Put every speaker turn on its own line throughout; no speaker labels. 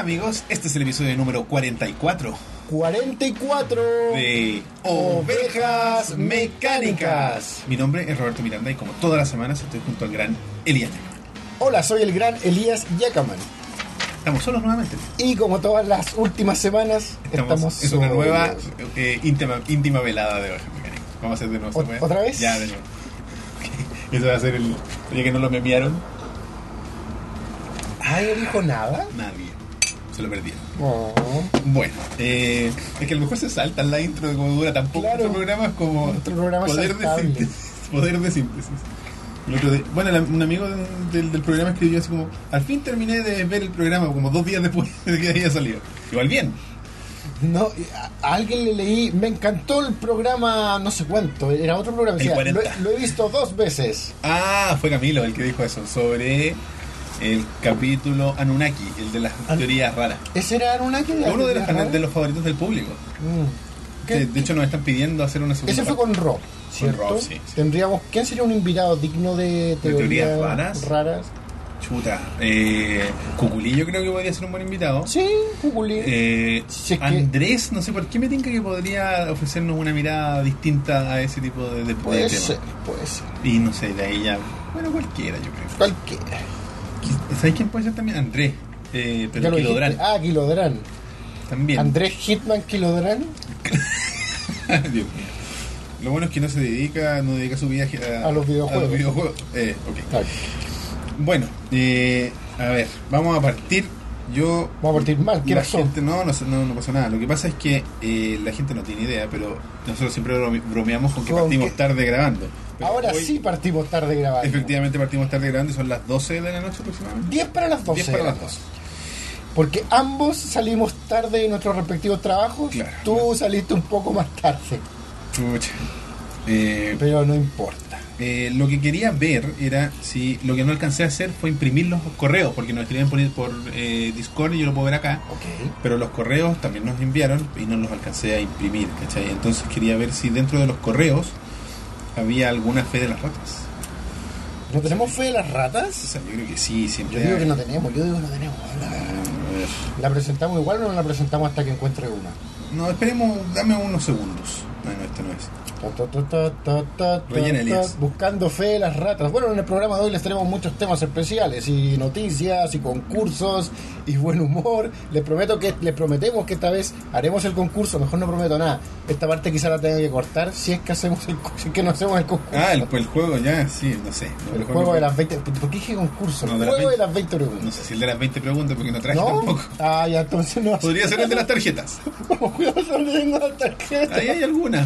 amigos, este es el episodio número 44
44
de Ovejas Mecánicas. Mi nombre es Roberto Miranda y como todas las semanas estoy junto al gran Elías.
Hola, soy el gran Elías Yacaman.
Estamos solos nuevamente.
Y como todas las últimas semanas, estamos,
es una
solos.
nueva eh, íntima, íntima velada de Ovejas Mecánicas. Vamos a hacer de nuevo. ¿se
¿Ot-
puede?
otra vez?
Ya, de nuevo. Eso va a ser el... Ya que no lo memearon,
Ay, no dijo nada.
nadie. Se lo perdieron.
No.
Bueno, eh, es que a lo mejor se salta la intro de como dura tampoco
Claro.
nuestro programa es como
Nuestro programa es
poder, de
saltable.
síntesis, poder de síntesis. El otro día- bueno, la- un amigo del- del, del programa escribió así como, al fin terminé de ver el programa como dos días después de que había salido. Igual bien,
No, a a alguien le leí, me encantó el programa, no sé cuánto, era otro programa.
El
decía, lo,
40.
lo he visto dos veces.
Ah, fue Camilo el que dijo eso, sobre el capítulo Anunnaki, el de las
An-
teorías raras.
¿Ese era una que
Uno de los, de los favoritos del público.
Mm.
Que, de hecho nos están pidiendo hacer una segunda
Ese fue
parte.
con Rob, ¿cierto?
Rob, sí, sí.
Tendríamos, ¿quién sería un invitado digno de teorías,
teorías raras?
raras?
Chuta, eh, Cuculillo creo que podría ser un buen invitado.
Sí, Cuculín.
Eh,
Si es que-
Andrés, no sé por qué me tinca que podría ofrecernos una mirada distinta a ese tipo de, de- de
puede
tema.
ser, puede ser.
Y no sé, de ahí ya. Bueno, cualquiera, yo creo.
Cualquiera.
¿Sabes quién puede ser también? Andrés. Eh,
Ya
pero
lo dijiste.
Kilodrán
Ah, Kilodrán.
también.
Andrés Hitman Kilodrán.
Dios mío. Lo bueno es que no se dedica, no dedica su vida a,
A los videojuegos.
a los videojuegos. Eh, ok.
Ah,
Bueno, eh, a ver, vamos a partir. Yo
Vamos a partir mal, ¿qué
la
pasó?
gente- no, no, no, no pasó nada. Lo que pasa es que eh, la gente no tiene idea, pero nosotros siempre brome- bromeamos con que
Con
partimos
que-
tarde grabando. Pero
Ahora
hoy,
sí pues. partimos tarde grabando.
Efectivamente partimos tarde grabando y son las 12 de la noche aproximadamente.
10 para las 12.
10 para las 12.
Porque ambos salimos tarde de nuestros respectivos trabajos.
Claro.
Tú saliste un poco más tarde.
Chucha. Eh,
Pero no importa.
eh, lo que quería ver era si lo que no alcancé a hacer fue imprimir los correos, porque nos escribían por, por eh, Discord y yo lo puedo ver acá.
Ok.
pero los correos también nos enviaron y no los alcancé a imprimir, ¿cachai? Entonces quería ver si dentro de los correos había alguna fe de las ratas.
¿No tenemos fe de las
O
ratas?
sea, yo creo que sí, siempre.
Yo digo
hay. Ah,
que no tenemos, yo digo que no tenemos.
A ver.
¿La presentamos igual o no la presentamos hasta que encuentre una?
No, esperemos, dame unos segundos. Bueno, esto no es.
Ta, ta, ta, ta, ta, ta, ta,
Rellena,
ta,
Elías.
Buscando fe de las ratas. Bueno, en el programa de hoy les tenemos muchos temas especiales y noticias y concursos y buen humor. Les prometo que les prometemos que esta vez haremos el concurso. Mejor no prometo nada. Esta parte quizá la tenga que cortar si es que hacemos el, co- si es que no hacemos el concurso.
Ah, el, el juego ya, sí, no sé.
el juego de las 20. ¿Por qué dije concurso? El
No, de las
juego de
20.
las 20
No
preguntas.
sé si el de las 20 preguntas porque no traje
¿No?
tampoco.
Ah, ya entonces no.
Podría ser el de las tarjetas.
Cuidado, solo tengo la tarjeta.
Ahí hay algunas.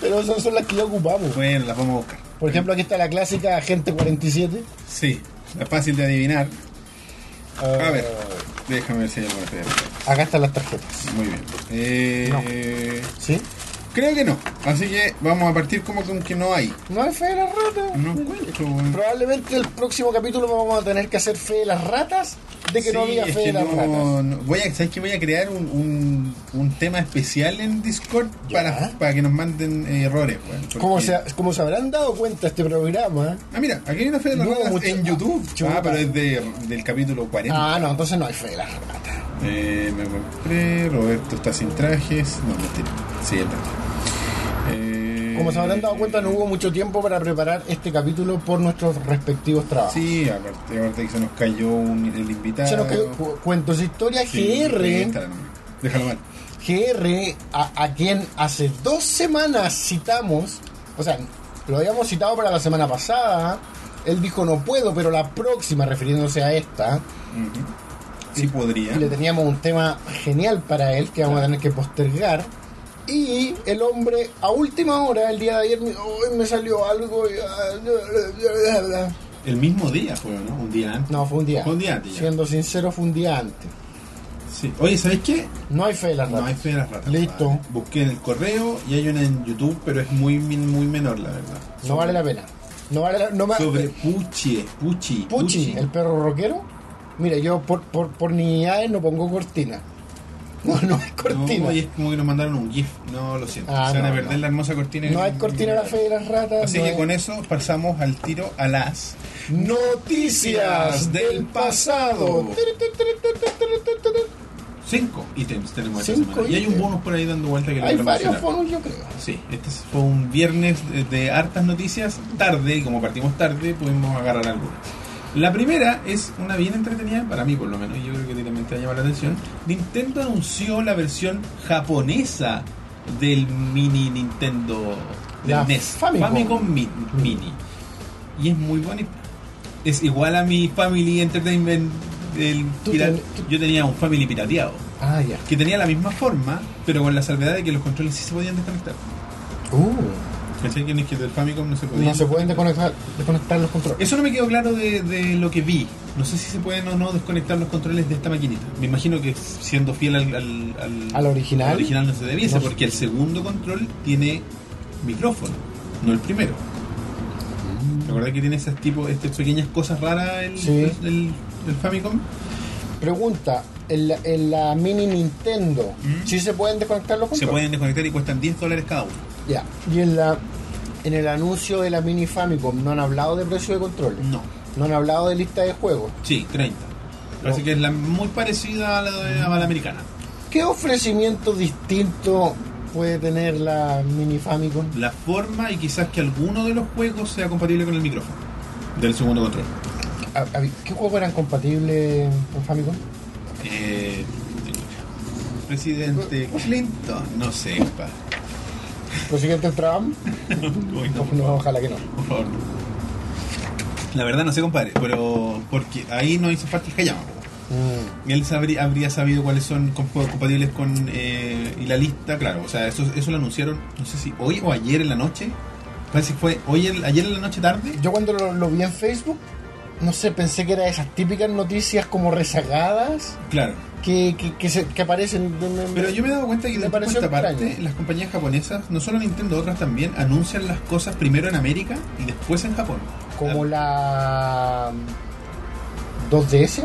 Pero esas son las que ya ocupamos.
Bueno, las vamos a buscar.
Por ejemplo, aquí está la clásica Agente 47.
Sí, la fácil de adivinar.
Ah,
A ver, déjame ver si hay alguna fe de las ratas.
Acá están las tarjetas.
Muy bien. Eh,
¿Sí?
Creo que no. Así que vamos a partir como con que no hay.
No hay fe de las ratas.
No encuentro, weón.
Probablemente el próximo capítulo vamos a tener que hacer fe de las ratas de que no
Sí,
había
es
fe de
que
las
no-
ratas.
no- voy a, ¿Sabes que Voy a crear un, un, un tema especial en Discord
Ya.
para, para que nos manden eh, errores, weón. Porque-
Como se, como se habrán dado cuenta este programa.
Ah, mira, aquí hay una fe de las
No,
ratas
mucho-
en YouTube.
chuta.
Ah, pero es de- del capítulo 40.
Ah, no, entonces no hay fe de las ratas.
Eh, me compré, Roberto está sin trajes. No, mentira. Sí, es verdad. Eh,
Como se habrán dado cuenta, no hubo mucho tiempo para preparar este capítulo por nuestros respectivos trabajos.
Sí, aparte, aparte que se nos cayó un- el invitado.
Se nos quedó cu- cuentos de historia
Sí,
GR,
entra, no. Déjalo mal.
GR, a, a quien hace dos semanas citamos, o sea, lo habíamos citado para la semana pasada, él dijo no puedo, pero la próxima, refiriéndose a esta,
Ujú. Sí podría.
y le teníamos un tema genial para él que vamos a tener que postergar. Y el hombre, a última hora, el día de ayer, me, "Ay, me salió algo. y, ah,
El mismo día fue, ¿no? Un día antes.
No, fue un día.
Fue un día antes, ya.
Siendo sincero, fue un día antes.
Sí. Oye, ¿sabes qué?
No hay fe de las
No hay
ratas.
fe de las ratas.
Listo.
Vale. Busqué en el correo y hay una en YouTube, pero es muy min- muy menor, la verdad.
No vale la pena. No vale la no me-
Sobre Puchi, Puchi.
Puchi, el perro rockero. Mira, yo por, por, por nimiedades no pongo cortina. No, no hay cortina.
No, y es como que nos mandaron un GIF. No, lo siento.
Ah,
Se van a
no,
perder
no.
la hermosa cortina.
No hay cortina de la fe de las ratas.
Así
no
que
hay-
con eso pasamos al tiro a las
Noticias del pasado.
Cinco ítems tenemos esta
Cinco
semana. Y hay un
ítems.
bonus por ahí dando vuelta que lo
Hay
quiero
varios
mencionar.
bonus, yo creo.
Sí, este fue un viernes de, de hartas noticias, tarde, y como partimos tarde, pudimos agarrar algunas. La primera es una bien entretenida, para mí por lo menos, y yo creo que a ti también te va a llamar la atención. Nintendo anunció la versión japonesa del mini Nintendo del
La
NES,
Famicom. Mm.
Mi- Mini. Y es muy bonita. Es igual a mi Family Entertainment. del
Tú
pira-
ten- tú-
Yo tenía un Family pirateado,
Ah, ya.
que tenía la misma forma, pero con la salvedad de que los controles sí se podían desconectar.
Uh,
Pensé que ni que del Famicom no se podía.
no se pueden desconectar, desconectar los controles.
Eso no me quedó claro de, de lo que vi. No sé si se pueden o no desconectar los controles de esta maquinita. Me imagino que siendo fiel al, al, al-
¿Al original?
al original no se debiese,
No.
porque el segundo control tiene micrófono, no el primero. ¿Te acordás que tiene esas tipo, estas pequeñas cosas raras el,
Sí.
el, el- el Famicom?
Pregunta, en la, en la mini Nintendo,
Mm.
¿sí se pueden desconectar los
Se
controles?
pueden desconectar y cuestan 10 dólares cada uno.
Ya. Y en la en el anuncio de la mini Famicom no han hablado de precio de controles.
No.
No han hablado de lista de juegos.
Sí, 30. Parece
No.
que es la, muy parecida a la, de, a la americana.
¿Qué ofrecimiento distinto puede tener la mini Famicom?
la forma y quizás que alguno de los juegos sea compatible con el micrófono del segundo control.
A- a- ¿Qué juegos eran compatibles con Famicom?
Eh, presidente Clinton, no sé, pa.
¿Los siguientes Trump?
Uy, no,
No,
por
no,
favor,
ojalá que no.
por favor. La verdad no sé, compadre, pero porque ahí no hizo falta el Hayama. po.
Mm.
Él sabrí- habría sabido cuáles son comp- compatibles con eh, y la lista, claro. O sea, eso, eso lo anunciaron, no sé si hoy o ayer en la noche. Parece que fue hoy en- ayer en la noche tarde.
Yo cuando lo, lo vi en Facebook, no sé, pensé que era de esas típicas noticias como rezagadas
Claro.
que, que, que se- que aparecen. de- de-
Pero yo me he dado cuenta que
Me
de
pareció
esta parte
extraño.
las compañías japonesas, no solo Nintendo, otras también, anuncian las cosas primero en América y después en Japón.
Como la 2DS.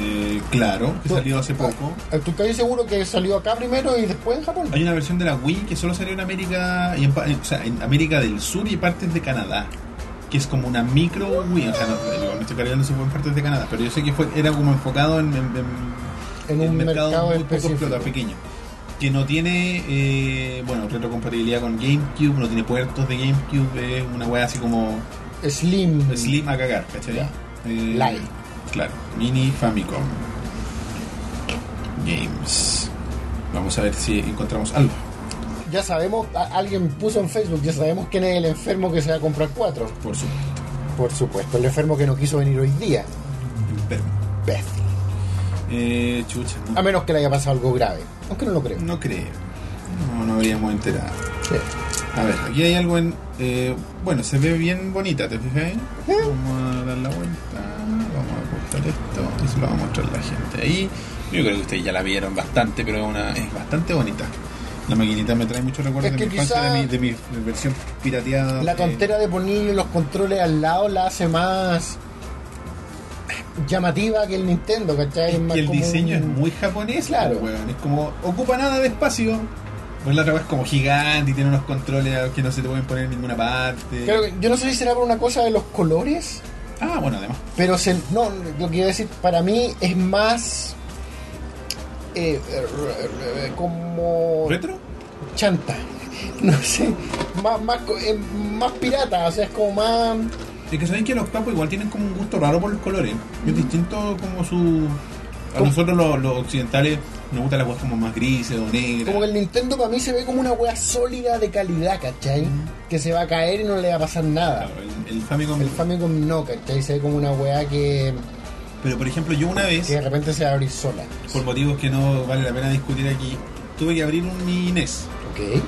Eh, claro, que
Tú-
salió hace poco.
Ah, Estoy casi seguro que salió acá primero y después en Japón.
Hay una versión de la Wii que solo salió en América, y en, pa- en- o sea, en América del Sur y partes de Canadá. Que es como una micro Wii. O sea, no, no estoy cargando si fue en partes de Canadá, pero yo sé que fue, era como enfocado en, en- en-
En un mercado
muy poco
específico.
explotado, pequeño. Que no tiene, eh, bueno, retrocompatibilidad con GameCube, no tiene puertos de GameCube, es una wea así como
Slim.
Slim a cagar, ¿cachai?
Mm. Ya.
Eh,
Light.
Claro, Mini Famicom Games. Vamos a ver si encontramos algo.
Ya sabemos, a- alguien puso en Facebook, ya sabemos quién es el enfermo que se va a comprar cuatro.
Por supuesto.
Por supuesto, el enfermo que no quiso venir hoy día.
Pero,
Bestia.
eh, chucha, no,
A menos que le haya pasado algo grave. Aunque no lo creo.
no creo. No, no habríamos enterado.
Sí.
A ver, aquí hay algo en. eh, bueno, se ve bien bonita, ¿te fijas?
¿Eh?
Vamos a dar la vuelta. Vamos a cortar esto. Y se lo va a mostrar la gente ahí. Yo creo que ustedes ya la vieron bastante, pero es una, es bastante bonita. La maquinita me trae muchos recuerdos
Es
de
que
mi infancia,
quizá-
de mi, de mi versión pirateada.
La
eh,
tontera de ponerle los controles al lado la hace más llamativa que el Nintendo, ¿cachai? Es más
Y el
como
diseño es
un-
muy japonés,
Claro.
pues, weón. Es como, ocupa nada de espacio. Pues la otra vez es como gigante y tiene unos controles que no se te pueden poner en ninguna parte.
Creo que- yo no sé si será por una cosa de los colores,
Ah, bueno, además.
pero se, no, lo que iba a decir, para mí es más eh, eh, re- re- como
¿Retro?
chanta, no sé, más, más, co- eh, más pirata, o sea, es como más...
Es que saben que los capos igual tienen como un gusto raro por los colores.
Mm.
Es distinto como su. A
Como-
nosotros los, los occidentales nos gustan las cosas como más grises o negras.
Como que el Nintendo para mí se ve como una wea sólida de calidad, ¿cachai? Que se va a caer y no le va a pasar nada.
Claro, el, el Famicom.
El Famicom no, ¿cachai? Se ve como una wea que,
Pero por ejemplo, yo una vez,
que de repente se va a abrir sola.
por motivos que no vale la pena discutir aquí, tuve que abrir un mi NES.
Ok.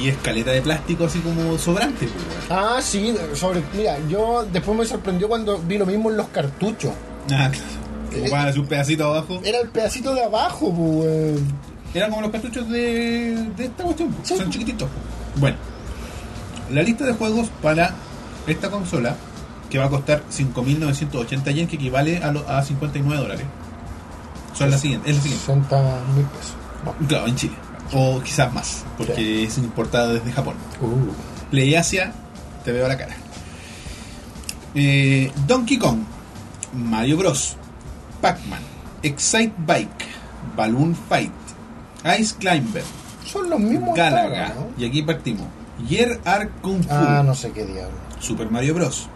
Y escaleta de plástico así como sobrante, pues, weón.
Ah, sí, sobre. Mira, yo después me sorprendió cuando vi lo mismo en los cartuchos.
Ah, claro. Como
Eh,
para hacer un pedacito abajo.
Era el pedacito de abajo, pues, weón.
Eran como los cartuchos de, de esta cuestión. po.
Sí.
Son chiquititos. po. Bueno, la lista de juegos para esta consola, que va a costar 5.980 yen, que equivale a, lo- a 59 dólares. Son la siguiente, es la siguiente.
60 mil pesos.
Claro, en Chile. O quizás más, porque
Sí.
es importada desde Japón.
Uh.
Play Asia, te veo la cara. Eh, Donkey Kong, Mario Bros, Pac-Man, Excite Bike, Balloon Fight, Ice Climber,
Son los mismos. hasta ahora,
Galaga,
¿no?
y aquí partimos, Yer Arc Kung Fu,
Ah, no sé qué diablo.
Super Mario Bros.,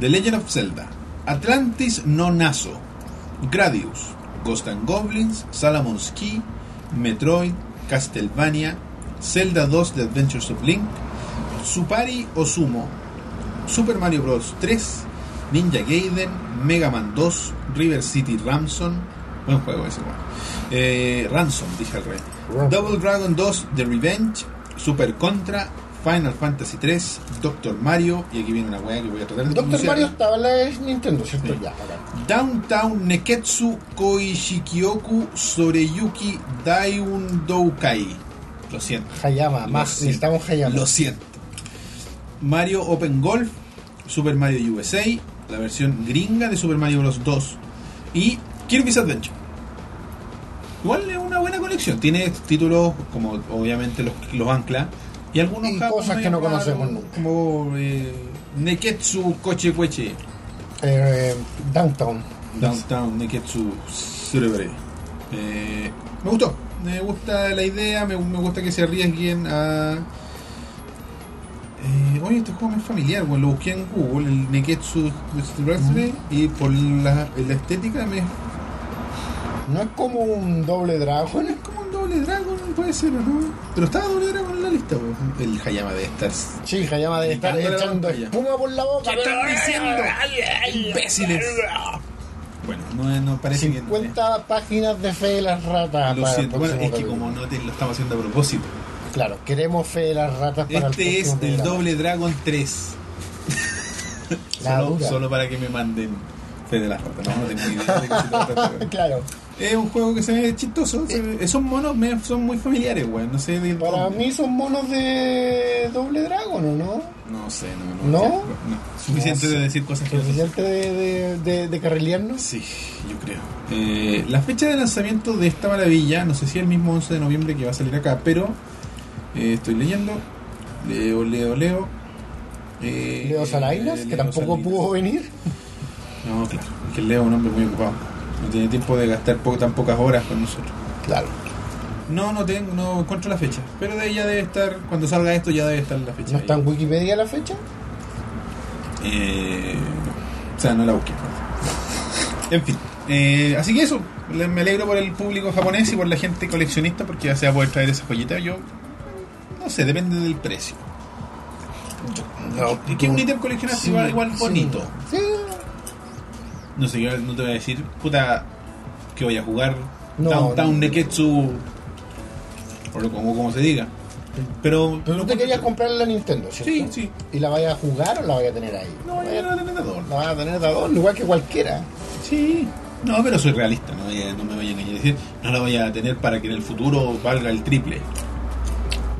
The Legend of Zelda, Atlantis no Naso, Gradius, Ghost and Goblins, Salamon's Key, Metroid, Castlevania, Zelda 2 The Adventures of Link, Supari Osumo, Super Mario Bros. 3, Ninja Gaiden, Mega Man 2, River City Ransom, buen juego ese weón. Eh, Ransom, dije al rey.
Ransom.
Double Dragon 2 The Revenge, Super Contra, Final Fantasy 3, Doctor Mario, y aquí viene una weá que voy a tratar de
Doctor
pronunciar.
Mario estaba en la de Nintendo, ¿cierto?
Sí.
Ya, acá.
Downtown Neketsu Koishikioku Soreyuki Daiun Doukai. Lo siento.
Hayama,
Lo
Ah, más.
siento.
Necesitamos Hayama.
Lo siento. Mario Open Golf, Super Mario USA, la versión gringa de Super Mario Bros. 2 y Kirby's Adventure. Igual es una buena colección. Tiene títulos como obviamente los, los ancla y algunos
Y
japos
cosas que
medio
no conocemos nunca.
Como eh, Neketsu Koche Koche.
Eh, Downtown.
Downtown Neketsu Cerebre. Eh, me gustó, me gusta la idea, me, me gusta que se arriesguen a. Eh, oye, este juego me es familiar, bueno, lo busqué en Google, el Neketsu Cerebre, y por la, la estética me es
No es como un doble dragón.
es como un doble Dragon, puede ser, ¿o ¿no? Pero estaba doble Dragon en la lista, po. El Hayama de Stars.
Sí, Hayama debe estar
Picándole la
echando
pantalla.
espuma por la boca.
¿Qué están diciendo? Imbéciles. Bueno, no, no parece que.
50 páginas de fe de las ratas.
Lo
para el
siento, bueno, es
próximo
que como
capítulo.
no te- lo estamos haciendo a propósito.
Claro, queremos fe de las ratas para
Este
el
es
próximo
el
programa.
Doble Dragon 3.
La
solo,
dura.
solo para que me manden Fe de las Ratas. No, no tengo idea de qué se trata este juego.
Claro,
Es un juego que se ve chistoso. se ve- Son monos, me- son muy familiares, güey. No sé de
para
dónde.
mí son monos de doble dragón, ¿o no?
No sé, no.
¿No?
ya, Suficiente
No sé.
de decir cosas que no sé.
Suficiente de, de, de, de carrilearnos.
Sí, yo creo. Eh, la fecha de lanzamiento de esta maravilla, no sé si el mismo 11 de noviembre que va a salir acá, pero eh, estoy leyendo. Leo, leo, leo. Eh,
Leo Salainas,
eh,
que
Leo
tampoco
Salinas.
pudo venir.
No, claro, es que Leo es un hombre muy ocupado. No tiene tiempo de gastar po- tan pocas horas con nosotros.
Claro.
No, no tengo, no encuentro la fecha. Pero de ya debe estar, cuando salga esto ya debe estar la fecha.
¿No
ahí.
está en Wikipedia la fecha?
Eh, no. o sea, no la busqué. En fin. eh, así que eso, le- me alegro por el público japonés y por la gente coleccionista porque ya se va a poder traer esa joyita. Yo no sé, depende del precio.
No,
Y que un ítem coleccionable
Sí,
igual, igual
sí.
bonito.
Sí.
No sé, yo no te voy a decir, puta, que voy a jugar
No,
Downtown
no.
Neketsu o lo como, como se diga. Pero,
Pero tú te
no-
querías comprar la Nintendo, ¿cierto?
Sí, sí.
¿Y la vayas a jugar o la vayas a tener ahí?
No, yo no
la
era tenedor.
vayas a tener de adorno, igual que cualquiera.
Sí. No, pero soy realista, no, voy a- no me voy a engañar. Es decir, no la voy a tener para que en el futuro valga el triple.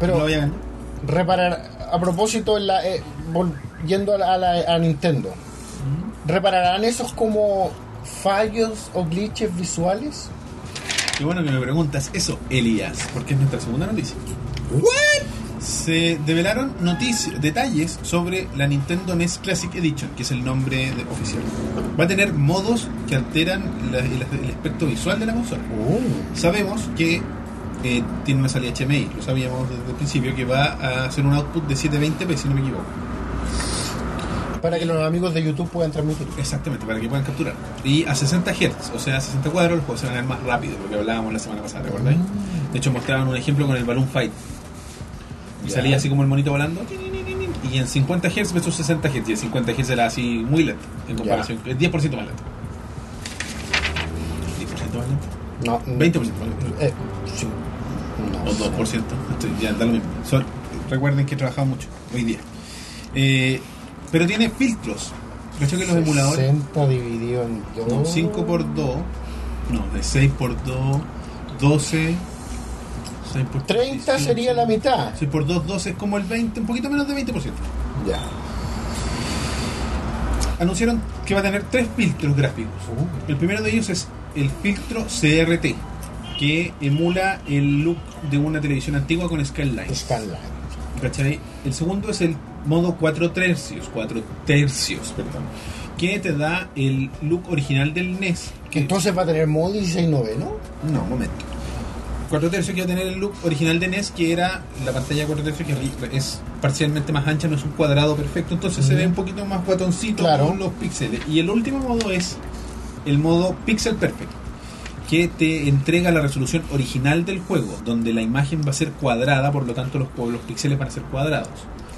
Pero
No voy a-
reparar, a propósito, en la, eh, vol- yendo a, la- a la- a Nintendo, ¿repararán esos como fallos o glitches visuales?
Qué bueno que me preguntas eso, Elías, porque es nuestra segunda noticia. Se develaron noticias, detalles sobre la Nintendo NES Classic Edition, que es el nombre de- oficial. Va a tener modos que alteran la- el, el aspecto visual de la consola.
Uh,
Sabemos que eh, tiene una salida HMI, lo sabíamos desde el principio, que va a hacer un output de 720p, si no me equivoco.
para que los amigos de YouTube puedan transmitir.
Exactamente, para que puedan capturar. Y a 60 Hz, o sea, a 60 cuadros, los juegos se van a ver más rápido, lo que hablábamos la semana pasada, ¿te acordáis? De hecho, mostraban un ejemplo con el Balloon Fight. Y
Ya.
salía así como el monito volando. tin, tin, tin, tin, Y en 50 Hz versus 60 Hz. Y en 50 Hz era así muy lento, en comparación. Es 10% más lento. 10% más lento.
No, mm,
20% más lento.
eh, sí. No
O
sé.
2%. Estoy- ya da lo mismo. Son- recuerden que he trabajado mucho hoy día. Eh, pero tiene filtros. Cacho que los emuladores.
60 dividido en 2.
No, 5 por 2. No, de 6 por 2, 12. 6 por
30
18.
sería la mitad.
6 por 2, 12 es como el 20, un poquito menos de 20%.
Ya.
Anunciaron que va a tener tres filtros gráficos.
Uh,
El primero de ellos es el filtro CRT, que emula el look de una televisión antigua con skyline.
Scanline.
¿Cachai? El segundo es el modo 4 tercios, 4 tercios, perdón, que te da el look original del NES. que-
Entonces va a tener modo 16 noveno.
No, un momento. 4 tercios que iba a tener el look original de NES, que era la pantalla de 4 tercios, que re- es parcialmente más ancha, no es un cuadrado perfecto, entonces se
Mm.
ve un poquito más guatoncito
Claro.
con los píxeles. Y el último modo es el modo Pixel Perfect, que te entrega la resolución original del juego, donde la imagen va a ser cuadrada, por lo tanto los, los píxeles van a ser cuadrados.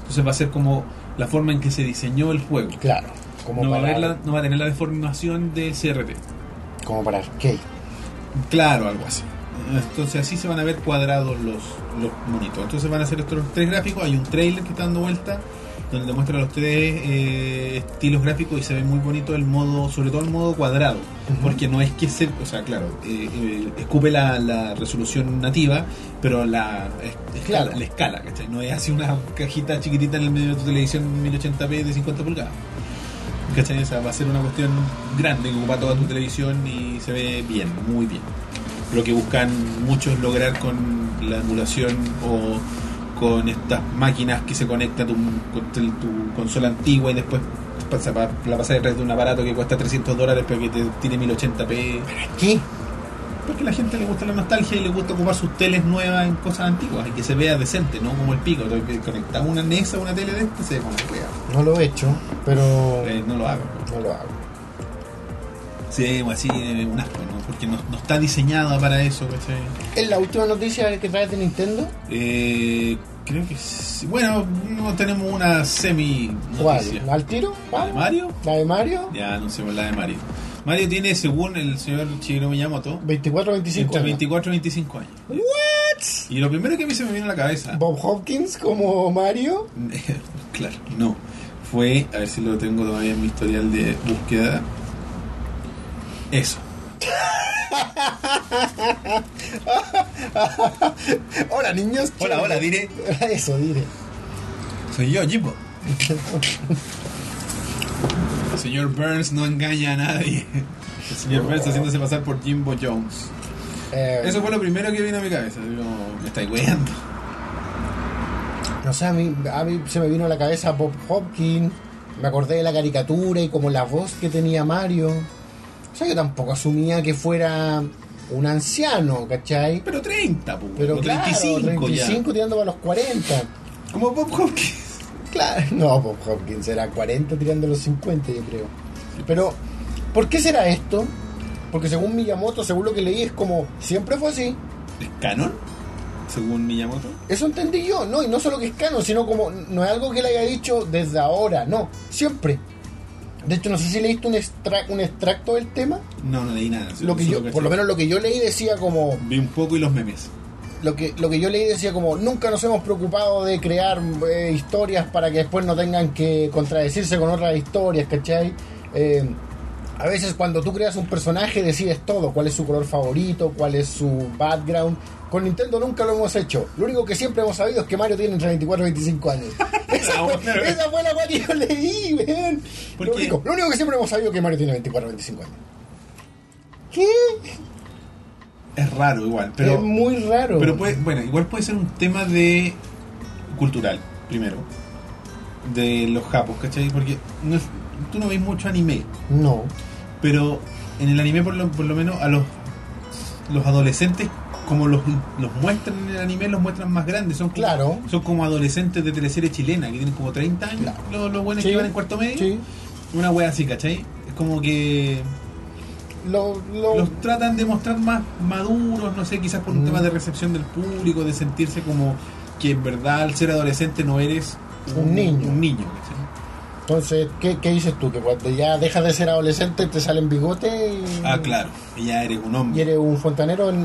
Entonces va a ser como la forma en que se diseñó el juego.
Claro, como,
No va, a
para,
haber la- no va a tener la deformación del CRT.
como para arcade.
Claro, algo así. Entonces así se van a ver cuadrados los, los monitos. Entonces van a ser estos tres gráficos. Hay un trailer que está dando vuelta donde demuestra los tres eh, estilos gráficos y se ve muy bonito el modo, sobre todo el modo cuadrado.
Ujú.
Porque no es que se, o sea, claro, eh, eh, escupe la, la resolución nativa, pero la es- escala,
Claro.
la escala, ¿cachai? No es así una cajita chiquitita en el medio de tu televisión 1080p de 50 pulgadas. ¿Cachai? O sea, va a ser una cuestión grande que ocupa toda tu televisión y se ve bien, muy bien. Lo que buscan muchos lograr con la emulación o con estas máquinas que se conecta tu, con tel- tu consola antigua y después pasa pa- la pasas detrás de un aparato que cuesta 300 dólares pero que te tiene 1080p.
¿Qué?
Porque a la gente le gusta la nostalgia y le gusta ocupar sus teles nuevas en cosas antiguas y que se vea decente, no como el pico. Conectar una NES a una tele de este se ve como el cuidado.
No lo he hecho, pero
Eh, no lo hago.
no lo hago.
Sí, o así, eh, un asco, ¿no? Porque no, no está diseñada para eso, ¿cachai?
¿Es la última noticia que traes de Nintendo?
Eh, creo que sí. Bueno, no tenemos una semi
¿Cuál?
noticia.
¿Al tiro?
¿La de Mario?
¿La de Mario?
Ya anunciamos la de Mario. Mario tiene, según el señor Shigeru Miyamoto,
24, 25.
entre
años.
24 y 25 años.
¿What?
Y lo primero que a mí se me vino a la cabeza,
Bob Hopkins como Mario.
claro, no, fue, a ver si lo tengo todavía en mi historial de búsqueda, eso.
Hola niños.
Hola, hola, diré.
Eso, diré.
Soy yo, Jimbo. El señor Burns no engaña a nadie. El señor Burns haciéndose pasar por Jimbo Jones.
Eh,
Eso fue lo primero que vino a mi cabeza. Digo, me estáis weando.
No sé, a mí, a mí se me vino a la cabeza Bob Hopkins. Me acordé de la caricatura y como la voz que tenía Mario. O sea, yo tampoco asumía que fuera un anciano, ¿cachai?
Pero 30, pues.
Pero
o
claro,
35,
35 tirando para los 40.
ya. Como Bob Hopkins.
Claro, no, Bob Hopkins era 40 tirando los 50, yo creo. Pero, ¿por qué será esto? Porque según Miyamoto, según lo que leí, es como, siempre fue así.
¿Es canon? Según Miyamoto.
Eso entendí yo, ¿no? Y no solo que es canon, sino como no es algo que le haya dicho desde ahora, no, siempre. De hecho, no sé si leíste un, extra- un extracto del tema.
No, no leí nada.
Lo que
Solo
yo, por lo menos lo que yo leí decía como,
Vi un poco y los memes.
lo que, lo que yo leí decía como, nunca nos hemos preocupado de crear eh, historias para que después no tengan que contradecirse con otras historias, ¿cachai? Eh, a veces cuando tú creas un personaje decides todo, cuál es su color favorito, cuál es su background. Con Nintendo nunca lo hemos hecho. Lo único que siempre hemos sabido es que Mario tiene entre 24 y 25 años. esa, fue, esa fue la weá que yo leí, weón.
¿Por
Lo
qué?
único, lo único que siempre hemos sabido es que Mario tiene 24 o 25 años. ¿Qué?
Es raro igual, pero.
es muy raro.
Pero puede, bueno, igual puede ser un tema de cultural, primero. De los japos, ¿cachai? Porque no es- tú no ves mucho anime,
No.
pero en el anime por lo, por lo menos a los, los adolescentes, como los, los muestran en el anime, los muestran más grandes. Son como,
Claro.
son como adolescentes de teleserie chilena, que tienen como 30 años,
Claro.
los, los buenos
Sí,
que van en cuarto medio.
Sí.
Una wea así, ¿cachai? Es como que
Lo, lo-
los tratan de mostrar más maduros, no sé, quizás por un
Mm.
tema de recepción del público, de sentirse como que en verdad al ser adolescente no eres
Un niño. Mm.
Un niño, ¿cachai?
Entonces, ¿qué, qué dices tú? Que cuando ya dejas de ser adolescente te salen bigote y,
Ah, claro, ya eres un
y
hombre.
eres un fontanero en...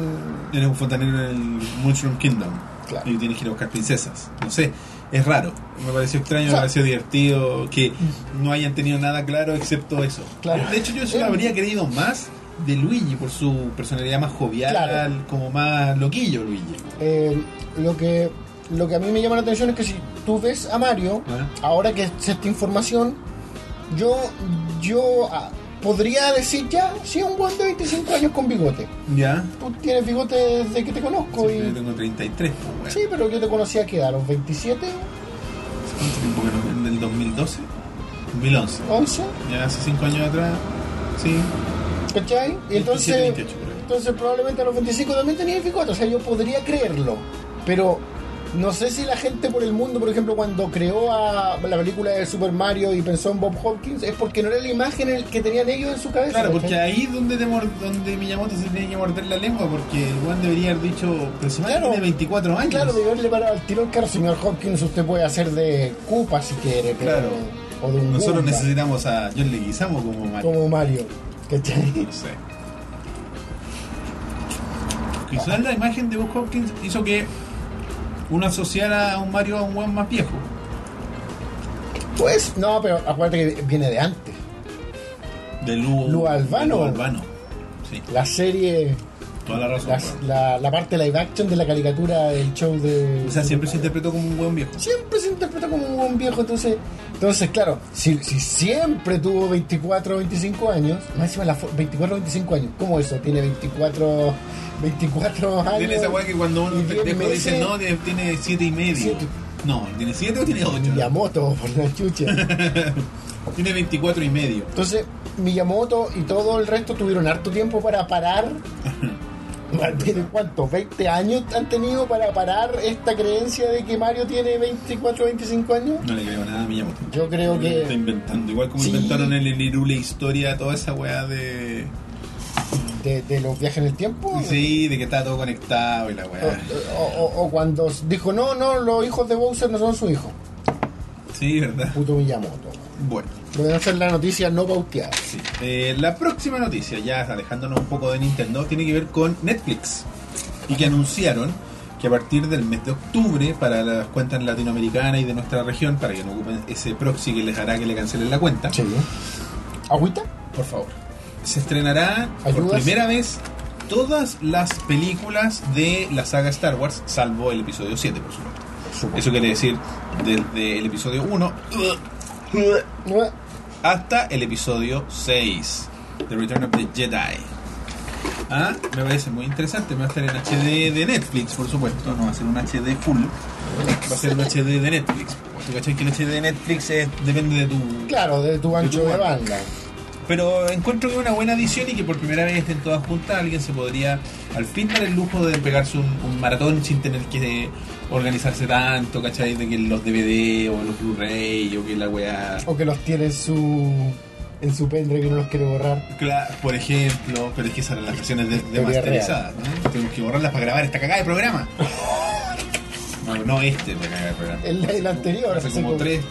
Eres un fontanero en el Mushroom Kingdom
Claro.
y tienes que ir a buscar princesas. No sé, es raro. Me pareció extraño,
O sea-
me pareció divertido que no hayan tenido nada claro excepto eso.
Claro.
De hecho, yo eso lo
Eh.
habría querido más de Luigi por su personalidad más jovial,
Claro.
como más loquillo, Luigi.
Eh, lo, que, lo que a mí me llama la atención es que si tú ves a Mario,
Ah.
ahora que es esta información, yo, yo ah, podría decir ya, si es un buen de 25 años con bigote.
¿Ya?
Tú tienes bigote desde que te conozco
Sí, yo
y...
tengo 33, pues, weón.
Sí, pero yo te conocía que a los 27,
¿Hace ¿Cuánto tiempo que nos ven? ¿Del 2012? 2011.
11,
Ya hace 5 años atrás. Sí.
¿cachai? Y
27,
entonces...
28 por ahí.
Entonces probablemente a los 25 también tenía F4, o sea, yo podría creerlo. Pero no sé si la gente por el mundo, por ejemplo, cuando creó a la película de Super Mario y pensó en Bob Hopkins, es porque no era la imagen el que tenían ellos en su cabeza.
Claro,
¿cachai?
porque ahí es donde, te mor- donde Miyamoto se tenía que morder la lengua, porque el Juan debería haber dicho, pero si
Claro.
tiene 24 años.
Ah, Claro, de haberle parado al tirón, claro, señor Hopkins, usted puede hacer de Koopa si quiere, pero,
Claro.
o de un
Nosotros
Goomba,
necesitamos a John Leguizamo como Mario.
como Mario, ¿cachai?
No sé. Quizás la imagen de Bob Hopkins hizo que uno asociara a un Mario a un Juan más viejo.
Pues, no, pero acuérdate que viene de antes.
De Lu,
Lu Albano.
de Lu Albano. Sí,
La serie,
toda la razón.
la,
weón.
la, la parte live action de la caricatura del show de...
O sea, siempre se interpretó como un buen viejo.
siempre se interpreta como un buen viejo. Entonces, entonces claro, si, si siempre tuvo 24 o 25 años, más encima la fo- 24 o 25 años, ¿cómo eso? Tiene 24, 24 años.
Tiene esa weá que cuando uno
y
es
diez
pendejo dice
meses.
no, tiene- tiene 7 y medio.
Siete.
No, tiene 7 o tiene 8.
Miyamoto, por la chucha.
Tiene 24 y medio.
Entonces, Miyamoto y todo el resto tuvieron harto tiempo para parar. Pero, ¿Cuántos? ¿20 años han tenido para parar esta creencia de que Mario tiene 24 o 25 años?
No le creo nada a Miyamoto.
Yo creo que-
Está inventando. Igual como
Sí.
inventaron en el Irule Historia toda esa weá de.
De, de los viajes en el tiempo.
Sí, de que estaba todo conectado y la weá.
O, o- o cuando dijo, no, no, los hijos de Bowser no son su hijo.
Sí, verdad.
Puto Miyamoto.
Bueno,
Pueden hacer la noticia no pauteada.
sí. Eh, la próxima noticia, ya alejándonos un poco de Nintendo, tiene que ver con Netflix. Y que anunciaron que a partir del mes de octubre, para las cuentas latinoamericanas y de nuestra región, para que no ocupen ese proxy que les hará que le cancelen la cuenta,
¿Agüita?
por favor, se estrenará por
¿Ayudas?
primera vez todas las películas de la saga Star Wars, salvo el episodio 7, por supuesto. Eso quiere decir desde el episodio 1
Eh,
hasta el episodio 6, The Return of the Jedi. Ah, me parece muy interesante, va a estar en HD de Netflix, por supuesto, no va a ser un HD full, va a ser un HD de Netflix. Tú cachai que el HD de Netflix es- depende de tu...
Claro, de tu ancho de banda.
Pero encuentro que es una buena edición y que por primera vez estén todas juntas, alguien se podría al fin dar el lujo de pegarse un, un maratón sin tener que organizarse tanto, ¿cachai? De que los DVD o los Blu-ray o que la weá...
O que los tiene en su, en su pendrive que no los quiere borrar.
Cla- por ejemplo, pero es que esas eran las versiones de, de
Teoría
masterizadas, ¿no? Tenemos que borrarlas para grabar esta cagada de programa. No, no este para cagar de programa.
El- el anterior,
Hace
hace
como
como-
tres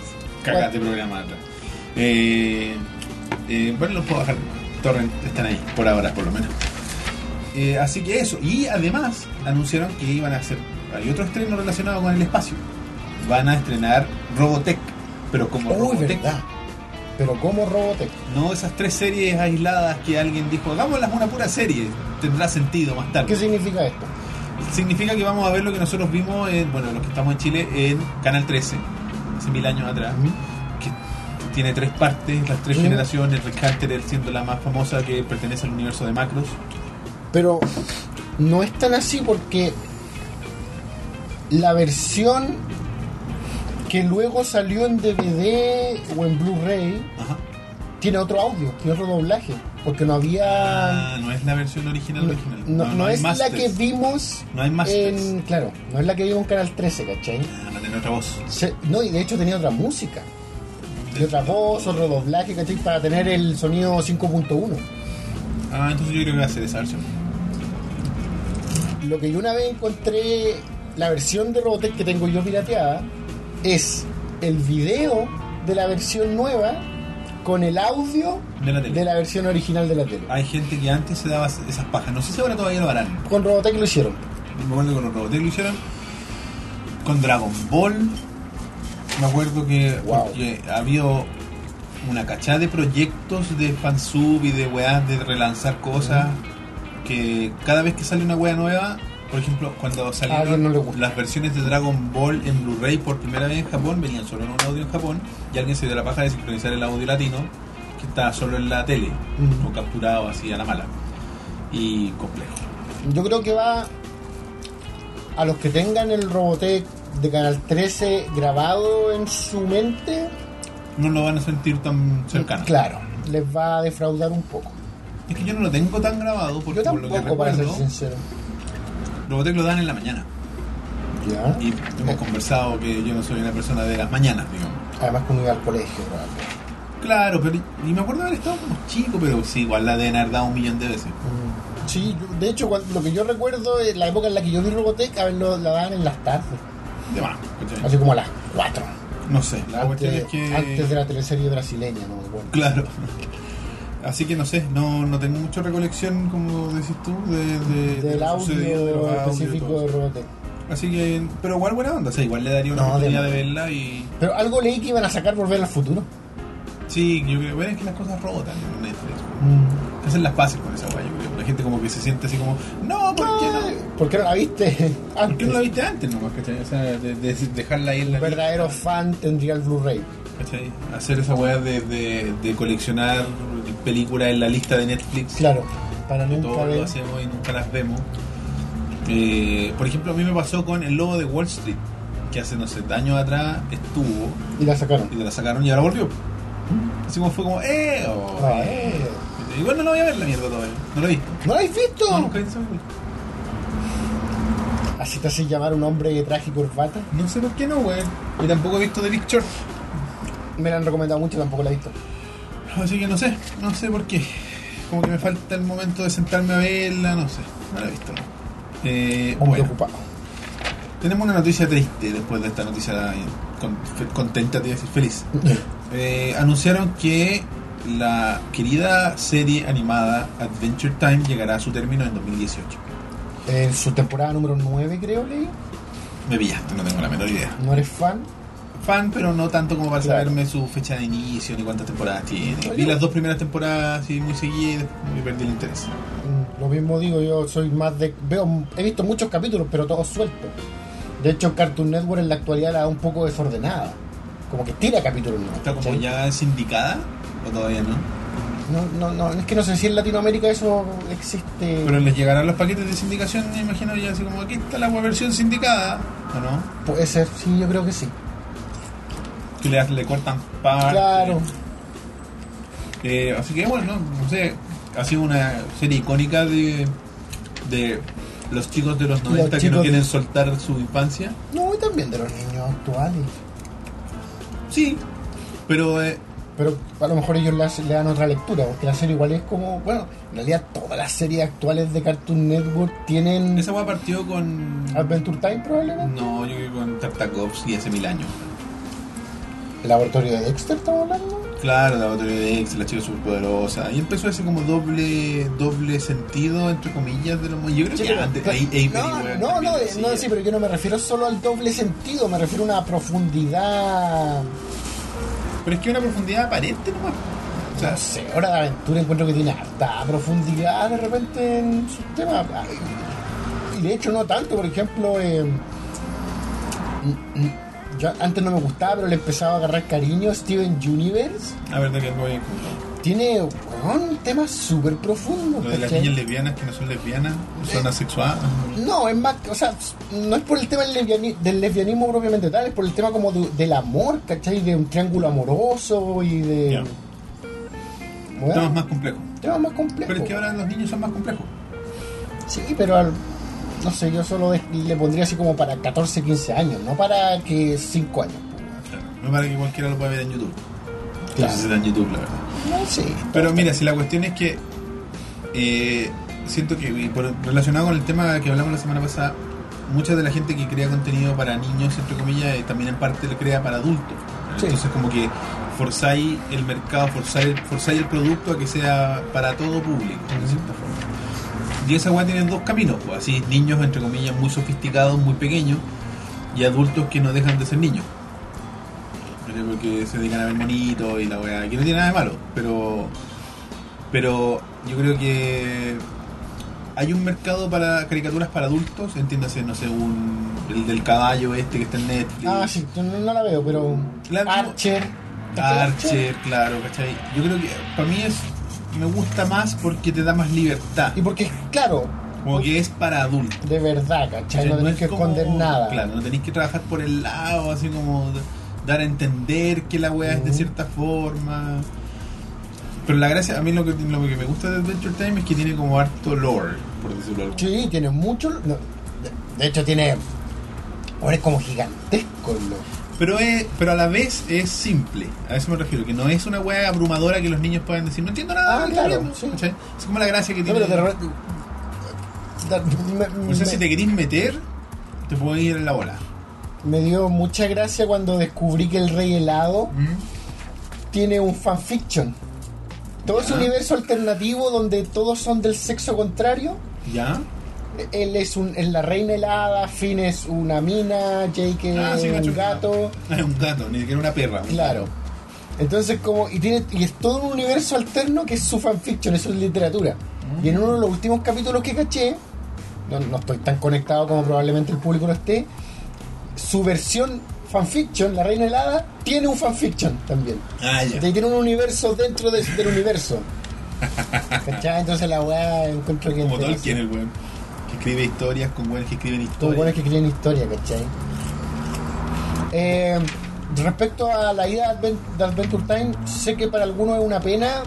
cagas de programa atrás. Eh, eh, bueno, los puedo bajar. Torrent están ahí, por ahora, por lo menos. Eh, así que eso. Y además anunciaron que iban a hacer. Hay otro estreno relacionado con el espacio. Van a estrenar Robotech. Pero como
Uy,
Robotech
verdad. Pero como Robotech.
no esas tres series aisladas que alguien dijo, hagámoslas una pura serie, tendrá sentido más tarde.
¿Qué significa esto?
Significa que vamos a ver lo que nosotros vimos, en, bueno, los que estamos en Chile, en Canal 13, hace mil años atrás, que tiene tres partes, las tres
Ujú.
generaciones, Rick Hunter él siendo la más famosa que pertenece al universo de Macros.
Pero no es tan así porque la versión que luego salió en DVD o en Blu-ray
Ajá.
tiene otro audio, tiene otro doblaje, porque no había
Ah, no es la versión original,
no,
original.
no- no
hay
es la
masters.
que vimos
No hay masters.
en claro, no es la que vimos en Canal 13, ¿cachai?
Ah, no tiene otra voz.
Se- no, y de hecho tenía otra música, y otra voz, otro doblaje, ¿cachai? Para tener el sonido 5.1.
Ah, entonces yo creo que va a ser esa versión.
Lo que yo una vez encontré, la versión de Robotech que tengo yo pirateada, es el video de la versión nueva con el audio
De la tele.
de la versión original de la tele.
Hay gente que antes se daba esas pajas. No sé si ahora todavía lo harán.
Con Robotech lo hicieron.
Me acuerdo con los Robotech lo hicieron. Con Dragon Ball. Me acuerdo que
Wow.
porque había una cachada de proyectos de fansub y de weas de relanzar cosas. Que cada vez que sale una wea nueva, por ejemplo, cuando salieron
alguien no le gusta.
las versiones de Dragon Ball en Blu-ray por primera vez en Japón, venían solo en un audio en Japón. Y alguien se dio la paja de sincronizar el audio latino que estaba solo en la tele,
Mm.
o capturado así a la mala. Y complejo.
Yo creo que va a los que tengan el Robotech de Canal 13 grabado en su mente.
no lo van a sentir tan cercano.
Claro, les va a defraudar un poco.
Es que yo no lo tengo tan grabado porque
Yo
por lo que
tampoco, para ser
recuerdo,
sincero.
Robotech lo dan en la mañana.
Ya.
Y hemos conversado que yo no soy una persona de las mañanas, digamos.
Además, cuando iba al colegio, realmente.
Claro, pero y me acuerdo haber estado como chico, pero sí, igual la deben haber dado un millón de veces.
Mm. Sí, yo- de hecho, cuando- lo que yo recuerdo es la época en la que yo vi Robotech, a ver, lo, la daban en las tardes,
De más, ¿cachai?
así como a las 4.
No sé, la cuestión
Antes,
Ah, es que.
antes de la teleserie brasileña, no me acuerdo.
Claro. Así que no sé, no, no tengo mucha recolección, como decís tú, de, de, de
Del
lo
audio
sucedido, de los audios,
específico
todo
de
eso.
Robotech.
Así que, pero igual buena onda, o sea, igual le daría una
No, de
oportunidad
más.
de, verla y.
Pero algo leí que iban a sacar Volver al Futuro.
Sí, yo creo, bueno, es que las cosas rotan en Netflix. Hacen las paces con esa guay, yo creo. La gente como que se siente así como, no, ¿por qué no?
¿Por qué no la viste
¿Por qué
antes?
no la viste antes nomás, cachai? O sea, de, de- de dejarla ahí en la
Un verdadero
lista,
fan tendría el Blu-ray.
¿cachai? Hacer esa weá de, de, de coleccionar películas en la lista de Netflix.
Claro, para
Que
nunca
todos
ver.
lo hacemos y nunca las vemos. Eh, por ejemplo, a mí me pasó con El Lobo de Wall Street, que hace, no sé, años atrás estuvo
Y la sacaron.
y te la sacaron y ahora volvió. Así como fue como, ¡eh! oh,
Ah,
eh".
eh.
Y bueno, no voy a ver la mierda todavía. No lo he visto.
¿No la habéis visto?
No, nunca he visto esa película.
Así te hace llamar un hombre de traje y corbata.
No sé por qué no, güey. Y tampoco he visto The Big Short.
Me la han recomendado mucho, tampoco la he visto.
Así que no sé, no sé por qué. Como que me falta el momento de sentarme a verla, no sé. No la he visto. Eh,
Hombre
bueno,
ocupado.
tenemos una noticia triste después de esta noticia con- fe- contenta, te iba a decir feliz. Eh, anunciaron que la querida serie animada Adventure Time llegará a su término en 2018.
En su temporada número 9, creo, leí.
Me pillaste, no tengo la menor idea.
No eres fan.
Fan, pero no tanto como para
Claro.
saberme su fecha de inicio ni cuántas temporadas tiene.
Oye.
Vi las dos primeras temporadas y muy seguidas y perdí el interés.
Mm, Lo mismo digo, yo soy más de. veo He visto muchos capítulos, pero todos sueltos. De hecho, Cartoon Network en la actualidad la da un poco desordenada. Como que tira capítulos nuevos,
¿Está como
¿cachai?
ya sindicada o todavía no?
No, no, no, es que no sé si en Latinoamérica eso existe.
Pero les llegarán los paquetes de sindicación, me imagino ya así como aquí está la versión sindicada, ¿o no?
Puede ser, sí, yo creo que sí.
Que le, le cortan parte.
Claro.
Eh, así que bueno, no sé, ha sido una serie icónica de, de los chicos de los 90 que no
chicos-
quieren soltar su infancia.
No, y también de los niños actuales.
Sí, pero eh,
Pero a lo mejor ellos le, hacen- le dan otra lectura, porque la serie igual es como. Bueno, en realidad todas las series actuales de Cartoon Network tienen.
esa weá partió con...
Adventure Time probablemente.
No, yo creo que con Tartakovsky hace mil años.
El laboratorio de Dexter, estamos hablando.
Claro, la batalla de X, la chica superpoderosa. Y empezó ese como doble doble sentido, entre comillas, de los mo- Yo creo
Sí,
que
pero-
antes,
pero-
ahí- ahí
no,
Penny, weón,
no,
también
no,
lo
no,
hacía.
sí, pero yo no me refiero solo al doble sentido, me refiero a una profundidad.
Pero es que una profundidad aparente nomás. O sea,
No sé, Hora de Aventura encuentro que tiene harta profundidad de repente en sus temas. Y de hecho no tanto, por ejemplo, eh, mm, mm, yo antes no me gustaba, pero le empezaba a agarrar cariño Steven Universe.
a ver, de qué voy a encontrar.
Tiene un tema súper profundo.
Lo de las niñas lesbianas que no son lesbianas, son asexuadas.
No, es más, o sea, no es por el tema del, lesbiani- del lesbianismo propiamente tal, es por el tema como de- del amor, ¿cachai? De un triángulo amoroso y de...
Ya.
Bueno,
Temas más complejos.
temas más complejos.
Pero es que ahora los niños son más complejos.
Sí, pero al- no sé, yo solo de- le pondría así como para 14, 15 años, no para que 5 años.
Claro, No para que cualquiera lo pueda ver en YouTube. No
Claro.
sé si está en YouTube, la verdad.
No sé.
Pero mira, si la cuestión es que eh, siento que y por- relacionado con el tema que hablamos la semana pasada, mucha de la gente que crea contenido para niños, entre comillas, eh, también en parte lo crea para adultos.
Sí.
Entonces como que forzáis el mercado, forzáis, forzáis el producto a que sea para todo público, de cierta forma. Y esa weá tiene dos caminos, pues, así niños, entre comillas, muy sofisticados, muy pequeños, y adultos que no dejan de ser niños. ¿Cachai? Porque se dedican a ver monitos y la weá, que no tiene nada de malo, pero pero yo creo que hay un mercado para caricaturas para adultos, entiéndase, no sé, un, el del caballo este que está en Netflix.
Ah, sí, yo no, no la veo, pero...
La-
Archer.
Archer, claro, ¿cachai? Yo creo que para mí es me gusta más porque te da más libertad.
Y porque, claro,
Como que es para adultos.
de verdad,
O
¿cachai?
sea,
No tenés
es
que
como-
esconder nada.
Claro, no tenéis que trabajar por el lado, así como d- dar a entender que la weá es de
Mm.
cierta forma. Pero la gracia, a mí lo que, lo que me gusta de Adventure Time es que tiene como harto lore, por decirlo algo.
Sí, tiene mucho. no, de, de hecho, tiene. Ahora es como gigantesco el lore.
Pero, es, pero a la vez es simple, a eso me refiero, que no es una weá abrumadora que los niños puedan decir, no entiendo nada.
Ah,
¿qué
claro,
hablamos?",
sí.
¿cachai? Es como la gracia que
No,
tiene.
pero de repente.
No sé si te
Mm.
querís meter, te puedo ir en la bola.
Me dio mucha gracia cuando descubrí que el Rey Helado
¿Mm?
tiene un fanfiction. Todo ese
Ya.
universo alternativo donde todos son del sexo contrario.
¿Ya?
Él es, un, es la reina helada, Finn es una mina, Jake
Ah,
es
sí, cacho.
Eh, un gato.
Es un gato, ni siquiera una perra.
Claro. Entonces, como. Y, tiene, y es todo un universo alterno que es su fanfiction, eso es literatura.
Mm.
Y en uno de los últimos capítulos que caché, no, no estoy tan conectado como probablemente el público lo esté, su versión fanfiction, La Reina Helada, tiene un fanfiction también.
Ah, ya.
Entonces, tiene un universo dentro de- del universo. ¿Cachai? Entonces la weá encuentro que.
Como
entre-
Tolkien, el weón. Que escribe historias con weones que escriben
como
historias.
buenos que escriben historia, ¿cachai? Eh, respecto a la ida de Adven- de Adventure Time, sé que para algunos es una pena,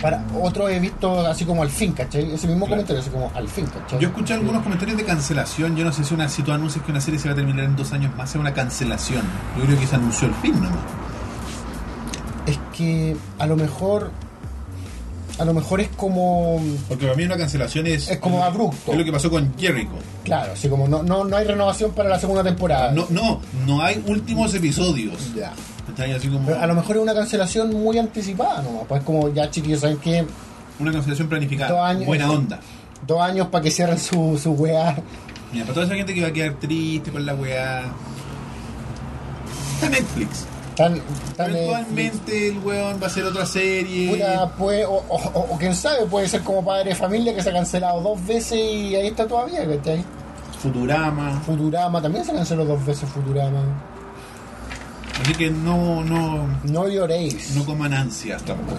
para otros he visto así como al fin, ¿cachai? Ese mismo
Claro.
comentario, así como al fin, ¿cachai?
Yo escuché algunos comentarios de cancelación. Yo no sé si, una, si tú anuncias que una serie se va a terminar en dos años más, es una cancelación. Yo creo que se anunció el fin nomás.
Es que a lo mejor, a lo mejor es como,
Porque para mí una cancelación es.
Es como abrupto.
Es lo que pasó con Jericho.
claro, así como no, no, no hay renovación para la segunda temporada.
No, no, no hay últimos episodios.
Ya.
Está ahí así como.
Pero a lo mejor es una cancelación muy anticipada, ¿no? Pues como ya chiquillos saben que
Una cancelación
Dos
planificada.
años.
Buena onda.
dos años para que cierren su, su weá.
Mira, para toda esa gente que va a quedar triste con la weá. Está Netflix.
Tan, tan, eh,
Eventualmente el weón va a hacer otra serie.
Puta, puede- o, o- o- o quién sabe, puede ser como padre de familia que se ha cancelado dos veces y ahí está todavía, ¿cachai?
Futurama.
Futurama también se canceló dos veces Futurama.
Así que no, no,
No lloréis.
no coman ansias tampoco.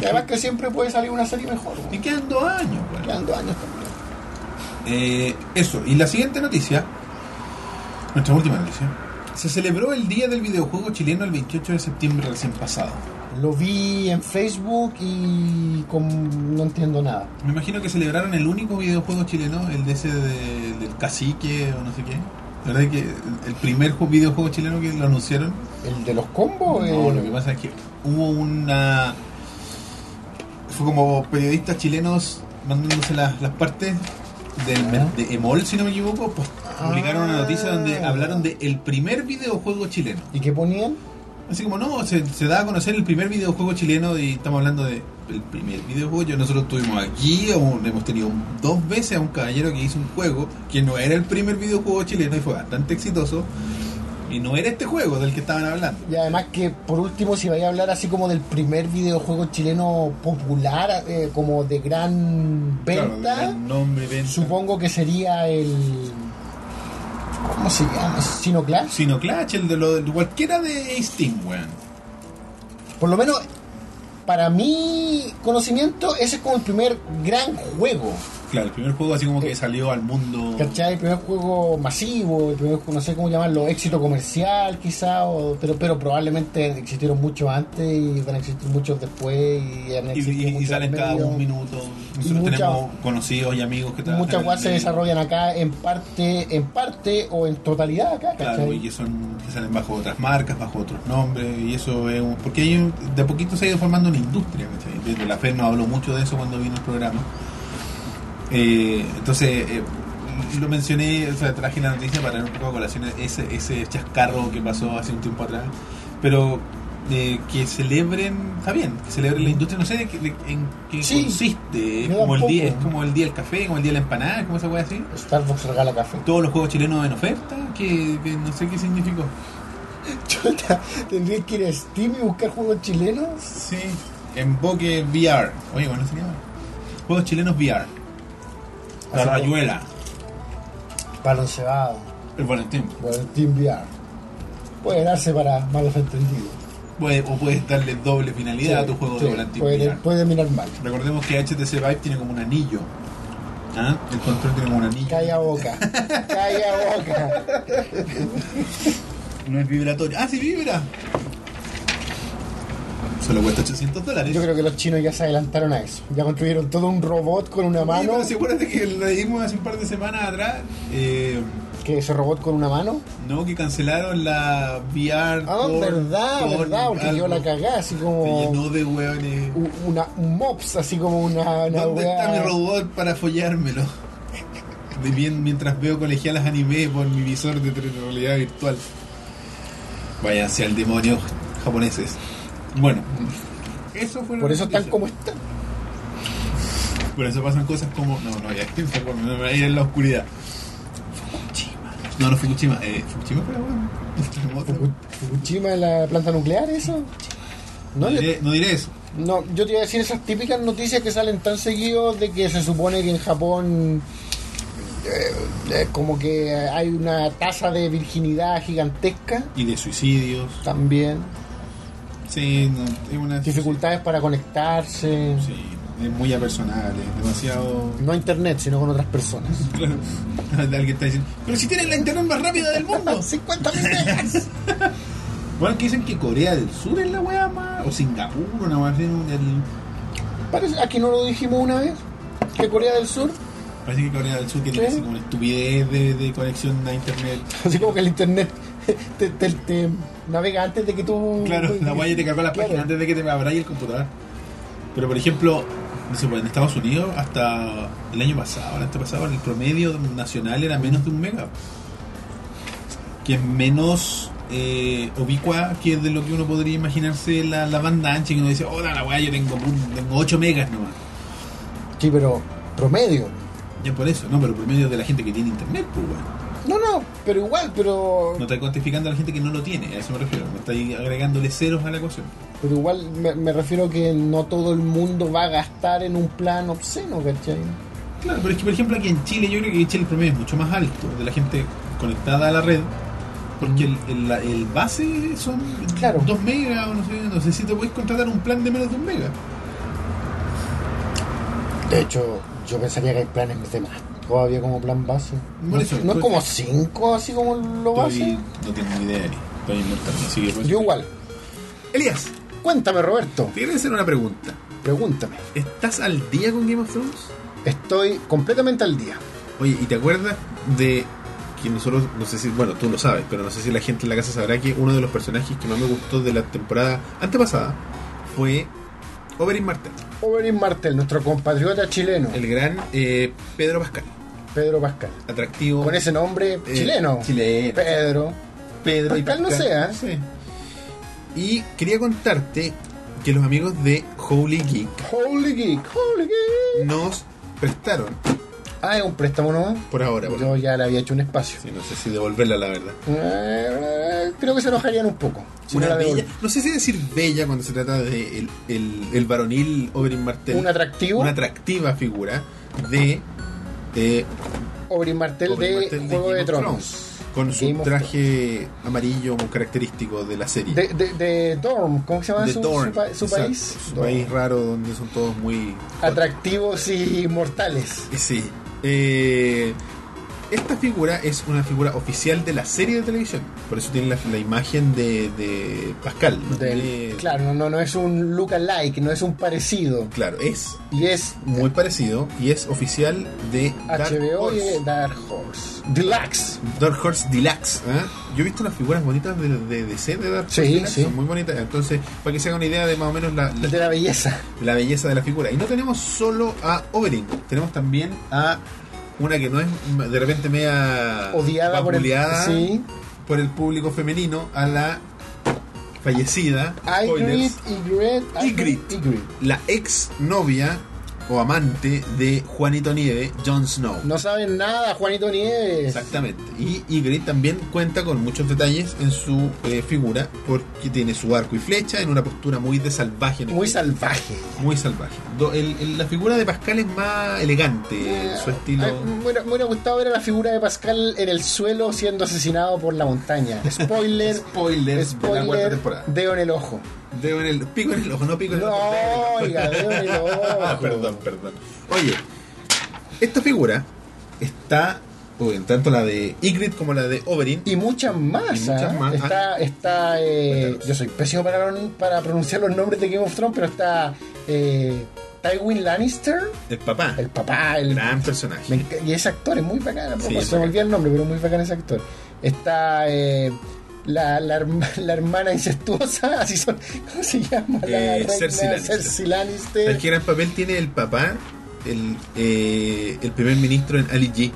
Y además que siempre puede salir una serie mejor.
Y
güey.
quedan dos años, weón.
Quedan dos años también.
Eh, eso, y la siguiente noticia, nuestra última noticia, se celebró el Día del Videojuego Chileno el 28 de septiembre recién pasado.
Lo vi en Facebook y con- no entiendo nada.
Me imagino que celebraron el único videojuego chileno, el de ese de- del cacique o no sé qué. La verdad es que el- el primer ju- videojuego chileno que lo anunciaron.
¿El de los combos? Eh,
No,
El-
lo que pasa es que hubo una. Fue como periodistas chilenos mandándose las, las partes del,
Ah.
de Emol, si no me equivoco, pues, publicaron una noticia donde
Ah.
hablaron de el primer videojuego chileno.
¿Y qué ponían?
Así como no, se, se da a conocer el primer videojuego chileno y estamos hablando de el primer videojuego. Yo- nosotros tuvimos aquí, un- hemos tenido un- dos veces a un caballero que hizo un juego que no era el primer videojuego chileno y fue bastante exitoso. Y no era este juego del que estaban hablando.
Y además que por último si vaya a hablar así como del primer videojuego chileno popular, eh, como de gran venta.
Claro, el nombre, venta.
Supongo que sería el. ¿Cómo se llama? ¿Sinoclash?
Sino Clash, el de lo, el- cualquiera de Steam, weón.
Por lo menos, para mi conocimiento, ese es como el primer gran juego.
Claro, el primer juego así como que salió al mundo.
¿Cachai? El primer juego masivo, el primer, no sé cómo llamarlo, éxito comercial quizá, o- pero, pero probablemente existieron muchos antes y van a existir muchos después y han
Y, y-
existido
y
muchos
salen
al
cada
medio.
un minuto. Nosotros
mucha-
tenemos conocidos y amigos que trabajan.
Muchas
en
guas se
el-
desarrollan acá en parte, en parte o en totalidad acá, ¿cachai?
Claro, y que, son, que salen bajo otras marcas, bajo otros nombres, y eso es un- Porque hay un- de a poquito se ha ido formando una industria, ¿cachai? Desde la FED nos habló mucho de eso cuando vino el programa. Eh, entonces, eh, lo mencioné, o sea, traje la noticia para dar un poco a colación ese, ese chascarro que pasó hace un tiempo atrás, pero eh, que celebren, está bien, que celebren la industria, no sé de qué- de- en qué
Sí,
consiste, es
yo
como el, día, es
tampoco.
como el día del café, como el día de la empanada, como esa wea así
Starbucks regala café.
todos los juegos chilenos en oferta, que, que no sé qué significó.
Chuta, tendría que ir a Steam y buscar juegos chilenos.
Sí, Envoque VR. Oye, bueno, sería bueno. Juegos chilenos VR. La
Así que-
Rayuela.
Palo cebado,
El Valentín.
por el Team VR. Puede darse para malos entendidos.
Puede- o puedes darle doble finalidad a tu juego
Sí,
de Valentín
puede,
VR.
puede mirar mal.
Recordemos que HTC Vive tiene como un anillo. ¿Ah? El control tiene como un anillo.
Calla boca, calla boca.
No es vibratorio. Ah, sí vibra. Solo cuesta 800 dólares.
Yo creo que los chinos ya se adelantaron a eso. Ya construyeron todo un robot con una
Oye,
mano.
pero si acuérdate que lo leímos hace un par de semanas atrás, eh,
Que ese robot con una mano.
no, que cancelaron la VR.
Ah,
con-
verdad,
con
verdad, porque yo
algo.
la cagá, así
Se
como.
llenó de hueones.
u- Una, un mops, así como una. una
¿Dónde
weá.
está mi robot para follármelo? De bien, mientras veo colegialas anime por mi visor de tre- realidad virtual. Váyanse al demonio, japoneses. Bueno, eso fue una
Por eso están
noticia.
como están.
Por eso pasan cosas como. No, no, ya, no, no, ahí en la oscuridad. Fukushima. No, no, Fukushima. Eh, Fukushima fue la weá. El terremoto.
Fuku- Fukushima es la planta nuclear, eso.
No
No, yo-
diré, no diré eso.
No, yo te iba a decir esas típicas noticias que salen tan seguido de que se supone que en Japón eh, eh, como que hay una tasa de virginidad gigantesca
Y de suicidios.
también,
Sí, no, es una.
dificultades para conectarse,
Sí, es muy apersonal, es demasiado.
no a internet sino con otras personas.
Claro. Alguien está diciendo, pero si tienen la internet más rápida del mundo.
50 megas.
Bueno, que dicen que Corea del Sur es la weá más. O Singapur, una weá así. un- el-
Parece, aquí no lo dijimos una vez que Corea del Sur,
Parece que Corea del Sur tiene
¿Qué?
así como una estupidez de, de conexión a internet.
así como que el internet te, te- te navega antes de que tú
Claro, la guaya te cargó la
Claro.
página antes de que te abráis el computador. Pero por ejemplo, no sé, pues, en Estados Unidos hasta el año pasado, el antepasado, el promedio nacional era menos de un mega. Que es menos eh, obicua que de lo que uno podría imaginarse la, la banda ancha, que uno dice, hola la guaya, yo tengo, pum, tengo 8 megas nomás.
Sí, pero promedio.
Ya por eso, no, pero promedio de la gente que tiene internet, pues bueno.
No, no, pero igual, pero
No estoy cuantificando a la gente que no lo tiene, a eso me refiero. No estoy agregándole ceros a la ecuación.
Pero igual me, me refiero que no todo el mundo va a gastar en un plan obsceno, ¿cachai?
Claro, pero es que por ejemplo aquí en Chile yo creo que en Chile el promedio es mucho más alto de la gente conectada a la red, porque el, el- la- el base son
Claro.
2 megas o no sé, no sé si te puedes contratar un plan de menos de un mega.
De hecho, yo pensaría que hay planes de más todavía como plan base.
Por
¿No,
eso,
no es
pues-
como cinco así como lo
Estoy-
base?
no tengo ni idea, Eli. estoy inventando, así que por eso-
Yo igual.
pues. Elías,
Cuéntame, Roberto.
te quiero hacer una pregunta.
Pregúntame.
¿Estás al día con Game of Thrones?
Estoy completamente al día.
Oye, ¿y te acuerdas de que nosotros, no sé si, bueno, tú lo sabes, pero no sé si la gente en la casa sabrá que uno de los personajes que más me gustó de la temporada antepasada fue Oberyn Martell,
Oberyn Martel, nuestro compatriota chileno,
el gran eh, Pedro Pascal,
Pedro Pascal.
atractivo.
Con ese nombre
eh,
chileno.
Chileno.
Pedro.
Pedro y
Pascal no sea,
Sí. Y quería contarte que los amigos de Holy Geek
Holy Geek. Holy Geek.
nos prestaron,
Ah, es un préstamo nomás.
por ahora, por
Yo ya le había hecho un espacio.
Sí, no sé si devolverla la verdad.
Eh, Creo que se enojarían un poco. Si
Una
no la
bella-
devuelvo.
no sé si decir bella cuando se trata de el, el, el varonil Oberyn Martel.
Un atractivo.
Una atractiva figura de eh,
Oberyn Martel
Oberyn
de
Martell
Juego
Game
de,
of
Tronos.
Thrones, Con su
Game of
traje amarillo muy característico de la serie.
De, de, de Dorm, ¿cómo se llama
De
su,
Dorne,
su pa- su
exacto,
país?
Su
Dorne.
país raro donde son todos muy...
Atractivos y mortales.
Sí. Eh, esta figura es una figura oficial de la serie de televisión. Por eso tiene la, la imagen de, de Pascal. ¿no? Eh,
Del-
De-
Claro, no- no, no es un look alike, no es un parecido.
claro, es
Y es
muy parecido y es oficial de Dark
HBO y
Horse.
de Dark Horse. Deluxe.
Dark Horse Deluxe. ¿eh? Yo he visto unas figuras bonitas de, de DC de Dark Horse
Sí,
Deluxe,
sí.
son muy bonitas. Entonces, para que se hagan una idea de más o menos la, la-
De la belleza.
la belleza de la figura. Y no tenemos solo a Oberyn, tenemos también a una que no es de repente media
Odiada por el.
Ah, vapuleada
Sí.
por el público femenino, a la fallecida,
Igrid,
spoilers,
Igrid,
Ygritte. la ex novia o amante de Juanito Nieve, Jon Snow.
No saben nada, Juanito Nieves.
Exactamente. Y Ygritte también cuenta con muchos detalles en su eh, figura, porque tiene su arco y flecha en una postura muy de salvaje. ¿no?
Muy salvaje.
Muy salvaje. Do- el- el- la figura de Pascal es más elegante,
Eh,
su estilo.
ay, me, hubiera, me hubiera gustado ver a la figura de Pascal en el suelo siendo asesinado por la montaña. Spoiler,
Spoiler, de la cuarta
spoiler,
temporada.
dedo en el ojo.
Dedo en el, pico en el ojo, no pico en el
No,
ojo. dedo en el ojo. Ah,
oiga, dedo en el ojo.
perdón, perdón. Oye, esta figura está Uy, tanto la de Ygritte como la de Oberyn.
Y muchas más.
Y muchas
¿ah?
más.
Está, está eh, yo soy pésimo para, para pronunciar los nombres de Game of Thrones, pero está eh, Tywin Lannister,
El papá.
el papá, el,
gran personaje.
me enc- y ese actor es muy bacán, a propósito,
Sí,
se me
bacán.
olvidó el nombre, pero muy bacán ese actor. Está eh, la, la, herma- la hermana incestuosa, así son, ¿cómo se llama? La
Eh, Cersei Lannister.
Cersei Lannister.
¿Sabes qué gran papel tiene el papá? El, eh, el primer ministro en Ali G.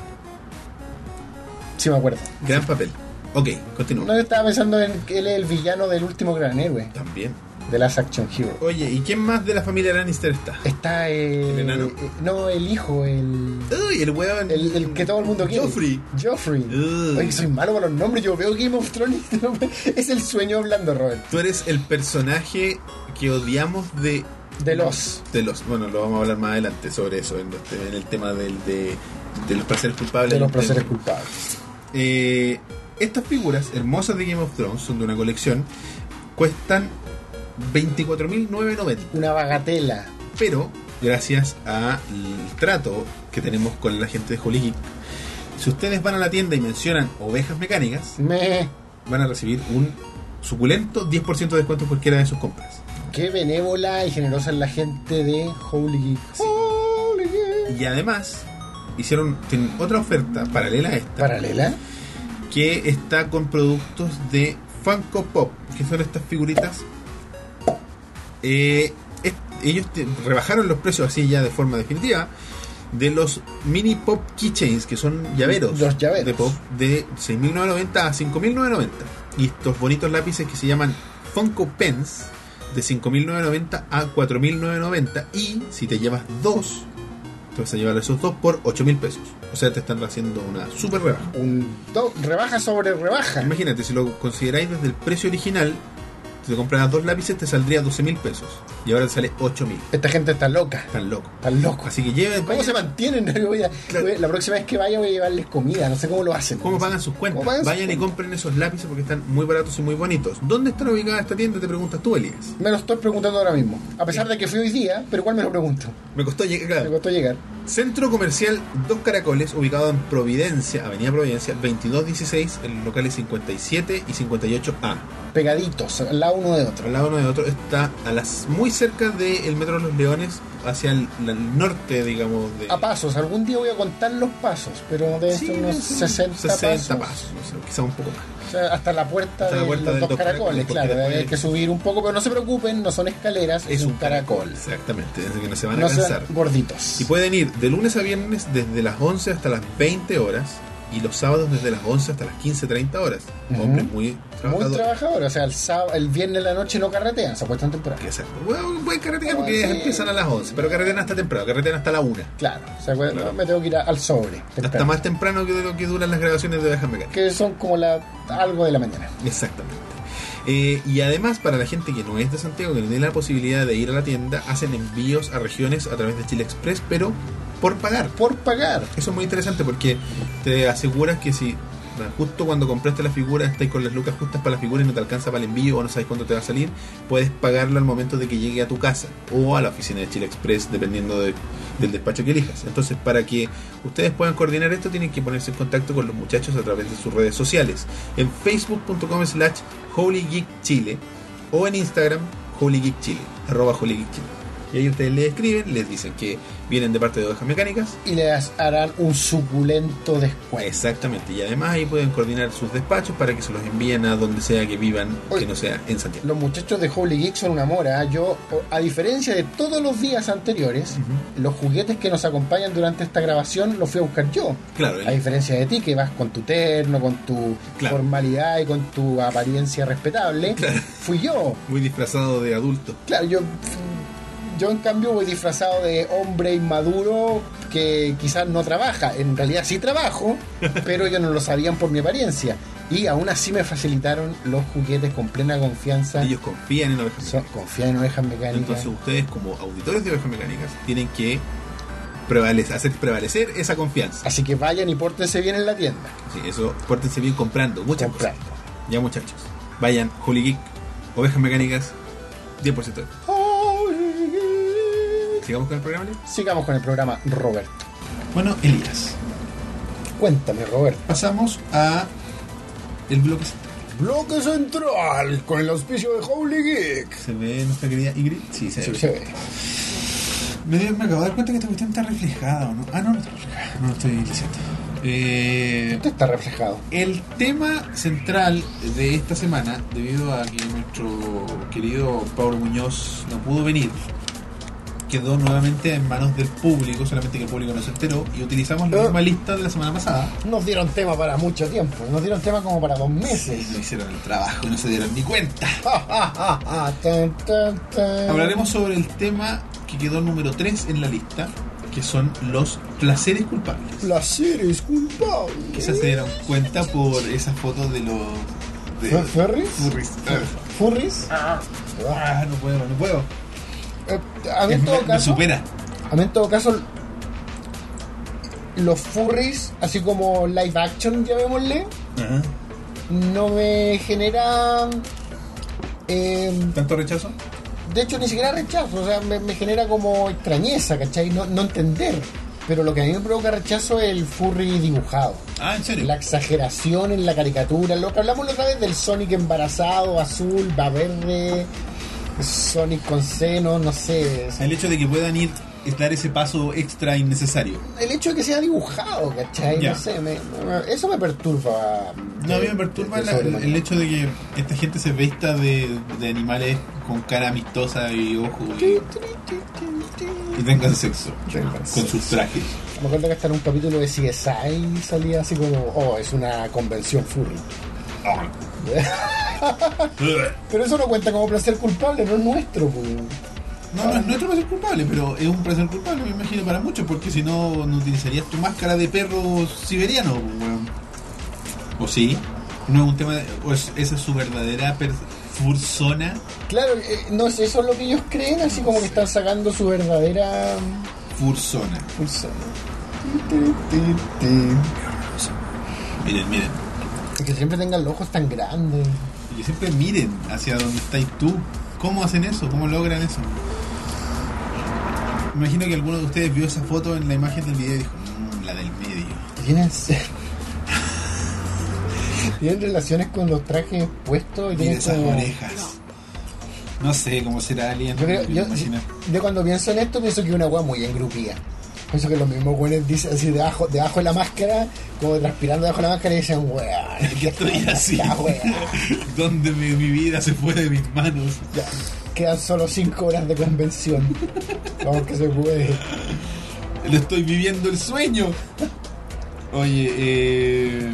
Sí, me acuerdo.
Gran papel. Ok, continúa.
No, yo estaba pensando en que él es el villano del último gran héroe,
También.
de las Action Hero.
Oye, ¿y quién más de la familia Lannister está?
Está eh,
El enano.
eh, no, el hijo, el,
Uy, el weón.
el, el que todo el mundo quiere.
Joffrey.
Joffrey.
Uy.
Oye, soy malo para los nombres. Yo veo Game of Thrones. y no me- Es el sueño hablando, Robert.
Tú eres el personaje que odiamos de.
De los.
De los. Bueno, lo vamos a hablar más adelante sobre eso, en, los te- en el tema del, de, de los placeres culpables.
De los
Del-
placeres culpables.
Eh, estas figuras hermosas de Game of Thrones son de una colección. Cuestan 24.990.
Una bagatela.
Pero gracias al trato que tenemos con la gente de Holy Geek, si ustedes van a la tienda y mencionan ovejas mecánicas,
Me.
van a recibir un suculento 10% de descuento en cualquiera de sus compras.
Qué benévola y generosa es la gente de Holy Geek. Holy Geek.
Y además, hicieron tienen otra oferta paralela a esta,
Paralela.
que está con productos de Funko Pop, que son estas figuritas. Eh, es- ellos te- rebajaron los precios así ya de forma definitiva de los mini pop keychains, que son llaveros,
Los llaveros.
de pop de 6.990 a 5.990. Y estos bonitos lápices que se llaman Funko Pens de 5.990 a 4.990. Y si te llevas dos, te vas a llevar esos dos por 8.000 pesos. O sea, te están haciendo una super rebaja.
Un do- rebaja sobre rebaja.
Imagínate, si lo consideráis desde el precio original, si te compras dos lápices te saldría 12 mil pesos. Y ahora te sale 8 mil.
Esta gente está loca.
Están locos.
Están locos.
Así que lleven.
¿Cómo se mantienen? Yo voy a-
Claro.
voy a- la próxima vez que vaya voy a llevarles comida. No sé cómo lo hacen.
¿Cómo pagan sus cuentas?
¿Cómo pagan sus
Vayan y
cuentas?
compren esos lápices porque están muy baratos y muy bonitos. ¿Dónde está ubicada esta tienda? Te preguntas tú, Elías.
Me lo estoy preguntando ahora mismo. A pesar de que fui hoy día, pero igual me lo pregunto.
Me costó llegar.
Me costó llegar.
Centro Comercial Dos Caracoles, ubicado en Providencia, Avenida Providencia, 2216, en los locales 57 y 58A.
Pegaditos, al lado uno de otro.
al lado uno de otro está a las muy cerca del metro de los Leones hacia el, la- el norte digamos de
A pasos, algún día voy a contar los pasos, pero deben
Sí,
ser unos
sí,
60,
60
pasos.
pasos, no sé, quizá un poco más
O sea, hasta la puerta
Hasta la
de
puerta
los
del
dos
dos
caracoles,
caracoles, porque
claro.
después-
Hay que subir un poco, pero no se preocupen, no son escaleras, es, un caracol.
exactamente así que no se van a
No
cansar
sean gorditos.
y pueden ir de lunes a viernes desde las 11 hasta las 20 horas y los sábados desde las 11 hasta las 15.30 horas
Ujú.
hombres muy
Muy
trabajadores
trabajadores, o sea, el, sábado, el viernes en la noche no carretean, se acuestan temprano.
Exacto. Bueno, pueden carretear porque
Ah, sí.
empiezan a las 11 pero carretean hasta temprano carretean hasta la 1
Claro, se acuestan,
Claro.
me tengo que ir a- al sobre.
hasta
temprano,
más temprano que de lo que duran las grabaciones de Ovejas Mecánicas
Que son como la algo de la mañana.
Exactamente. Eh, y además, para la gente que no es de Santiago, que no tiene la posibilidad de ir a la tienda, hacen envíos a regiones a través de Chile Express, pero por pagar.
Por pagar.
Eso es muy interesante porque te aseguras que si bueno, justo cuando compraste la figura estáis con las lucas justas para la figura y no te alcanza para el envío o no sabes cuándo te va a salir, puedes pagarlo al momento de que llegue a tu casa o a la oficina de Chile Express, dependiendo de- del despacho que elijas. Entonces, para que ustedes puedan coordinar esto, tienen que ponerse en contacto con los muchachos a través de sus redes sociales. En facebook.com slash holygeekchile o en Instagram holygeekchile, arroba holygeekchile. Y ahí ustedes les escriben, les dicen que vienen de parte de Ovejas Mecánicas
y les harán un suculento descuento.
Pues Exactamente, y además ahí pueden coordinar sus despachos para que se los envíen a donde sea que vivan,
Oye.
que no sea en Santiago.
Los muchachos de Holy Geek son una mora. ¿eh? Yo, a diferencia de todos los días anteriores, los juguetes que nos acompañan durante esta grabación los fui a buscar yo.
Claro,
A diferencia de ti, que vas con tu terno, con tu
Claro.
formalidad y con tu apariencia respetable, fui yo.
muy disfrazado de adulto.
Claro, yo, yo en cambio voy disfrazado de hombre inmaduro que quizás no trabaja. En realidad sí trabajo, pero ellos no lo sabían por mi apariencia. Y aún así me facilitaron los juguetes con plena confianza.
Ellos confían en ovejas
So-
mecánicas.
confían en ovejas mecánicas.
Entonces ustedes como auditores de ovejas mecánicas tienen que prevale- hacer prevalecer esa confianza.
Así que vayan y pórtense bien en la tienda.
Sí, eso, pórtense bien comprando, muchas
Comprando.
cosas. Ya muchachos, vayan, Holy Geek, ovejas mecánicas, 10%. Sigamos con el programa. Leo?
Sigamos con el programa, Roberto.
Bueno, Elías,
Cuéntame, Robert.
Pasamos a el bloque.
Bloque Central, con el auspicio de Holy Geek.
¿Se ve nuestra querida Ygritte? Sí, se
Sí,
ve.
se ve.
Me, me acabo de dar cuenta que esta cuestión está reflejada, ¿o ¿no? Ah, no, no está reflejada. No, estoy diciendo. Eh,
Esto está reflejado.
el tema central de esta semana, debido a que nuestro querido Pablo Muñoz no pudo venir, quedó nuevamente en manos del público, solamente que el público no se enteró, y utilizamos la
Ah.
misma lista de la semana pasada.
Nos dieron tema para mucho tiempo, nos dieron tema como para dos meses.
No hicieron el trabajo y no se dieron ni cuenta.
Ah, ah, ah, ah, tan, tan, tan.
Hablaremos sobre el tema que quedó número 3 en la lista, que son los placeres culpables.
Placeres culpables.
Quizás se dieron cuenta por esas fotos de los. de
Fer- ¿Ferris?
furries.
¿Furries? Ah,
Ah, no puedo, no puedo.
eh, A mí en
Es-
todo
me
caso.
supera.
A mí en todo caso, los furries, así como live action, llamémosle,
Ajá.
no me genera... eh,
¿Tanto rechazo?
de hecho, ni siquiera rechazo, o sea, me, me genera como extrañeza, ¿cachai? No, no entender. Pero lo que a mí me provoca rechazo es el furry dibujado.
Ah, en serio.
La exageración en la caricatura, lo que hablamos la otra vez del Sonic embarazado, azul, va verde, Sonic con seno, no sé.
El hecho de que puedan ir es dar ese paso extra innecesario.
el hecho de que sea dibujado, ¿cachai?
Ya.
No sé, me- me- eso me perturba.
No, a mí me
de-
perturba
de
la- el,
sobremanera.
el hecho de que esta gente se vista de, de animales con cara amistosa y ojo
Ti,
y,
ti, ti, ti,
y
ti.
tengan sexo
Tengan
con
sexo.
sus trajes.
Me acuerdo que hasta en un capítulo de CSI salía así como, oh, es una convención furry.
Ah.
Pero eso no cuenta como placer culpable, no es nuestro. pues.
No, no es nuestro placer culpable, pero es un placer culpable, me imagino, para muchos, porque si no, no utilizarías tu máscara de perro siberiano, weón. O sí, no es un tema de- o es- esa es su verdadera per- fursona,
Claro, eh, no sé, eso es lo que ellos creen, así como que están sacando su verdadera
fursona.
pulsera. Ti, ti, ti, ti.
Miren, miren.
Y Que siempre tengan los ojos tan grandes.
Y que siempre miren hacia donde estáis tú. ¿Cómo hacen eso? ¿Cómo logran eso? Me imagino que alguno de ustedes vio esa foto en la imagen del video y dijo, "Mm, la del medio.
Tienen, se- tienen relaciones con los trajes puestos y
Mira
tienen
esas
como-
orejas. No sé cómo será alguien.
Yo, creo, yo, yo cuando pienso en esto pienso que es una weá muy engrupida. Pienso que los mismos weones dicen así debajo, debajo de la máscara, como transpirando debajo de la máscara y dicen, weá,
que estoy así.
la weá".
Donde mi, mi vida se fue de mis manos.
Ya, quedan solo 5 horas de convención. Vamos que se puede.
Lo estoy viviendo el sueño. Oye, eh,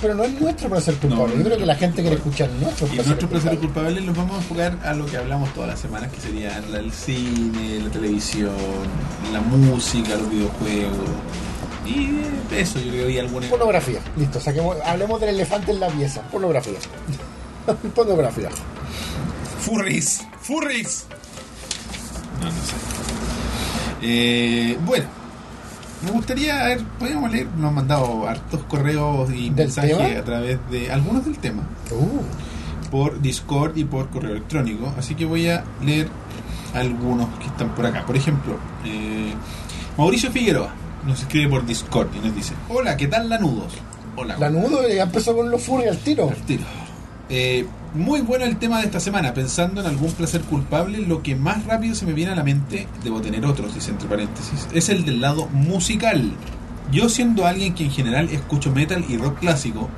Pero no es nuestro placer culpable.
No,
Yo creo que la gente quiere escuchar nuestro
y
placer.
nuestros placeres
culpable.
culpables los vamos a enfocar a lo que hablamos todas las semanas, que serían la- el cine, la televisión, la música, los videojuegos. Y eh, eso, yo creo que hay alguna...
Pornografía. Listo, saquemos, hablemos del elefante en la pieza. Pornografía. Pornografía.
Furries, furries. No, no sé. Eh, bueno, me gustaría, a ver, podríamos leer, nos han mandado hartos correos y
¿Del
mensajes
tema?
a través de algunos del tema,
Uh,
por Discord y por correo electrónico, así que voy a leer algunos que están por acá. Por ejemplo, eh, Mauricio Figueroa nos escribe por Discord y nos dice, hola, ¿qué tal lanudos? Hola,
la nudo ya empezó con los furries al tiro.
al tiro. Eh, muy bueno el tema de esta semana. Pensando en algún placer culpable, lo que más rápido se me viene a la mente, debo tener otros, dice entre paréntesis, es el del lado musical. Yo siendo alguien que en general escucho metal y rock clásico,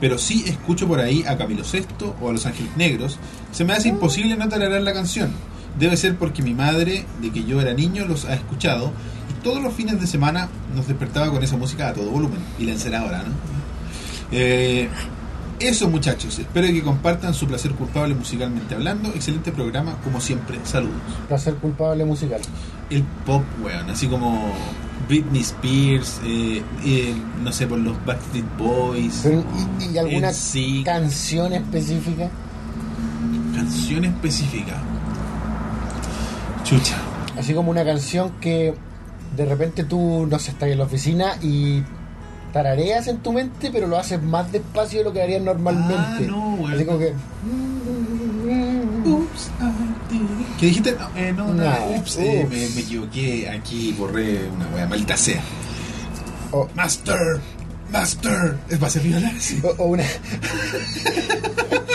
pero sí escucho por ahí a Camilo VI o a Los Ángeles Negros, se me hace imposible no tolerar la canción. Debe ser porque mi madre, de que yo era niño, los ha escuchado y todos los fines de semana nos despertaba con esa música a todo volumen. Y la enceradora, ¿no? Eh, eso muchachos, espero que compartan su placer culpable musicalmente hablando. Excelente programa, como siempre. Saludos.
Placer culpable musical.
El pop, weón, así como Britney Spears, eh, eh, no sé, por los Backstreet Boys.
Pero, ¿y, y alguna
NSYNC.
canción específica?
Canción específica. Chucha.
Así como una canción que de repente tú, no sé, estás en la oficina y tarareas en tu mente, pero lo haces más despacio de lo que harías normalmente.
Ah, no, güey.
Así como que.
Ups, I did it. ¿Qué dijiste? No, eh, no, no,
No,
ups, eh,
ups.
me, me equivoqué. Aquí borré una wea, maldita sea.
O-
Master, Master. ¿Va a ser viola? ¿eh? Sí.
O, o una.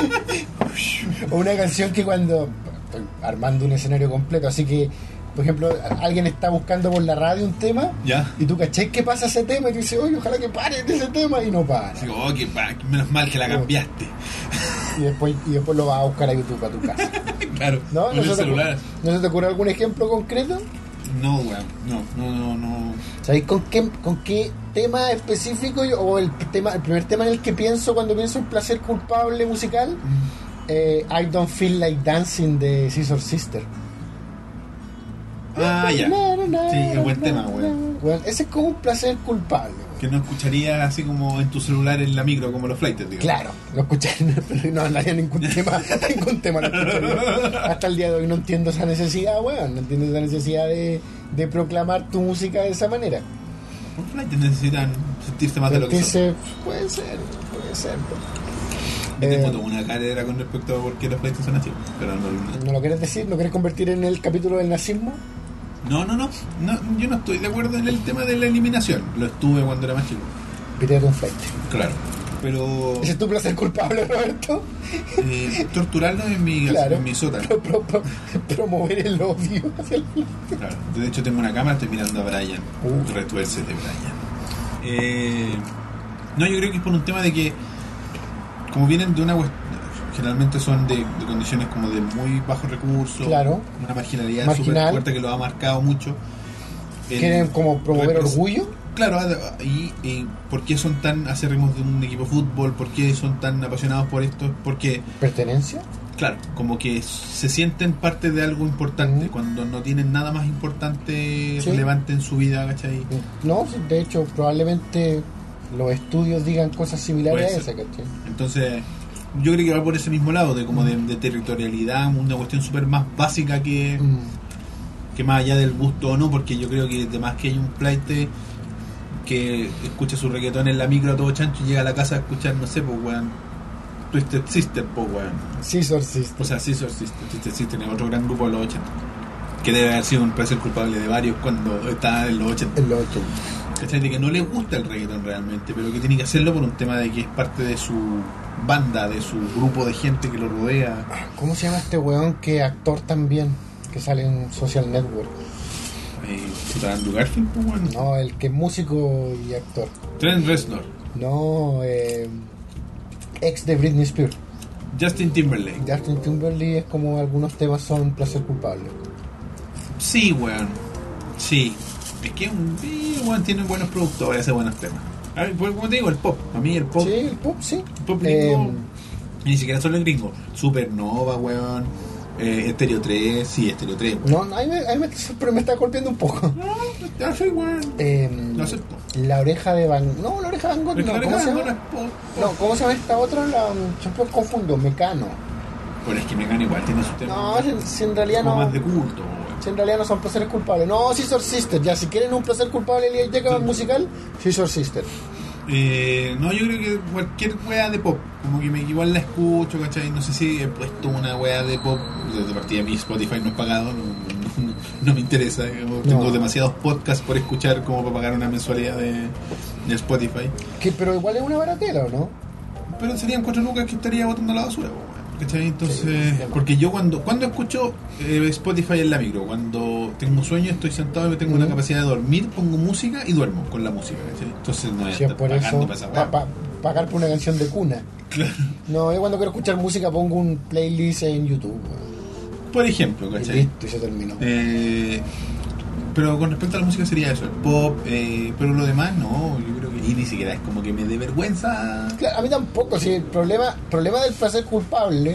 o una canción que cuando. Estoy armando un escenario completo, así que, por ejemplo, alguien está buscando por la radio un tema.
Ya.
Y tú caché que pasa ese tema y tú dices, oye, ojalá que pare de ese tema y no para.
Digo, oh, qué pa- menos mal que la cambiaste.
Y después, y después lo vas a buscar a YouTube a tu casa.
claro,
¿No?
con
¿No
el
se te ocurre-
celular.
¿no se te ocurre algún ejemplo concreto?
No, weón. No, no, no, no.
¿Sabéis con qué, con qué tema específico yo- o el tema el primer tema en el que pienso cuando pienso en placer culpable musical? Eh, I Don't Feel Like Dancing de Scissor Sister.
Ah, ya. Sí, es buen tema, weón.
Bueno, ese es como un placer culpable. weón.
Que no escucharía así como en tu celular en la micro, como los flighters, digo.
Claro, lo escuché, pero no hablaría ningún tema, ningún tema lo escucharía. Hasta el día de hoy no entiendo esa necesidad, weón, no entiendo esa necesidad de, de proclamar tu música de esa manera.
Los flighters necesitan sentirse más de lo que son.
Entonces, puede ser, puede ser.
Yo
Eh,
tengo toda una cátedra con respecto a por qué los flighters son así. Pero no, no,
¿No lo quieres decir? ¿No quieres convertir en el capítulo del nazismo?
no, no, no, no, Yo no estoy de acuerdo en el tema de la eliminación. Lo estuve cuando era más chico.
Piteate un flight.
Claro. Pero
¿Ese es tu placer culpable, Roberto?
eh, torturarlo en mi,
Claro.
en mi sótano.
Pro- pro- pro- promover el odio hacia el
Claro. De hecho, tengo una cámara, estoy mirando a Brian.
Uh.
Retuércete, Brian. Eh, no, yo creo que es por un tema de que, como vienen de una. cuest- Generalmente son de, de condiciones como de muy bajos recursos,
Claro.
una marginalidad
Marginal.
súper fuerte que lo ha marcado mucho. El-
¿Quieren como promover
repres-
orgullo?
Claro, ad- y, y ¿por qué son tan acérrimos de un equipo de fútbol? ¿Por qué son tan apasionados por esto? Porque
¿Pertenencia?
Claro, como que se sienten parte de algo importante
Mm.
cuando no tienen nada más importante
Sí.
relevante en su vida, ¿cachai?
No, sí, de hecho, probablemente los estudios digan cosas similares
Puede
a esa, ¿cachai?
Entonces, yo creo que va por ese mismo lado, de como de, de territorialidad, una cuestión súper más básica que,
Mm.
que más allá del gusto o no, porque yo creo que además que hay un plaite que escucha su reggaetón en la micro a todo chancho y llega a la casa a escuchar, no sé, pues weón, Twisted Sister, pues weón.
Sí, sorcista.
O sea, sí, Sister, Sister es otro gran grupo de los 80. Que debe haber sido un placer culpable de varios cuando está en los 80.
En los 80.
¿Cachai? De que no le gusta el reggaetón realmente, pero que tiene que hacerlo por un tema de que es parte de su banda, de su grupo de gente que lo rodea.
¿Cómo se llama este weón que actor también? Que sale en Social Network.
Eh, puta, Andrew Garfield, pues bueno.
No, el que es músico y actor.
Trent Reznor,
No, eh, ex de Britney Spears.
Justin Timberlake.
Justin Timberlake es como algunos temas son placer culpable.
Sí, weón. Sí. Es que un eh, weón tiene buenos productores, hace buenos temas. A ver, pues, como te digo, el pop. A mí el pop.
Sí, el pop, sí.
El pop
Eh,
gringo, ni siquiera solo el gringo. Supernova, weón. Eh, Estéreo 3, sí, Estéreo 3. weón.
no, no, ahí me, ahí me, pero me está golpeando un poco.
No, ya soy weón.
Eh,
Lo acepto.
la oreja de Van... No, la oreja de Van Gogh.
Pero
No,
es que ahora
¿cómo se
cada uno
llama?
es pop, pop.
No, ¿cómo se llama esta otra? La, siempre confundo, Mecano.
Pero es que Megan igual tiene su tema.
No, si, si en realidad
como
no...
más de culto. weón.
Si en realidad no son placeres culpables. No, Scissor Sister. Ya, si quieren un placer culpable y hay que musical, Scissor Sister.
Eh, no, yo creo que cualquier wea de pop, como que me, igual la escucho, ¿cachai? No sé si he puesto una wea de pop, de, de partida mi Spotify no es pagado, no, no- no- no me interesa, digamos, tengo
No.
demasiados podcasts por escuchar como para pagar una mensualidad de, de Spotify.
Que, pero igual es una baratela, ¿o no?
Pero serían cuatro lucas que estaría botando a la basura, po, weón. ¿cachai? Entonces,
Sí, sí.
porque yo cuando cuando escucho eh, Spotify en la micro, cuando tengo sueño, estoy sentado y tengo una
Ujú.
capacidad de dormir, pongo música y duermo con la música, ¿cachai? Entonces no voy a
Si es
estar
por
Eh, pagando
eso,
para esa
pa-
weá.
pa- pagar por una canción de cuna.
Claro.
No, yo cuando quiero escuchar música pongo un playlist en YouTube. weón.
Por ejemplo,
Y
¿cachai?
listo, y se terminó.
Eh, pero con respecto a la música sería eso, el pop, eh, pero lo demás no, yo creo que... Y ni siquiera es como que me dé vergüenza.
Claro, a mí tampoco, si el problema, problema del placer culpable,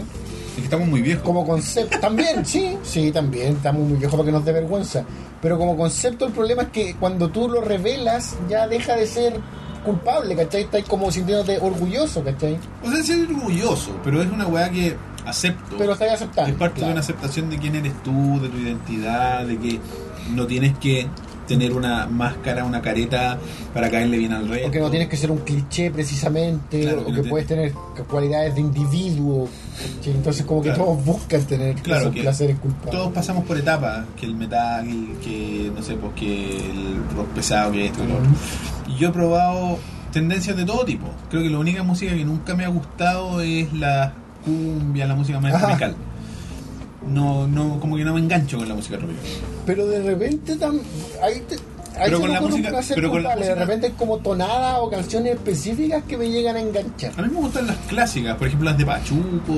Es que estamos muy viejos.
como concepto, también, sí, sí, también, estamos muy viejos para que nos dé vergüenza, pero como concepto el problema es que cuando tú lo revelas ya deja de ser culpable, ¿cachai? Estás como sintiéndote orgulloso, ¿cachai?
O sea, ser orgulloso, pero es una weá que acepto.
Pero estás aceptando.
Es parte de
claro.
una aceptación de quién eres tú, de tu identidad, de que no tienes que tener una máscara, una careta para caerle bien al rey.
O que no tienes que ser un cliché precisamente,
Claro,
o
que
que
no te-
puedes tener cualidades de individuo. ¿cachai? Entonces como que
Claro.
todos buscan tener
Claro,
esos
que
placeres culpables.
Todos pasamos por etapas, que el metal, que no sé, pues que el rock pesado, que esto, que lo otro. Y yo he probado tendencias de todo tipo. Creo que la única música que nunca me ha gustado es la cumbia, la música más
Ajá.
tropical. No, no, como que no me engancho con la música tropical.
Pero de repente tam- ahí te- ahí
Pero con
se me
la
ocurre un
música-
placer
pero con la
culpable.
música-
De repente hay como tonadas o canciones específicas que me llegan a enganchar.
A mí me gustan las clásicas, por ejemplo las de Pachuco,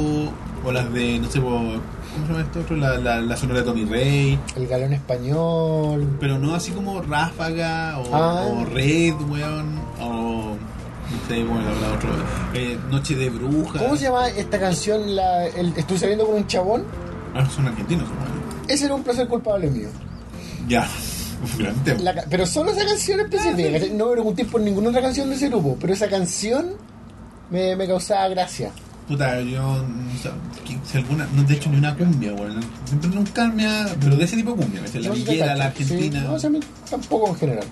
o las de, no sé, po, ¿cómo se llama esto? otro? La, la, la sonora de Tommy Rey.
El galón español.
Pero no así como Ráfaga o,
Ah.
o Red, weón, o no sé cómo la otro. eh, Noche de Bruja.
¿Cómo se llama esta canción? La, el- Estoy saliendo con un chabón.
Ah, no, son argentinos, weón.
Ese era un placer culpable mío.
Ya, un gran tema.
La ca- pero solo esa canción específica.
Ah,
¿cachai? No me pregunté por ninguna otra canción de ese grupo. Pero esa canción me, me causaba gracia.
Puta, yo. no sé, que- si alguna, no, de hecho, ni una cumbia, weón. Siempre nunca me ha. Pero de ese tipo de cumbia, ¿cachai? la
Yo sí te
villera,
cacho,
la
sí.
argentina.
No, o sea, a mí tampoco en general.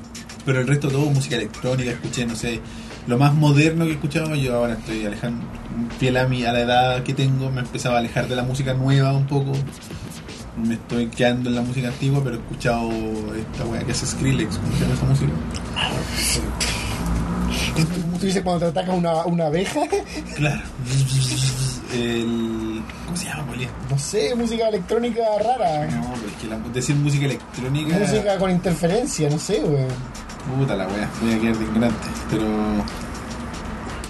Pero el resto todo música electrónica, escuché, no sé, lo más moderno que he escuchado, yo ahora estoy alejando, fiel a, mi, a la edad que tengo, me empezaba a alejar de la música nueva un poco, me estoy quedando en la música antigua, pero he escuchado esta weá que hace Skrillex, ¿cómo se llama esa música?
Tú dices cuando te ataca una, una abeja.
Claro. El, ¿Cómo se llama, Polía?
No sé, música electrónica rara.
No, pero es que la- decir música electrónica...
Música con interferencia, no sé, güey.
Puta la weá, voy a quedar de ignorante, pero...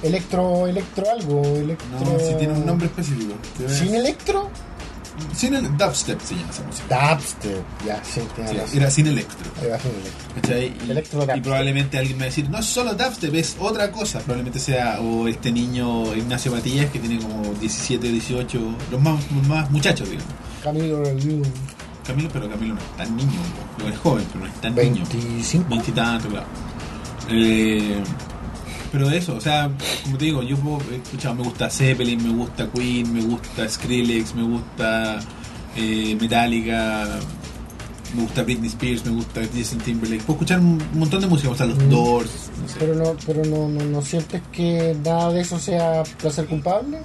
Electro, electro algo. Electro...
No, si tiene un nombre específico.
¿Sin electro?
Sin el dubstep se llama esa música.
Dubstep. Ya, sí, tienes
Sí,
razón.
era sin electro.
Ahí va, sin electro.
¿cachai? Y,
Electro
y
dubstep.
probablemente alguien me va a decir, no es solo dubstep, es otra cosa. Probablemente sea o este niño Ignacio Matías, que tiene como 17, 18, los más, los más muchachos, digamos.
Camilo Review.
Camilo, pero Camilo no es tan niño, no es joven, pero no es tan niño.
25.
Veintitantos, claro. Eh, pero eso, o sea, como te digo, yo puedo- he escuchado, me gusta Zeppelin, me gusta Queen, me gusta Skrillex, me gusta eh, Metallica, me gusta Britney Spears, me gusta Justin Timberlake. Puedo escuchar un montón de música, me gustan los
Mm.
Doors, no sé.
Pero no, pero no, no, no sientes que nada de eso sea placer culpable.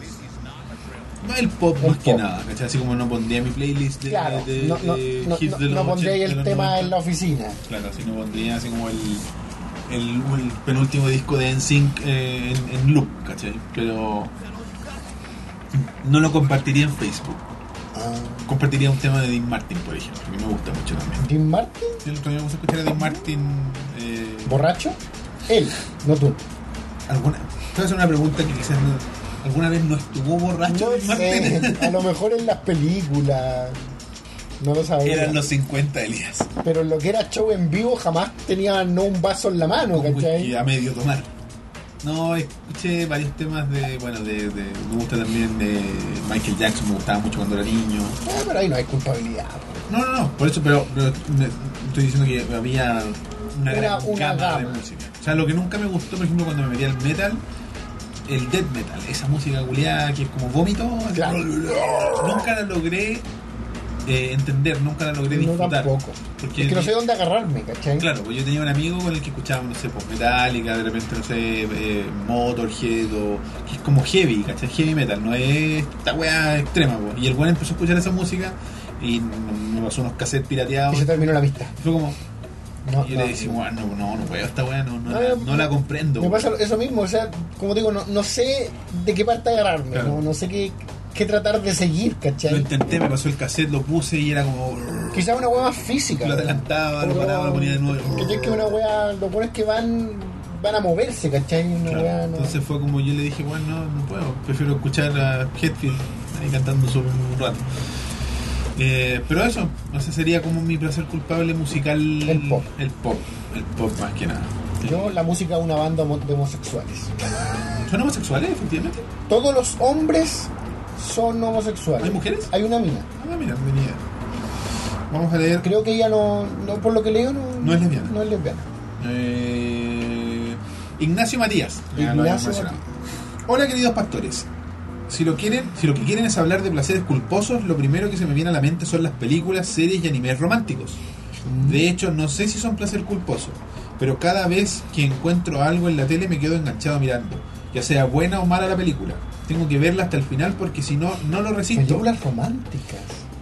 Más el pop
El
más que
pop.
nada, ¿cachai? Así como no pondría mi playlist de,
Claro,
de-
no, no,
de
no,
hits
no,
de los
no pondría ahí
80, de
el
los
tema
90.
en la oficina.
Claro, así no pondría así como el, el, el penúltimo disco de NSYNC eh, en, en loop, ¿cachai? Pero no lo compartiría en Facebook.
Ah.
Compartiría un tema de Dean Martin, por ejemplo, que me gusta mucho también.
Jim Martin,
El otro día vamos a escuchar a Dean Martin. Eh,
borracho, él, no tú.
¿Alguna? Te voy a hacer una pregunta que quizás no- alguna vez no estuvo borracho
No
Dean
sé,
Ah, Martin.
a lo mejor en las películas, no lo sabía.
Eran los 50 Elías.
Pero lo que era show en vivo jamás tenía no un vaso en la mano,
con whisky
¿cachai?
a medio tomar. No, escuché varios temas de, bueno, de, de- me gusta también de Michael Jackson, me gustaba mucho cuando era niño.
Ah, pero ahí no hay culpabilidad.
No, no, no, por eso, pero, pero me- estoy diciendo que había una,
Era
gran
una
gama
gama.
de música. O sea, lo que nunca me gustó, por ejemplo, cuando me metí al metal, el death metal, esa música culiada que es como vómito, así,
Claro.
nunca la logré eh, entender, nunca la logré
No
disfrutar.
tampoco.
Porque
Es que no sé dónde agarrarme, ¿cachai?
Claro, pues yo tenía un amigo con el que escuchaba, no sé, pues Metallica, de repente, no sé, eh, Motorhead, o, que es como heavy, ¿cachai? Heavy metal, no es esta weá extrema, pues. Y el weón empezó a escuchar esa música y me pasó unos cassettes
Y
pirateados.
se terminó la amistad.
Y fue como,
No,
y yo
no.
le decimos, ah, no, no, no, weá, esta weá no, no,
No,
la,
me-
no la comprendo.
Me
weón".
pasa eso mismo, o sea, como digo, no, no sé de qué parte agarrarme,
Claro.
no, no sé qué, qué tratar de seguir,
Lo
¿cachai?
intenté, me pasó el cassette, lo puse y era como.
Quizás una hueá más física.
Lo adelantaba, lo paraba, lo ponía de nuevo.
¿Cachai? Que una hueá, lo bueno es que van, van a moverse, ¿cachai? Una
Claro,
hueá no-
Entonces fue como yo le dije, bueno, no, no puedo, prefiero escuchar a Hetfield ahí cantando solo un rato. Eh, pero eso, ese sería como mi placer culpable musical.
El pop.
El pop, el pop más que nada.
Yo, la música de una banda homo- de homosexuales.
¿Son homosexuales, efectivamente?
Todos los hombres son homosexuales.
¿Hay mujeres?
Hay una mina.
Ah, mira, no tenía idea. Vamos a leer.
Creo que ella no, no por lo que leo, no,
No es lesbiana.
No es lesbiana.
Eh, Ignacio Matías. Ya lo
Ignacio
habíamos mencionado. Hola queridos pastores. Si lo quieren, si lo que quieren es hablar de placeres culposos, lo primero que se me viene a la mente son las películas, series y animes románticos. De hecho, no sé si son placer culposo, pero cada vez que encuentro algo en la tele me quedo enganchado mirando, ya sea buena o mala la película. Tengo que verla hasta el final porque si no, no lo resisto.
Películas románticas.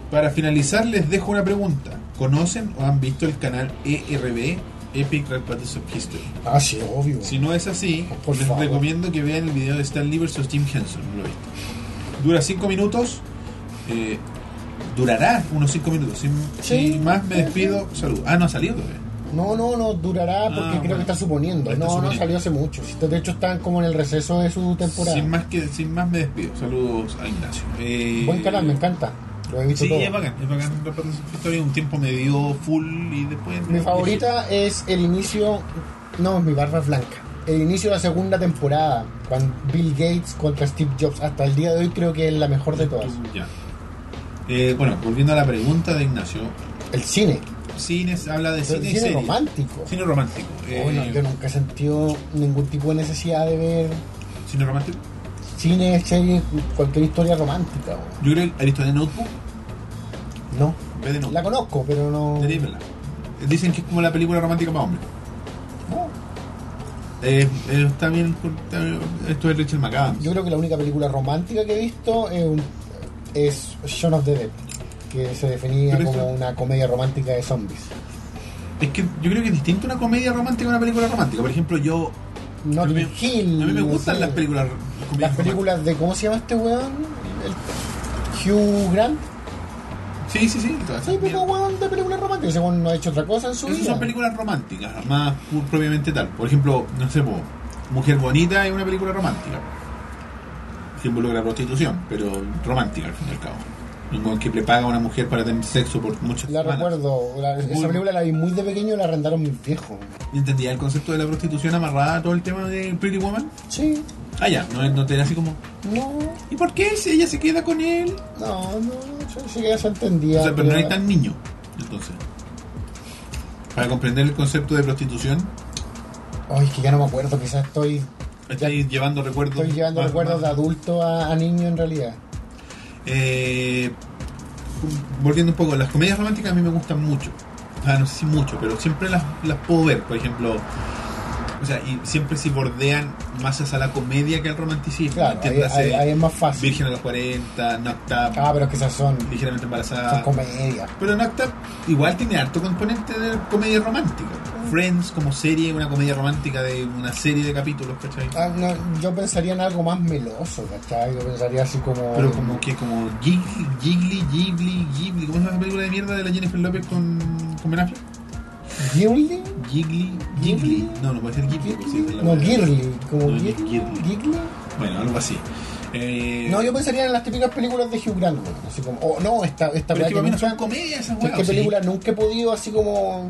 Para finalizar, les dejo una pregunta. ¿Conocen o han visto el canal ERB, Epic Rap Battles of History?
Ah, sí, obvio.
Si no es así,
Oh, Por
les
favor.
recomiendo que vean el video de Stan Lee vs. Jim Henson. ¿no lo he visto. Dura 5 minutos. eh, durará unos 5 minutos. Sin,
Sí,
sin más, me
sí,
despido. Saludos. Ah, no ha salido todavía.
No, no, no, durará porque creo
Ah, bueno.
que está suponiendo.
Está
no, no
suponiendo.
salió hace mucho. Si está- De hecho, están como en el receso de su temporada.
Sin más, que, sin más, me despido. Saludos a Ignacio. Eh,
Buen canal, me encanta. Lo he visto
Sí,
todo.
es bacán. Es bacán. Rap Battles of History un tiempo me dio full y después.
Mi favorita es el inicio. No, es mi barba es blanca. El inicio de la segunda temporada, con Bill Gates contra Steve Jobs. Hasta el día de hoy creo que es la mejor de todas.
Ya. Eh, bueno, volviendo a la pregunta de Ignacio.
El cine.
Cines habla de
El
cine, y
cine
series.
romántico.
Cine romántico. Eh,
Oh, no, yo nunca he sentido ningún tipo de necesidad de ver
Cine romántico.
cine, series, cualquier historia romántica. weón.
Yo creo que Aristóteles Notebook,
No.
ve de
La
Notebook.
conozco, pero no.
Debería verla. Dicen que es como la película romántica para hombres.
no.
Eh, eh, está bien, está bien, esto es Richard McAdams.
Yo creo que la única película romántica que he visto es, un- es Shaun of the Dead, que se definía
Pero
como
eso-
una comedia romántica de zombies.
Es que yo creo que es distinto una comedia romántica a una película romántica. Por ejemplo, yo. a mí,
Notting Hill.
a mí me
no
gustan
sé.
las películas.
Las
comedias
películas de. ¿Cómo se llama este weón? El- Hugh Grant.
románticas. Sí, sí, sí. todas esas
Sí, pero
mierdas.
weón de películas románticas. Ese weón no ha hecho otra cosa en su
Esas
vida.
son películas románticas, más pu- propiamente tal. Por ejemplo, no sé, po, Mujer Bonita es una película romántica. Que involucra prostitución, pero romántica al fin y al cabo. Un weón que le paga a una mujer para tener sexo por muchas
La
semanas.
recuerdo. la-
Muy-
esa película la vi muy de pequeño y la arrendaron mis viejos.
Y entendía el concepto de la prostitución amarrada a todo el tema de Pretty Woman.
Sí.
Ah, ya, no, no te era así como,
No.
¿y por qué si ella se queda con él?
No, no. Yo sí que ya se entendía.
O sea, pero no
pero-
hay tan niño, entonces. Para comprender el concepto de prostitución,
Ay, es que ya no me acuerdo. Quizás estoy
estáis llevando recuerdos.
Estoy llevando
más-
recuerdos de
más-
adulto a, a niño en realidad.
Eh, volviendo un poco, las comedias románticas a mí me gustan mucho. Ah, no sé si mucho, pero siempre las, las puedo ver, por ejemplo. O sea, y siempre si bordean más hacia la comedia que al romanticismo.
Claro, ahí,
entiéndase,
ahí- ahí es más fácil.
Virgen a los 40, Knocked Up,
Ah, pero es que esas son,
ligeramente
son
embarazada.
comedias.
pero Knocked Up igual tiene harto componente de comedia romántica. Friends como serie, una comedia romántica de una serie de capítulos, ¿cachai?
Ah, no, yo pensaría en algo más meloso, ¿cachai? Yo pensaría así como.
Pero como que como Gigli, Gigli, Gigli, Gigli, ¿cómo se llama esa película de mierda de la Jennifer López con, con Ben Affleck?
¿Girly?
Gigli, Gigli, no, no puede ser Gigli, pues, sí, es la
No,
buena.
Girly. Como
No,
Girly.
Girly.
Girly.
Bueno, algo así. Eh,
No, yo pensaría en las típicas películas de Hugh Grant, güey, así como. Oh, no, esta, esta
pero es que para mí no
nunca-
son comedias esas
¿Qué
weas. sí.
película nunca he podido así como...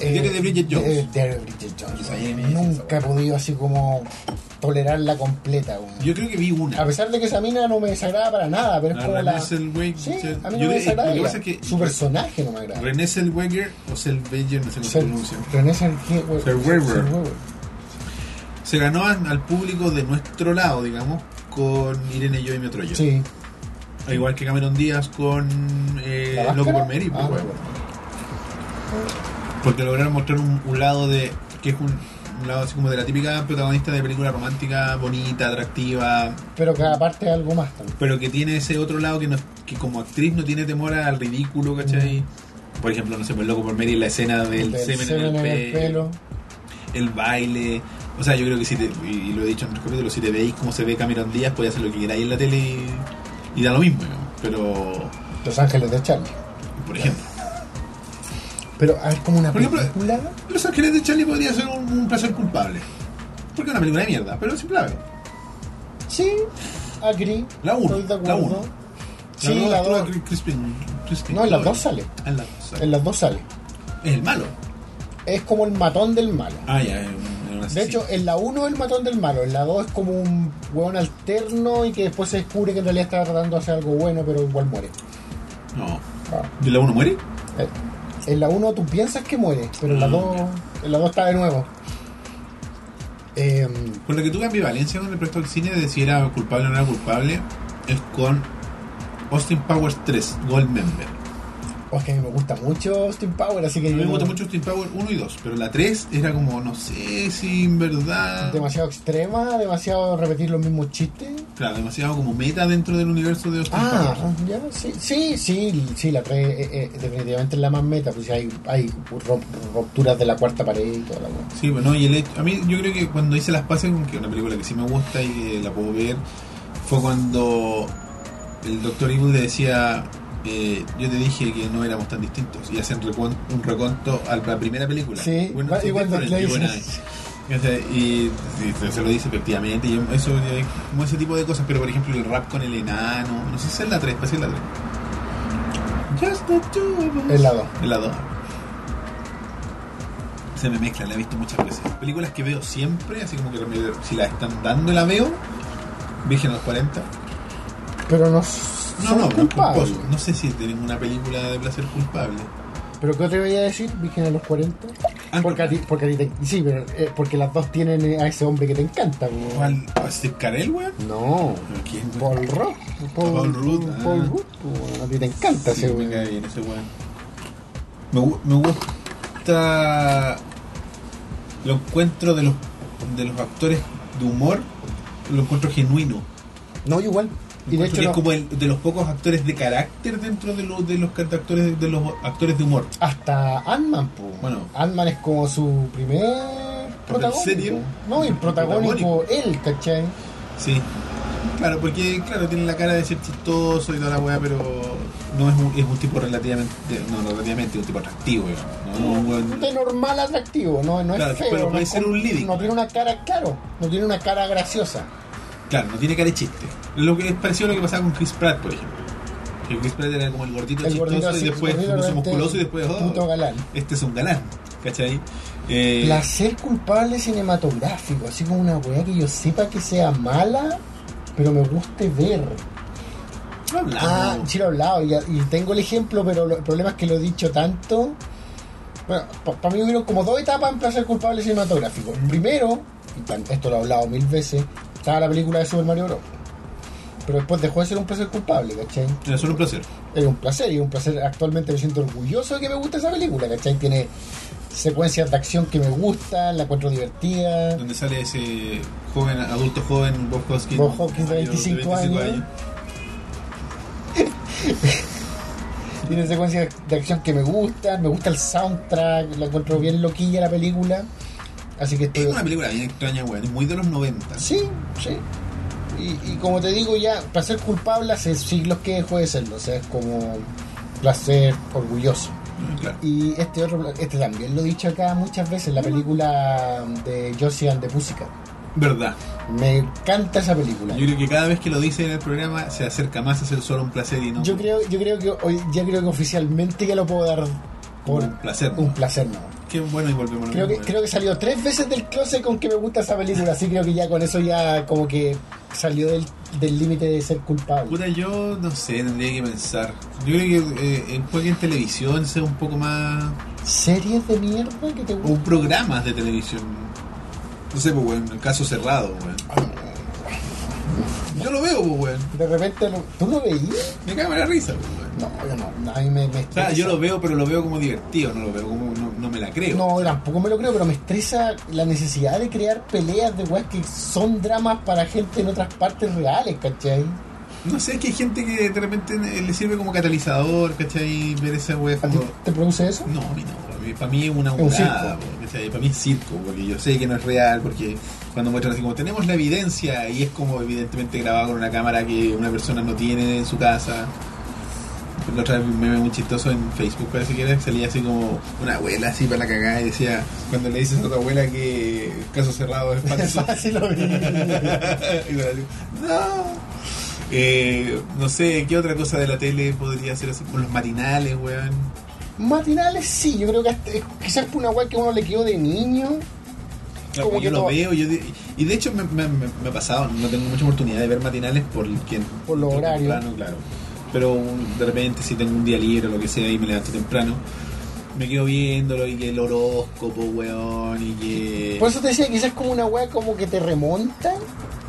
El diario de Bridget Jones.
El diario de Bridget Jones.
Esa es-
Nunca he podido así como tolerarla completa. güey.
Yo creo que vi una.
A pesar de que esa mina no me desagrada para nada, pero Ah, es
La
como la...
Renée Zellweger.
Sí,
Zell- yo
a mí no me
de-
desagrada.
Lo que
ella.
pasa es que
Su personaje no me agrada.
René Zellweger o Zellweger, no sé cómo se
Ser-
pronuncia.
Renée Zellweger.
Zellweger.
Zellweger.
Se ganó al al público de nuestro lado, digamos, con Irene Yo y mi otro yo.
Sí.
Al Igual que Cameron Díaz con eh,
¿La
Love
máscara?
por Mary, pues,
Ah,
weón.
bueno.
porque lograron mostrar un, un lado de que es un, un lado así como de la típica protagonista de película romántica bonita atractiva
Pero cada parte es algo más también.
pero que tiene ese otro lado que no, que como actriz no tiene temor al ridículo ¿cachai? por ejemplo no sé pues loco por Mary la escena del
Mm. Del
semen, en, el pe-
pelo.
el baile o sea yo creo que si te y y lo he dicho en otros capítulos si te veis como se ve Cameron Díaz podéis hacer lo que queráis en la tele y, y da lo mismo digamos. pero
Los Ángeles de Charlie.
por ejemplo
Pero ah, es como una
Por ejemplo,
película...
Los Ángeles de Charlie podría ser un, un placer culpable porque es una película de mierda pero siempre la veo
Sí, agree.
La uno,
Estoy de
la
acuerdo.
uno.
Sí, la
dos
dos.
actúa Crispin, Crispin
No, en las
Glover.
dos sale.
Ah, en las dos sale.
En las dos sale.
Es el malo.
Es como el matón del malo.
Ah, ya, es un- es un
De
asesino.
hecho, en la 1 el matón del malo, en la 2 es como un hueón alterno y que después se descubre que en realidad estaba tratando de hacer algo bueno, pero igual muere.
No.
Ah.
¿De la uno muere?
Eh, En la 1 tú piensas que muere, pero en la
Ah,
2 en la 2 está de nuevo. Eh,
Con lo que tuve ambivalencia con el resto del cine de si era culpable o no era culpable es con Austin Powers 3, Gold Member.
O oh, es que a mí me gusta mucho Steam Power, así que.
A mí me
yo-
gusta mucho Steam Power 1 y 2, pero la 3 era como, no sé si en verdad.
Demasiado extrema, demasiado repetir los mismos chistes.
Claro, demasiado como meta dentro del universo de Austin
Ah,
Powers.
ya, sí, sí, sí, sí, la 3 definitivamente es la más meta, pues hay, hay ro- rupturas de la cuarta pared y toda la wea.
Sí, bueno, y el hecho- a mí yo creo que cuando hice las pases con que una película que sí me gusta y que la puedo ver, fue cuando el Doctor Evil le decía, eh, yo te dije que no éramos tan distintos, y hacen recon- un reconto a la primera película.
Sí,
Bueno,
va-
sí,
igual
pero
de
yo,
Clay,
bueno,
sí.
o sea, y, sí, se- se lo dice efectivamente, y eso, eh, como ese tipo de cosas, pero por ejemplo el rap con el enano, no sé si es la 3, parece que es la 3. Just the two of us.
Es la 2.
El lado Se me mezcla, la he visto muchas veces. Películas que veo siempre, así como que me- si la están dando la veo. Virgen a los 40.
Pero no,
No, no, no, es
culpables.
culposo. No sé si tienen una película de placer culpable.
¿Pero qué te voy a decir, Virgen a los 40?
Ah,
Porque a ti, porque a ti te- sí, pero eh, porque las dos tienen eh, a ese hombre que te encanta, wea.
¿Cuál? ¿A Steve Carell, weón?
No,
¿Quién?
Paul Rudd.
Paul Rudd, ah.
Paul Rudd, wea, a ti te encanta
Sí,
ese
me
wea.
cae bien ese weón. Me, gu- me gusta. Lo encuentro de los, de los actores de humor, lo encuentro genuino.
No, igual. Y de
Encuentro
hecho,
que
no-
es como el- de los pocos actores de carácter dentro de, los de los canta- actores de, los actores de humor.
hasta Ant-Man, po.
Bueno.
Ant-Man es como su primer protagónico.
serio?
No, y protagónico, él, ¿cachai?
Sí. Claro, porque claro, tiene la cara de ser chistoso y toda la weá, pero no es un, es un tipo relativamente, no, no relativamente, un tipo atractivo, digamos, ¿no? Un weón-
De normal atractivo, no, no
Claro,
es feo.
pero
no
puede
es
ser
con-
un living.
No tiene una cara, claro, no tiene una cara graciosa.
claro, no tiene cara de chiste. Lo que es parecido a lo que pasaba con Chris Pratt, por ejemplo. Que Chris Pratt era como el gordito
El
chistoso
gordito
y
así,
después
gordito
se puso
realmente
musculoso y después, oh,
Puto galán.
este es un galán, ¿cachai? Eh,
Placer culpable cinematográfico, así como una weá que yo sepa que sea mala, pero me guste ver.
no hablamos.
Ah, sí lo he hablado y, y tengo el ejemplo, pero lo- el problema es que lo he dicho tanto. Bueno, para mí hubieron como dos etapas en placer culpable cinematográfico. Primero, y tan- esto lo he hablado mil veces, estaba la película de Super Mario Bros. Pero después dejó de ser un placer culpable, ¿cachai?
Era solo un placer.
Era un placer y un placer. Actualmente me siento orgulloso de que me guste esa película, ¿cachai? Tiene secuencias de acción que me gustan, la encuentro divertida.
donde sale ese joven, adulto joven, Bob Hoskins.
Bob Hoskins de
mayor
25 años. Tiene secuencias de acción que me gustan, me gusta el soundtrack, la encuentro bien loquilla la película. Así que
Es
estoy...
una película bien extraña, weón. Es muy de los 90.
Sí, sí. Y, y como te digo ya, placer culpable hace siglos que dejó de serlo, o sea, es como placer orgulloso.
Mm, Claro.
Y este otro, este también lo he dicho acá muchas veces, la película de Josie and the Pussycat.
Verdad.
Me encanta esa película.
Yo creo que cada vez que lo dice en el programa se acerca más a ser solo un placer y no
Yo creo, yo creo que hoy, ya creo que oficialmente ya lo puedo dar
como
por
un placer. Mm.
un placer, ¿no?
Qué bueno y volvemos a lo
Creo que,
mismo,
creo que salió tres veces del closet con que me gusta esa película, así creo que ya con eso ya como que salió del del límite de ser
weón.
culpable.
Puta, yo no sé, tendría que pensar. Yo creo que eh, en juegue en televisión sea un poco más.
¿Series de mierda que te
o
gustan?
un programas de televisión. No sé, pues, weón, el caso cerrado, weón. Yo lo veo, pues, weón.
De repente, lo- ¿tú lo veías?
Me cago en la risa, pues, weón.
No, yo no, a mí me, me
O sea,
estresa.
Ah, yo lo veo, pero lo veo como divertido, no lo veo como. no, no me la creo.
No, tampoco me lo creo, pero me estresa la necesidad de crear peleas de weas que son dramas para gente en otras partes reales, ¿cachai?
No sé, es que hay gente que de repente eh, le sirve como catalizador, ¿cachai? Ver esa wea
¿A ti
como.
te produce eso?
No, a mí no. a mí- Para mí es una
Es un
jugada, ¿cachai? Para mí es circo, porque yo sé que no es real, porque cuando muestran así como tenemos la evidencia y es como evidentemente grabado con una cámara que una persona no tiene en su casa. La otra vez un meme muy chistoso en Facebook, parece que era, salía así como una abuela así para la cagada y decía, cuando le dices a tu abuela que caso cerrado es falso.
Así lo vi.
Y me la digo, no. Eh, no sé, ¿qué otra cosa de la tele podría ser así? Con los matinales, weón.
Matinales sí, yo creo que hasta- quizás por una wea que uno le quedó de niño.
Claro,
Como
yo
que
lo
no-
veo, yo de- y de hecho me, me- me- me ha pasado, no tengo mucha oportunidad de ver matinales por quien
Por los horarios.
temprano, claro. Pero un- de repente si tengo un día libre o lo que sea y me levanto temprano, me quedo viéndolo y que el horóscopo, weón, y que.
Por eso te decía, quizás como una weá como que te remonta.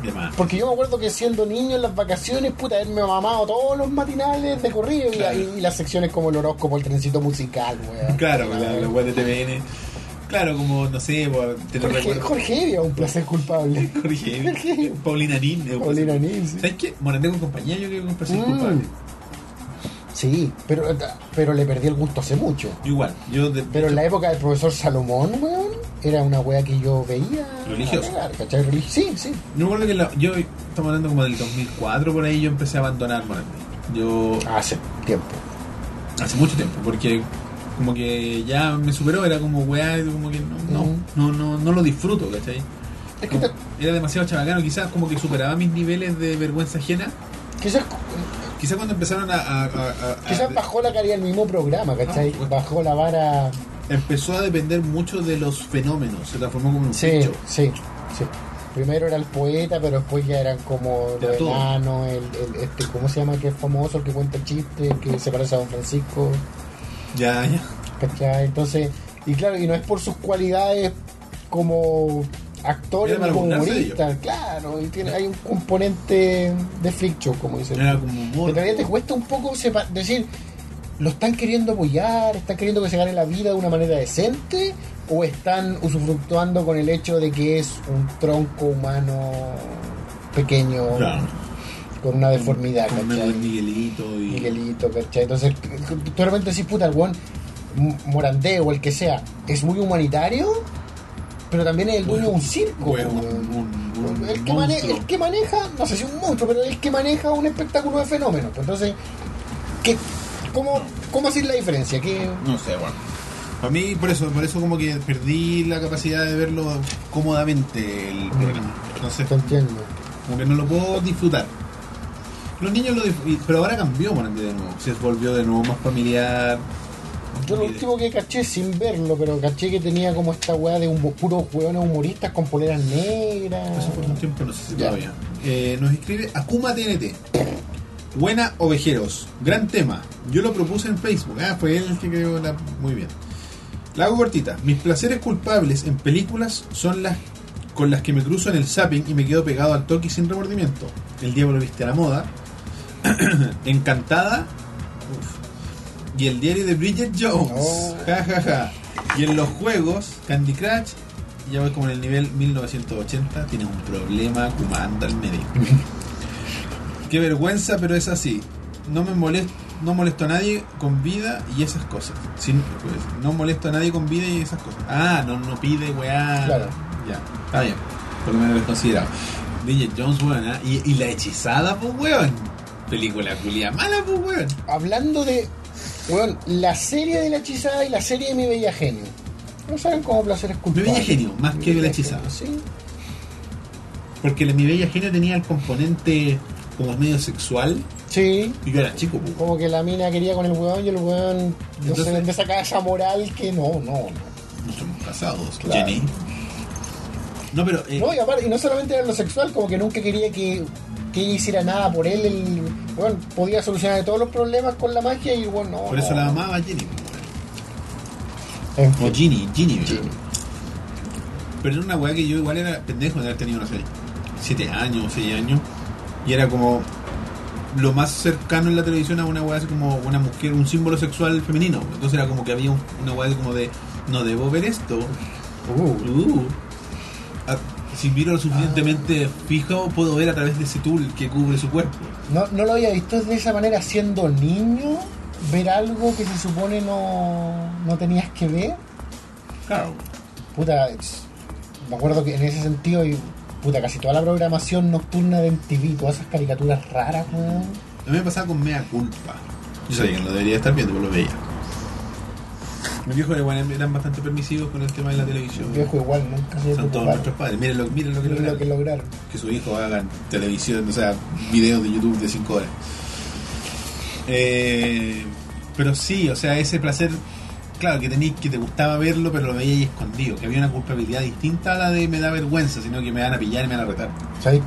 demás.
Porque yo me acuerdo que siendo niño en las vacaciones, puta, haberme mamado todos los matinales de corrido y-
Claro.
y, y las secciones como el horóscopo, el trencito musical, weón.
Claro,
Ah,
la, la web de TVN. Claro, como, no sé, po, te lo
Jorge,
recuerdo.
Jorge Evia, un placer culpable.
Jorge.
Jorge.
Paulina Nin. eh,
Paulina Nin, sí.
¿Sabes qué? Morandé con compañía, yo creo que es un perfil
Mm.
culpable.
Sí, pero, pero le perdí el gusto hace mucho.
Yo Igual, yo. de-
Pero en la época del profesor Salomón, weón, era una wea que yo veía.
Religiosa.
a pegar, ¿cachai? Religi- Sí, sí.
Yo me acuerdo que la- yo, estamos hablando como del 2004, por ahí yo empecé a abandonar Morandé. Yo.
Hace tiempo.
hace mucho tiempo, porque como que ya me superó, era como weá, como que no, no,
Ujú.
no, no, no lo disfruto, ¿cachai?
Mm. Es que
Como-
te-
era demasiado chabacano, quizás como que superaba mis niveles de vergüenza ajena.
quizás,
Quizás cuando empezaron a. a- a- a-
quizás
a-
bajó la calidad del mismo programa, ¿cachai?
Ah, bueno.
Bajó la vara.
empezó a depender mucho de los fenómenos, se transformó como en un
Sí,
bicho.
sí, sí. Primero era el poeta, pero después ya eran como
Era
los
todo.
enanos, el, el- este, ¿cómo se llama? El que es famoso, el que cuenta chistes, el que se parece a Don Francisco.
Ya, ya.
¿Cachai? Entonces, y claro, y no es por sus cualidades como actor
Era
ni
para
como
burlarse de
humorista, claro, y tiene, hay un componente de freak show, como dicen.
Era como
Que
humor.
todavía te cuesta un poco sepa- decir, ¿lo están queriendo apoyar? ¿Están queriendo que se gane la vida de una manera decente? ¿O están usufructuando con el hecho de que es un tronco humano pequeño,
Claro.
con una deformidad?
Con
¿cachai?
menos Miguelito y.
Miguelito, ¿cachai? Entonces, tú realmente decís, puta, el weón M- Morandé o el que sea, es muy humanitario, pero también es el dueño de un circo.
Weón,
weón.
un- un
el, que mane-
monstruo.
el que maneja, no sé si un monstruo, pero el que maneja un espectáculo de fenómenos. pues, Entonces, ¿qué, cómo, ¿cómo haces la diferencia? ¿Qué,
No sé, bueno. Para mí, por eso, por eso como que perdí la capacidad de verlo cómodamente
Mm.
el programa. Entonces,
te entiendo.
como que no lo puedo disfrutar. Los niños lo disfr- y- pero ahora cambió Morandé de nuevo. Se volvió de nuevo más familiar.
Yo lo último que caché sin verlo, pero caché que tenía como esta weá de humo- puros hueones humoristas con poleras negras.
Eso por un tiempo, no sé si
Ya.
todavía. Eh, nos escribe Akuma TNT. Buena ovejeros, gran tema. Yo lo propuse en Facebook. Ah, fue él el que creó la. Muy bien. La hago cortita. Mis placeres culpables en películas son las con las que me cruzo en el zapping y me quedo pegado al toque y sin remordimiento. El diablo viste a la moda. Encantada. Uf. Y el diario de Bridget Jones.
Oh.
Ja, ja, ja. Y en los juegos, Candy Crush. Ya voy como en el nivel 1980. Tienes un problema, Kuma, anda al médico. Qué vergüenza, pero es así. No me molesto, no molesto a nadie con vida y esas cosas. Sin- pues, no molesto a nadie con vida y esas cosas. Ah, no, no pide, weá.
Claro.
Ya, está bien. Por lo menos lo he considerado. DJ Jones, weón, ¿ah? y, y la hechizada, pues, weón. Película culia mala, pues, weón.
hablando de weón, la serie de la hechizada y la serie de mi bella genio. No saben cómo placeres
Mi
culpables.
bella genio, más
Mi
que
Bella
la hechizada.
Genio, Sí.
Porque la- mi bella genio tenía el componente como medio sexual.
Sí.
Y yo era chico, pues.
Como que la mina quería con el weón y el weón no
Entonces-
se vende esa casa moral que no, no, no.
No somos casados,
Claro.
Jenny. No, pero. eh,
No, y aparte, y no solamente era lo sexual, como que nunca quería que, que ella hiciera nada por él, el weón podía solucionar todos los problemas con la magia y el weón no.
por eso
no.
la amaba Jenny, pues, weón.
En
O
fin.
Ginny, Ginny.
Ginny.
Pero era una weá que yo igual era pendejo de haber tenido, no sé, 7 años, 6 años. Y era como lo más cercano en la televisión a una weá así como una mujer, un símbolo sexual femenino. Entonces era como que había un- una weá como de, no debo ver esto.
Uh,
Uh. Ah, si miro lo suficientemente fijo, puedo ver a través de ese tul que cubre su cuerpo.
no, no lo había visto de esa manera siendo niño, ver algo que se supone no, no tenías que ver.
Claro.
Puta, es- me acuerdo que en ese sentido, y, puta, casi toda la programación nocturna de MTV, todas esas caricaturas raras, weón.
A mí me pasaba con mea culpa. Yo sabía que no lo debería estar viendo, pero lo veía. Mis viejos eran eran bastante permisivos con el tema de la televisión.
El viejo igual, nunca se
Son todos
preocuparon.
nuestros padres. Miren lo, miren lo que
Miren
lograron.
lo que lograron.
Que su hijo hagan televisión, o sea, videos de YouTube de 5 horas. Eh, pero sí, o sea, ese placer, claro, que tenías que te gustaba verlo, pero lo veías ahí escondido. Que había una culpabilidad distinta a la de me da vergüenza, sino que me van a pillar y me van a retar.
¿Sabes?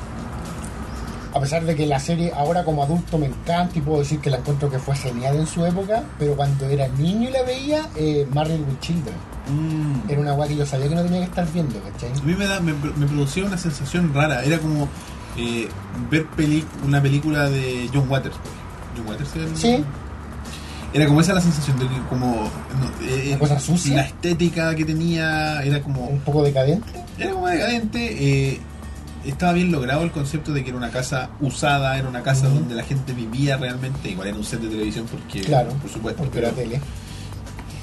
a pesar de que la serie ahora como adulto me encanta y puedo decir que la encuentro que fue genial en su época, pero cuando era niño y la veía, eh, Married with Children.
Mm.
Era una guay que yo sabía que no tenía que estar viendo, ¿cachai?
A mí me, da, me, me producía una sensación rara. Era como eh, ver peli- una película de John Waters. por ejemplo. John Waters era el-
Sí.
Era como esa la sensación de que como... no, eh,
Una cosa sucia.
La estética que tenía era
Un
como...
poco decadente.
Era como decadente. eh, estaba bien logrado el concepto de que era una casa usada, era una casa
Ujú.
donde la gente vivía realmente. Igual era un set de televisión porque...
Claro.
Por supuesto.
Porque
pero-
era tele.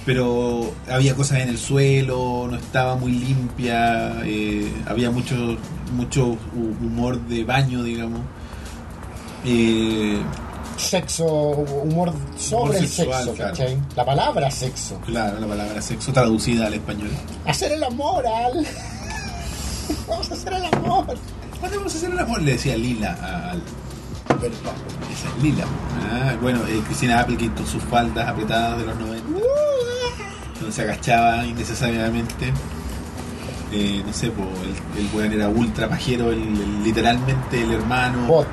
pero había cosas en el suelo, no estaba muy limpia, eh, había mucho, mucho hu- humor de baño, digamos. Eh,
Sexo, humor sobre
Humor
el
sexual,
sexo,
claro.
¿cachai? La palabra sexo.
claro, la palabra sexo traducida al español.
Hacer el amor, Al. Vamos a hacer el amor.
¿Cuándo vamos a hacer el amor? Le decía Lila a, al-
Verdad.
esa es Lila. Ah, bueno, eh, Cristina Applegate con sus faldas apretadas de los 90, donde se agachaba innecesariamente. Eh, no sé, po, el, el weón era ultra pajero, el- el- literalmente el hermano.
Bot.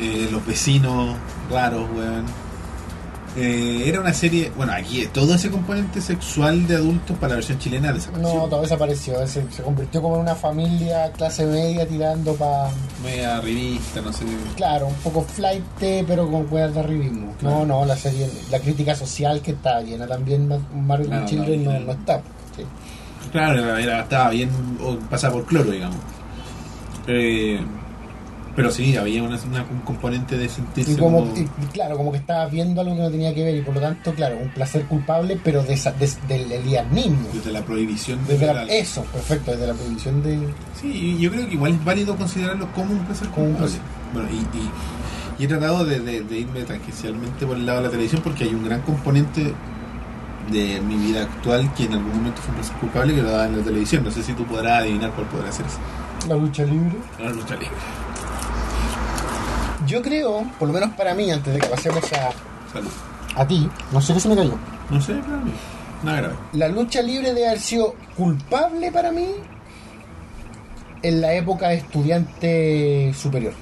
Eh, los vecinos raros, weón. Eh, era una serie, bueno, aquí todo ese componente sexual de adultos para la versión chilena desapareció.
No, todo desapareció. Se, se convirtió como en una familia clase media tirando para.
Media revista, no sé.
Claro, un poco flight, pero con cuerdas de arribismo.
Claro.
No, no, la serie, la crítica social que está llena también, Ma- Marvel
Claro,
Children
no,
no,
no.
no está. sí.
Claro, era, era- estaba bien o pasaba por cloro, digamos. Eh, pero sí, había una- una- un componente de sentirse
Y como,
como-
y- y claro, como que estabas viendo algo que no tenía que ver y por lo tanto, claro, un placer culpable, pero de esa- des- del Elías Niño.
desde la prohibición de
Desde la-
ver al-
eso, perfecto, desde la prohibición de...
Sí, y yo creo que igual es válido considerarlo como un placer
Como un
culpable.
placer.
Bueno, y, y- y he tratado de, de- de irme tangencialmente por el lado de la televisión porque hay un gran componente de mi vida actual que en algún momento fue un placer culpable que lo daba en la televisión. No sé si tú podrás adivinar cuál podrá ser ese.
La lucha libre.
La lucha libre.
Yo creo, por lo menos para mí, antes de que pasemos a,
Salud.
a ti, no sé qué se me cayó.
No sé, claro. Nada grave.
La lucha libre debe haber sido culpable para mí en la época de estudiante superior.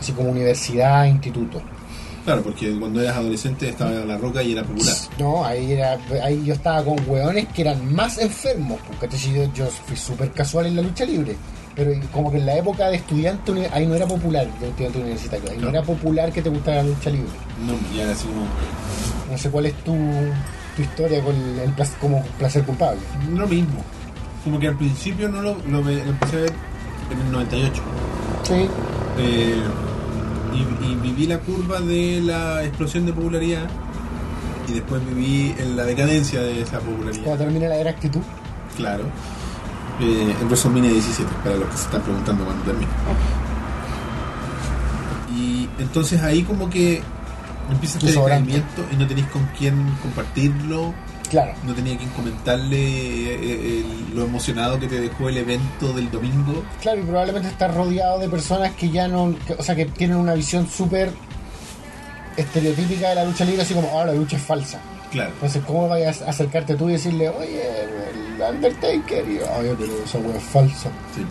Así como universidad, instituto.
Claro, porque cuando eras adolescente estaba en la roca y era popular.
No, ahí, era, ahí yo estaba con hueones que eran más enfermos, porque yo, yo fui súper casual en la lucha libre. Pero como que en la época de estudiante, uni- ahí no era popular, de estudiante universitario, ahí no,
No.
era popular que te gustara la lucha libre.
No, ya era así como...
No sé cuál es tu, tu historia con el, plac- como placer culpable.
Lo mismo. Como que al principio no lo, lo, ve- lo empecé a ver en el 98.
Sí,
Eh, y, y viví la curva de la explosión de popularidad y después viví en la decadencia de esa popularidad.
cuando termine la era actitud.
Claro. Eh, en WrestleMania 17, para los que se están preguntando cuándo termina. Y entonces ahí como que empieza este
Desodorante.
decaimiento y no tenéis con quién compartirlo,
Claro.
no tenía quien comentarle eh, eh, el- lo emocionado que te dejó el evento del domingo.
Claro, y probablemente estás rodeado de personas que ya no. que- o sea, que tienen una visión súper estereotípica de la lucha libre, así como, ah, la lucha es falsa.
Claro.
Entonces, ¿cómo vayas a acercarte tú y decirle, oye, el Undertaker? Y, oye, pero esa wea es falsa,
sí.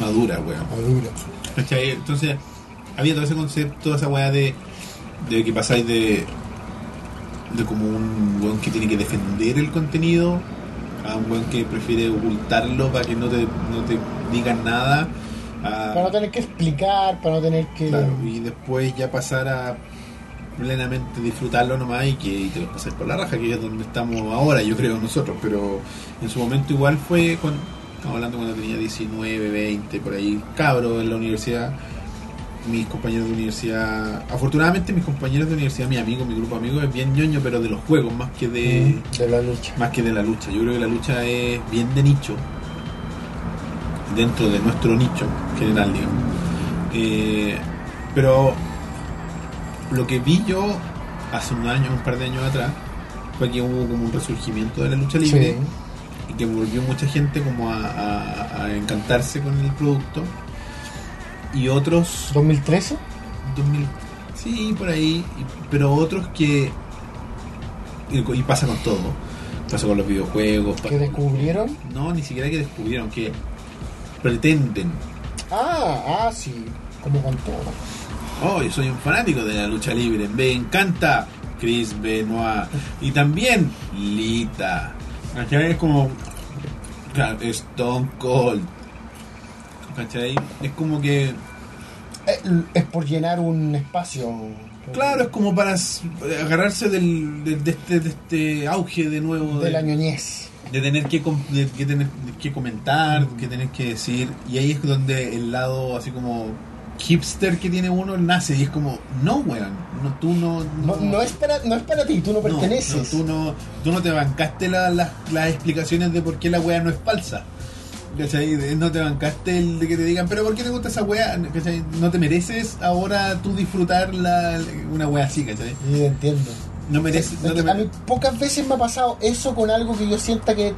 Madura, weón.
madura.
¿Cachai? Entonces, había todo ese concepto, esa weá de, de que pasáis de, de como un weón que tiene que defender el contenido a un weón que prefiere ocultarlo para que no te, no te digan nada. a-
Para no tener que explicar, para no tener que.
claro, y después ya pasar a plenamente disfrutarlo nomás y que y te lo pasáis por la raja, que es donde estamos ahora, yo creo, nosotros. Pero en su momento igual fue, con, estamos hablando cuando tenía 19, 20, por ahí, cabro en la universidad. Mis compañeros de universidad, afortunadamente mis compañeros de universidad, mi amigo, mi grupo de amigos es bien ñoño, pero de los juegos más que de
Mm, de la lucha.
más que de la lucha. Yo creo que la lucha es bien de nicho, dentro de nuestro nicho general, digamos. Eh, pero lo que vi yo hace un año, un par de años atrás, fue que hubo como un resurgimiento de la lucha libre y que volvió mucha gente como a, a- a encantarse con el producto y otros
Sí. 2013,
2000, sí, por ahí, y- pero otros que. Y, y pasa con todo. Pasa con los videojuegos. pasa
que
con-
descubrieron.
No, ni siquiera que descubrieron, que pretenden
Ah, ah, sí. Como con todo.
Oh, yo soy un fanático de la lucha libre. Me encanta Chris Benoit. Y también Lita. ¿Cachai? Es como. claro, Stone Cold. ¿Cachai? Es como que.
Eh, Es por llenar un espacio.
Claro, es como para s- agarrarse del, de, de este, de este auge de nuevo.
De
del-
la ñoñez.
de tener que, com- de, que tener que comentar, que tener que decir. Y ahí es donde el lado así como hipster que tiene uno nace. Y es como, no, weón, no, tú no.
No, no es para, no es para ti, tú no
no, no,
perteneces.
tú, no, tú no te bancaste la- la- las explicaciones de por qué la weá no es falsa. ¿Cachai? De- No te bancaste el de que te digan, pero ¿por qué te gusta esa weá? ¿Cachai? No te mereces ahora tú disfrutar la, una weá así, ¿cachai?
Sí, entiendo.
No mereces.
Es
No
que
te
a mí
mereces.
pocas veces me ha pasado eso con algo que yo sienta que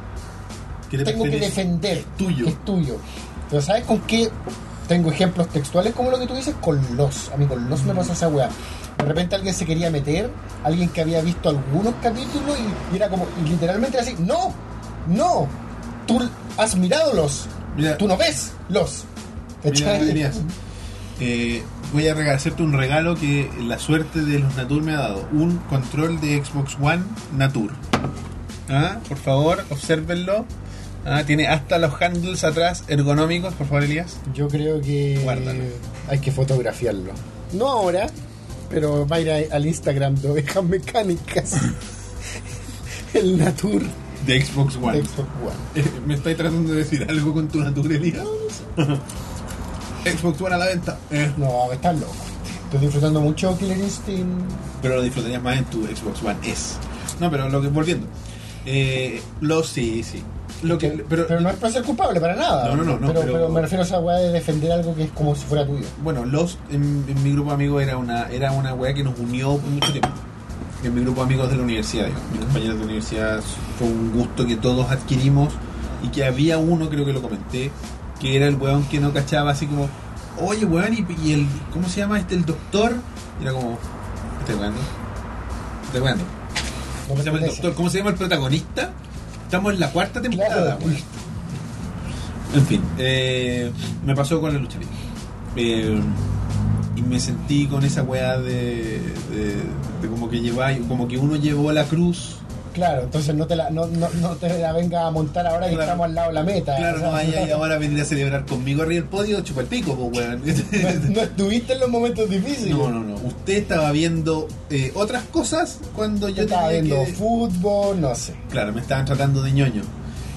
que te
tengo que
pertenece.
defender.
tuyo.
que es tuyo. Pero ¿sabes con qué? Tengo ejemplos textuales como lo que tú dices con los. A mí con los me pasa esa weá. De repente alguien se quería meter, alguien que había visto algunos capítulos y, y era como, y literalmente era así, no, no, tú has mirado los,
Mira.
tú no ves los.
Mira,
¿Cachai?
Elías, eh, voy a rega- hacerte un regalo que la suerte de los Natur me ha dado. Un control de Xbox One Natur. Ah, Por favor, obsérvenlo. Ah, tiene hasta los handles atrás ergonómicos, por favor, Elías.
Yo creo que
Guárdalo.
hay que fotografiarlo. No ahora, pero va a ir a- al Instagram de Ovejas Mecánicas. El Natur
De Xbox One.
de Xbox One.
Eh, me estoy tratando de decir algo con tu Natur, Elías. Xbox One a la venta. Eh,
No, estás loco. Estoy disfrutando mucho Killer Instinct.
pero lo disfrutarías más en tu Xbox One S. No, pero lo que volviendo. Eh, lo sí, sí. Lo que,
pero, no es para ser culpable, para nada.
No, no, no, no,
pero,
pero-
pero me refiero a esa weá de defender algo que es como si fuera tuyo.
Bueno, Lost en, en mi grupo de amigos era una, era una weá que nos unió por mucho tiempo. En mi grupo de amigos de la universidad, digamos. Mis compañeros de la universidad fue un gusto que todos adquirimos y que había uno, creo que lo comenté, que era el weón que no cachaba así como, oye weón, y, y el, ¿cómo se llama este? El doctor. Y era como, ¿te weando? ¿Te weando?
No
¿Cómo se llama el
pertenece.
doctor? ¿Cómo se llama el protagonista? Estamos en la cuarta temporada,
Claro,
weón. En fin, eh, me pasó con la lucha libre. Eh, y me sentí con esa weá de, de- de como que lleva, como que uno llevó la cruz.
claro, entonces no te, la, no, no, no te la venga a montar ahora que
Claro.
estamos al lado de la meta.
Claro, no, ahí, ahí ahora venir a celebrar conmigo arriba del podio, chupa el pico, pues
No-
weón.
no estuviste en los momentos difíciles.
No, no, no. Usted estaba viendo eh, otras cosas cuando yo
estaba
tenía
viendo
que...
fútbol, no sé.
Claro, me estaban tratando de ñoño.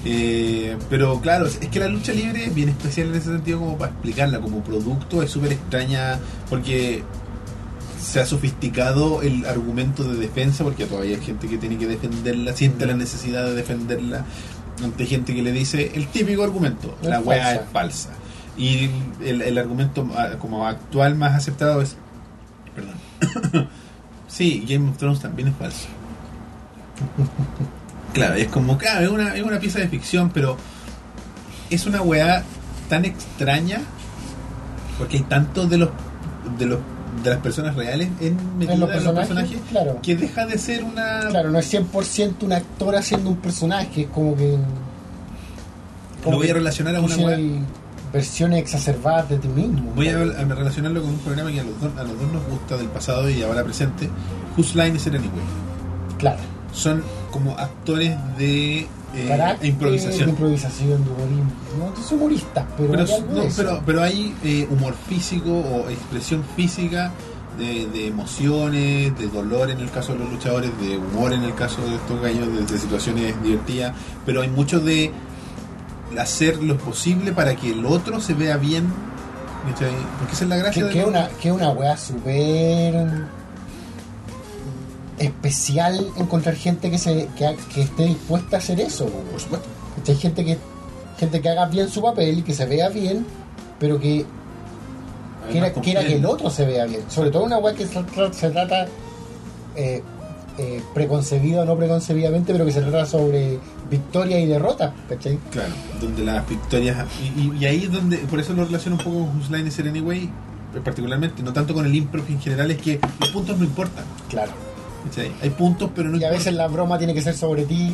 Eh, pero claro, es que la lucha libre es bien especial en ese sentido como para explicarla como producto, es súper extraña porque se ha sofisticado el argumento de defensa porque todavía hay gente que tiene que defenderla, siente la necesidad de defenderla ante gente que le dice el típico argumento,
Es
la weá
falsa.
es falsa. Y el, el argumento ah, como actual más aceptado es, perdón, sí, Game of Thrones también es falso. Claro, es como, claro, es una, es una pieza de ficción, pero es una weá tan extraña porque hay tantos de los de los de las personas reales en metida en los personajes
claro.
que deja de ser una
Claro, no es 100% un actor haciendo un personaje, es como que.
lo voy a
que-
relacionar a una
Tú sí
weá
hay versiones exacerbadas de ti mismo.
voy a, a relacionarlo con un programa que a los, dos, a los dos nos gusta del pasado y ahora presente Whose Line is It Anyway
Claro.
son como actores de eh,
Carácter,
improvisación
improvisación, de humorismo. No tú soy humorista, pero,
pero,
hay algo
no,
de eso.
pero, pero hay eh, humor físico o expresión física de, de emociones, de dolor en el caso de los luchadores, de humor en el caso de estos gallos, de, de situaciones divertidas, pero hay mucho de hacer lo posible para que el otro se vea bien, ¿cachai? porque esa es la gracia
que,
de
que una, que una weá súper especial encontrar gente que se que, que esté dispuesta a hacer eso. weón.
por supuesto.
Hay gente que gente que haga bien su papel, que se vea bien, pero que quiera,
Además,
quiera que el
comprende.
otro se vea bien. Sobre todo una weá que se, tra- se trata eh, eh, preconcebida o no preconcebidamente, pero que se trata sobre victorias y derrotas, ¿cachai?
Claro, donde las victorias. Y, y- y ahí es donde. Por eso lo relaciono un poco con Whose Line is It Anyway, particularmente, no tanto con el improv en general, es que los puntos no importan.
Claro.
¿cachai? Hay puntos, pero no
Y a veces la broma tiene que ser sobre ti,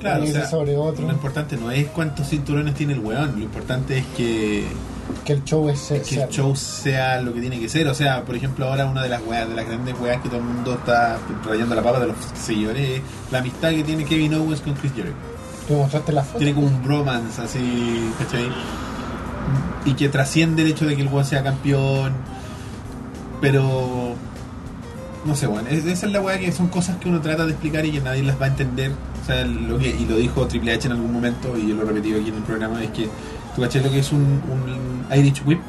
Claro, o
uno
sea,
sobre otro.
Lo importante no es cuántos cinturones tiene el weón, lo importante es que,
Que el show es,
que
sea-
el show sea lo que tiene que ser. O sea, por ejemplo, ahora una de las weas, de las grandes weas que todo el mundo está rayando la papa de los seguidores es la amistad que tiene Kevin Owens con Chris Jericho.
Tú mostraste la foto.
Tiene como un bromance así, ¿cachai? Y que trasciende el hecho de que el weón sea campeón. Pero. No sé, weón. es- Esa es la weá que son cosas que uno trata de explicar y que nadie las va a entender. O sea, lo que, y lo dijo Triple H en algún momento y yo lo he repetido aquí en el programa: es que tú cachai lo que es un, un Irish Whip.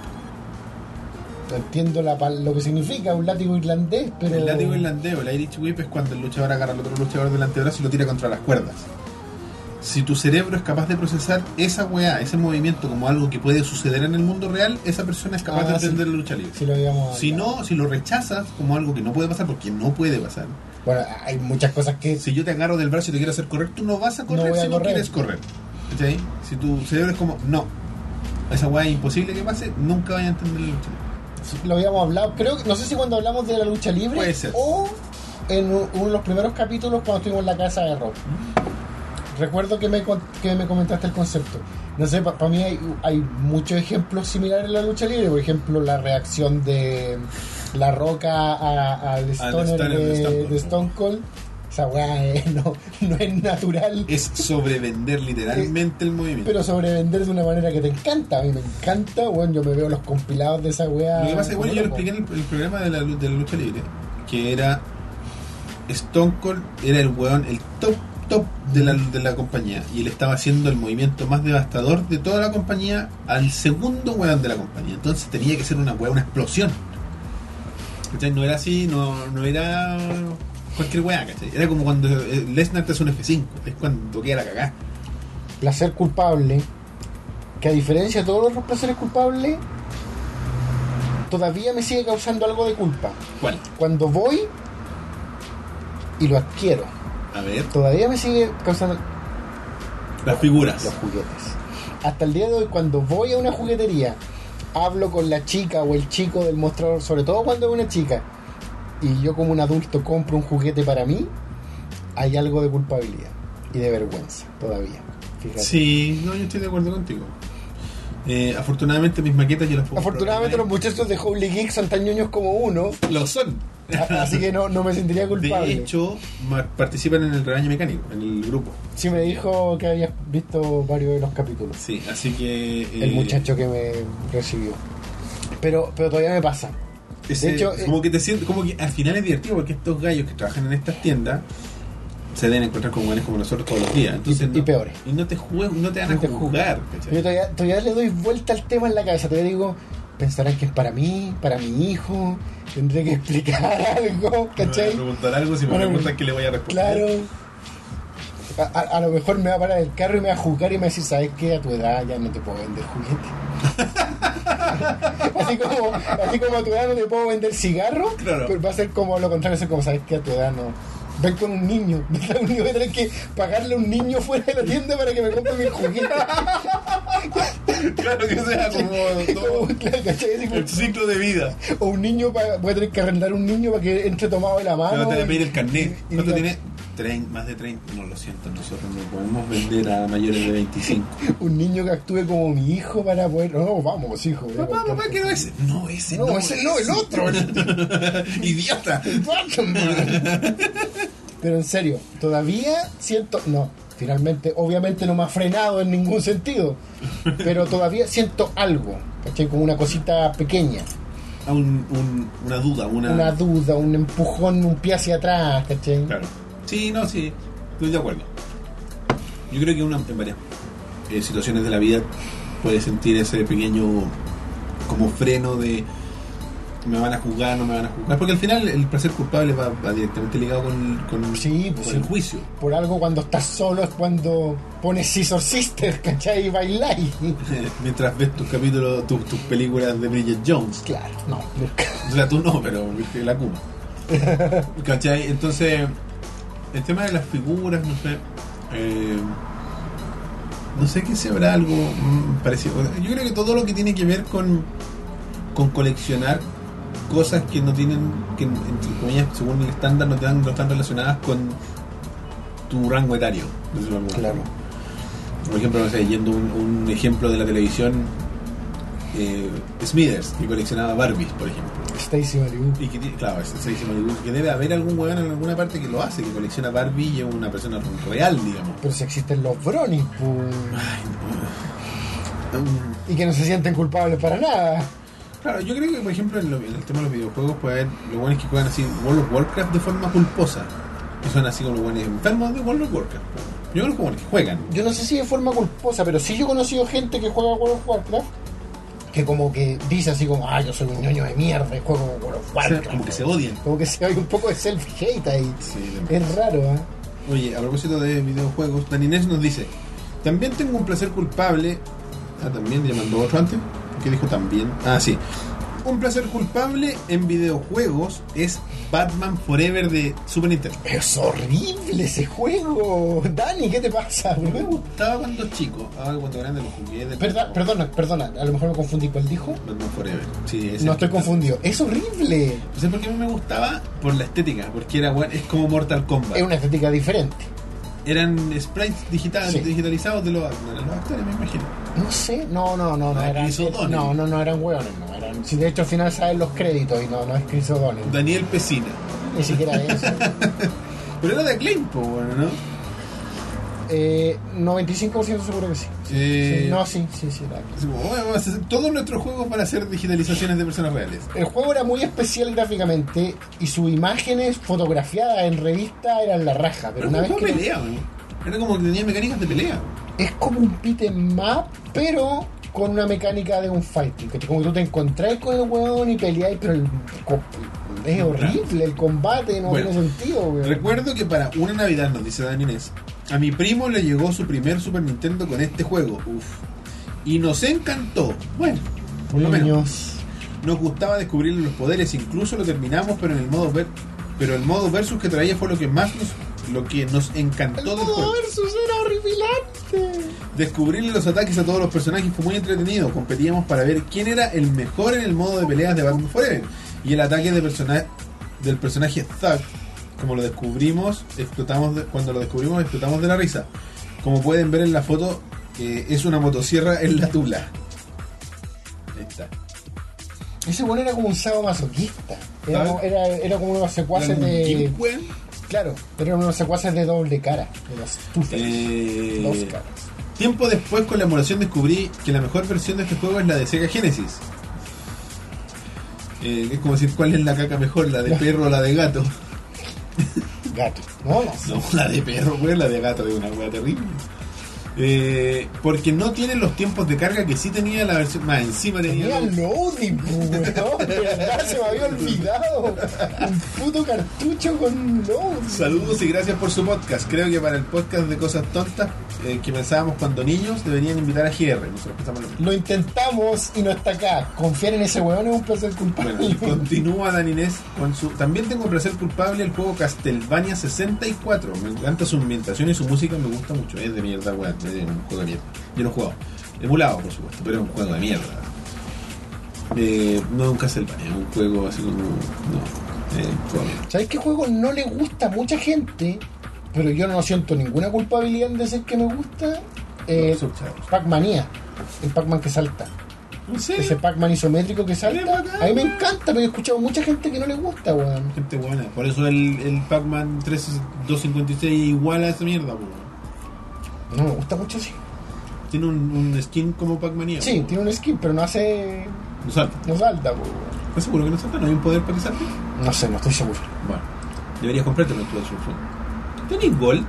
Entiendo la, pal- lo que significa un látigo irlandés, pero.
El látigo irlandés o el Irish Whip es cuando el luchador agarra al otro luchador del antebrazo y lo tira contra las cuerdas. Si tu cerebro es capaz de procesar esa weá, ese movimiento como algo que puede suceder en el mundo real, esa persona es capaz
Ah,
de
sí. Ah,
entender la lucha libre.
Si lo habíamos
Si
hablado.
no, si lo rechazas como algo que no puede pasar, porque no puede pasar.
Bueno, hay muchas cosas que.
Si yo te agarro del brazo y te quiero hacer correr, tú no vas a correr
No voy a
si no
correr.
quieres correr. ¿Cachai? Si tu cerebro es como, no, esa weá es imposible que pase, nunca vaya a entender la lucha libre.
lo habíamos hablado, creo que, no sé si cuando hablamos de la lucha libre
Puede ser.
o en u- uno de los primeros capítulos cuando estuvimos en la casa de Rock. Recuerdo que me, con- que me comentaste el concepto. No sé, para mí hay, hay muchos ejemplos similares en la lucha libre. Por ejemplo, la reacción de La Roca a- al Stoner
Stoner de
de,
Stone Cold.
de Stone Cold. Esa weá eh, no, no es natural,
Es sobrevender literalmente el movimiento.
pero sobrevender de una manera que te encanta. A mí me encanta, bueno, yo me veo los compilados de esa weá.
Lo que pasa es que bueno, yo lo
como
expliqué en el, el programa de la, lu- de la lucha libre, que era Stone Cold era el weón, el top top de la, de la compañía, y él estaba haciendo el movimiento más devastador de toda la compañía al segundo weón de la compañía. Entonces tenía que ser una weá, una explosión. ¿Cachai? No era así, no, no era cualquier weá, ¿cachai? Era como cuando eh, Lesnar te hace un F5, es cuando queda la cagada.
placer culpable, que a diferencia de todos los otros placeres culpables, todavía me sigue causando algo de culpa.
¿Cuál?
Cuando voy y lo adquiero,
A ver,
todavía me sigue causando
las figuras.
los juguetes. Hasta el día de hoy, cuando voy a una juguetería, hablo con la chica o el chico del mostrador, sobre todo cuando es una chica, y yo como un adulto compro un juguete para mí, hay algo de culpabilidad y de vergüenza todavía. Fíjate.
Sí, no, yo estoy de acuerdo contigo. Eh, afortunadamente mis maquetas yo las puedo
Afortunadamente los
comprar
muchachos de Holy Geek son tan ñoños como uno,
online. lo son.
a- así que no, no me sentiría culpable.
De hecho, ma- participan en el rebaño mecánico, en el grupo.
sí me dijo que habías visto varios de los capítulos.
Sí, así que... eh,
El muchacho que me recibió. Pero, pero todavía me pasa.
ese-
de hecho, eh,
como, que te sientes- como que al final es divertido porque estos gallos que trabajan en estas tiendas se deben encontrar con hueones como nosotros todos los días. Entonces,
Y- y
no-
peores.
Y no te, jue- no te dan
No
a
te
jugar. ¿cachai?
Yo todavía, todavía le doy vuelta al tema en la cabeza. Todavía digo, pensarán que es para mí, para mi hijo. Tendré
Uh.
que explicar algo,
Me van
¿cachai?
a preguntar algo, si me
Bueno,
preguntan que le voy a responder.
Claro. A, a- a lo mejor me va a parar el carro y me va a juzgar y me va a decir, ¿sabes qué? A tu edad ya no te puedo vender juguete. así, como, así como a tu edad no te puedo vender cigarro,
Claro.
pero va a ser como lo contrario, va a ser como, ¿sabes qué? A tu edad no. Ven con un niño, lo único que tenés que pagarle a un niño fuera de la tienda para que me compre mi juguete.
Claro que sea como
Como,
todo
claro, ¿cachai? Así como-
el ciclo de vida.
o un niño, pa- voy a tener que arrendar un niño para que entre tomado de la
Te
mano.
van a
Ah, y-
pedir el carnet.
y- y
¿Cuánto
diga,
tiene? Trein- más de 30. No, lo siento, nosotros no podemos vender a mayores de 25.
Un niño que actúe como mi hijo para poder. No, vamos, pues, hijo.
Papá, papá, quiero ese. No, ese no.
No, ese no, el otro.
Idiota.
Batman. Pero en serio, todavía siento. No, finalmente, obviamente no me ha frenado en ningún sentido. Pero todavía siento algo. ¿Cachai? Como una cosita pequeña.
Ah, un- un- una duda, una.
Una duda, un empujón, un pie hacia atrás. ¿Cachai?
Ah. Claro. Sí, no, sí. Estoy de acuerdo. Yo creo que una, en varias eh, situaciones de la vida puedes sentir ese pequeño como freno de me van a juzgar, no me van a juzgar. Porque al final el placer culpable va, va directamente ligado con, con,
Sí, pues,
con el
sí.
juicio.
Por algo cuando estás solo es cuando pones Scissor Sister, ¿cachai? Y bailáis.
Mientras ves tus capítulos, tus, tus películas de Bridget Jones.
Claro, no, nunca.
O sea, tú no, pero viste la Kuma. ¿Cachai? Entonces, el tema de las figuras, no sé. eh, no sé qué se habrá algo mm, parecido. Yo creo que todo lo que tiene que ver con, con coleccionar cosas que no tienen, que entre comillas, según el estándar, no, te dan- no están relacionadas con tu tu rango etario. por decirlo de alguna
Claro.
forma. Por ejemplo, no sé, yendo un, un ejemplo de la televisión, eh, Smithers, que coleccionaba Barbies, por ejemplo.
Stacy Malibu.
Y que, tiene- claro, es es rarísimo, digo, que debe haber algún weón en alguna parte que lo hace, que colecciona Barbie y es una persona real, digamos.
Pero si existen los bronies, pues, y que no se sienten culpables para nada.
Claro, yo creo que, por ejemplo, en, lo- en el tema de los videojuegos, puede haber los buenos que juegan así World of Warcraft de forma culposa. Que son así como los buenos enfermos de World of Warcraft. Yo conozco buenos que juegan.
Yo no sé si de forma culposa, pero sí yo he conocido gente que juega World of Warcraft que como que dice así como, ah, yo soy un ñoño de mierda y juego World of
O sea,
Warcraft.
como que se odian.
Como que se oye un poco de self-hate ahí.
Sí,
Es raro, ¿eh?
Oye, a propósito de videojuegos, Dan Inés nos dice: También tengo un placer culpable. Ah, también le mandó otro antes. ¿Qué dijo también? Ah, sí. Un placer culpable en videojuegos es Batman Forever de Super Nintendo.
Es horrible ese juego. Dani, ¿qué te pasa,
Me
bro?
gustaba cuando chico, ahora cuando grande lo jugué. de-
Perda- perdona, perdona, a lo mejor me confundí. ¿Cuál dijo?
Batman Forever. Sí, ese.
No estoy confundido. Es horrible.
No sé por qué a mí me gustaba por la estética, porque era bueno, es como Mortal Kombat.
Es una estética diferente.
Eran sprites digital,
Sí.
digitalizados de los, de los actores, me imagino.
No sé, no, no, no, no
Ah,
eran. eh,
Chris O'Donnell.
No, no, no eran hueones, no eran. Si de hecho al final salen los créditos y no, no es Chris O'Donnell.
Daniel Pesina.
Ni siquiera eso.
Pero era de Acclaim, po, bueno, ¿no?
Eh, 95% seguro que sí.
Eh,
Sí, no, sí, sí, sí. era Chris.
así como, "Oye, vamos a hacer- Todos nuestros juegos van a ser digitalizaciones de personas reales.
El juego era muy especial gráficamente y sus imágenes fotografiadas en revista eran la raja.
Pero
Pero, una
como
vez
juego
que
de pelea, weón. Era como que tenía mecánicas de pelea.
es como un beat em up, pero con una mecánica de un fighting. Que como que tú te encontrás con el hueón y peleáis, pero el co- es horrible el combate, no
Bueno,
tiene sentido, weón.
Recuerdo que para una Navidad, nos dice Dan Inés, a mi primo le llegó su primer Super Nintendo con este juego. Uf. Y nos encantó. Bueno, por lo menos.
Niños.
Nos gustaba descubrir los poderes, incluso lo terminamos, pero en el modo ver, pero el modo versus que traía fue lo que más nos, lo que nos encantó
El
del
modo
juego.
versus era horripilante.
Descubrirle los ataques a todos los personajes fue muy entretenido. Competíamos para ver quién era el mejor en el modo de peleas de Batman Forever. Y el ataque de persona- del personaje Thug, como lo descubrimos, explotamos de- cuando lo descubrimos, explotamos de la risa. Como pueden ver en la foto, eh, es una motosierra en la tula. Ahí está.
Ese weón era como un sábado masoquista. Era,
¿Sabes?
era, era como unos secuaces
Eran un
de.
Jim Wen,
Claro, eran unos secuaces de doble cara. De los two-face,
eh,
dos caras.
Tiempo después con la emulación descubrí que la mejor versión de este juego es la de Sega Genesis. Eh, es como decir cuál es la caca mejor, la de perro o la de gato.
Gato. No, no.
No, la de perro, güey, la de gato es una weá terrible. Eh, porque no tiene los tiempos de carga que sí tenía la versión. Más encima tenía.
Tenía loading, pu, weón. De verdad, se me había olvidado. Un puto cartucho con loading.
Saludos y gracias por su podcast. Creo que para el podcast de cosas tontas eh, que pensábamos cuando niños deberían invitar a GR. Nosotros pensamos lo mismo.
Lo intentamos y no está acá. Confiar en ese weón es un placer culpable.
Bueno, y continúa Dan Inés con su. También tengo placer culpable el juego Castlevania 64. Me encanta su ambientación y su música, me gusta mucho. Es de mierda, weón. Es de un juego de mierda. Yo lo he jugado. Emulado, por supuesto, pero es un juego de mierda. Eh, no es un Castlevania, es un juego así como. No, es un juego de mierda.
¿Sabes qué juego no le gusta a mucha gente? Pero yo no siento ninguna culpabilidad en decir que me gusta. Eh,
Son chavos.
Pac-Manía. El Pac-Man que salta.
¿En
Ese
serio?
Pac-Man isométrico que
Es
salta.
bacán,
A mí me
weón.
encanta, pero he escuchado mucha gente que no le gusta, weón.
Gente buena. Por eso el, el Pac-Man 3256 igual a esa mierda, weón.
No me gusta mucho, sí.
Tiene un, un skin como Pac-Manía.
Sí,
weón.
tiene un skin, pero no hace.
No salta.
No salta, weón.
¿Estás seguro que no salta? ¿No hay un poder para que salte?
No sé, no estoy seguro.
Bueno, deberías comprártelo en tu Xbox ¿Tenés Gold?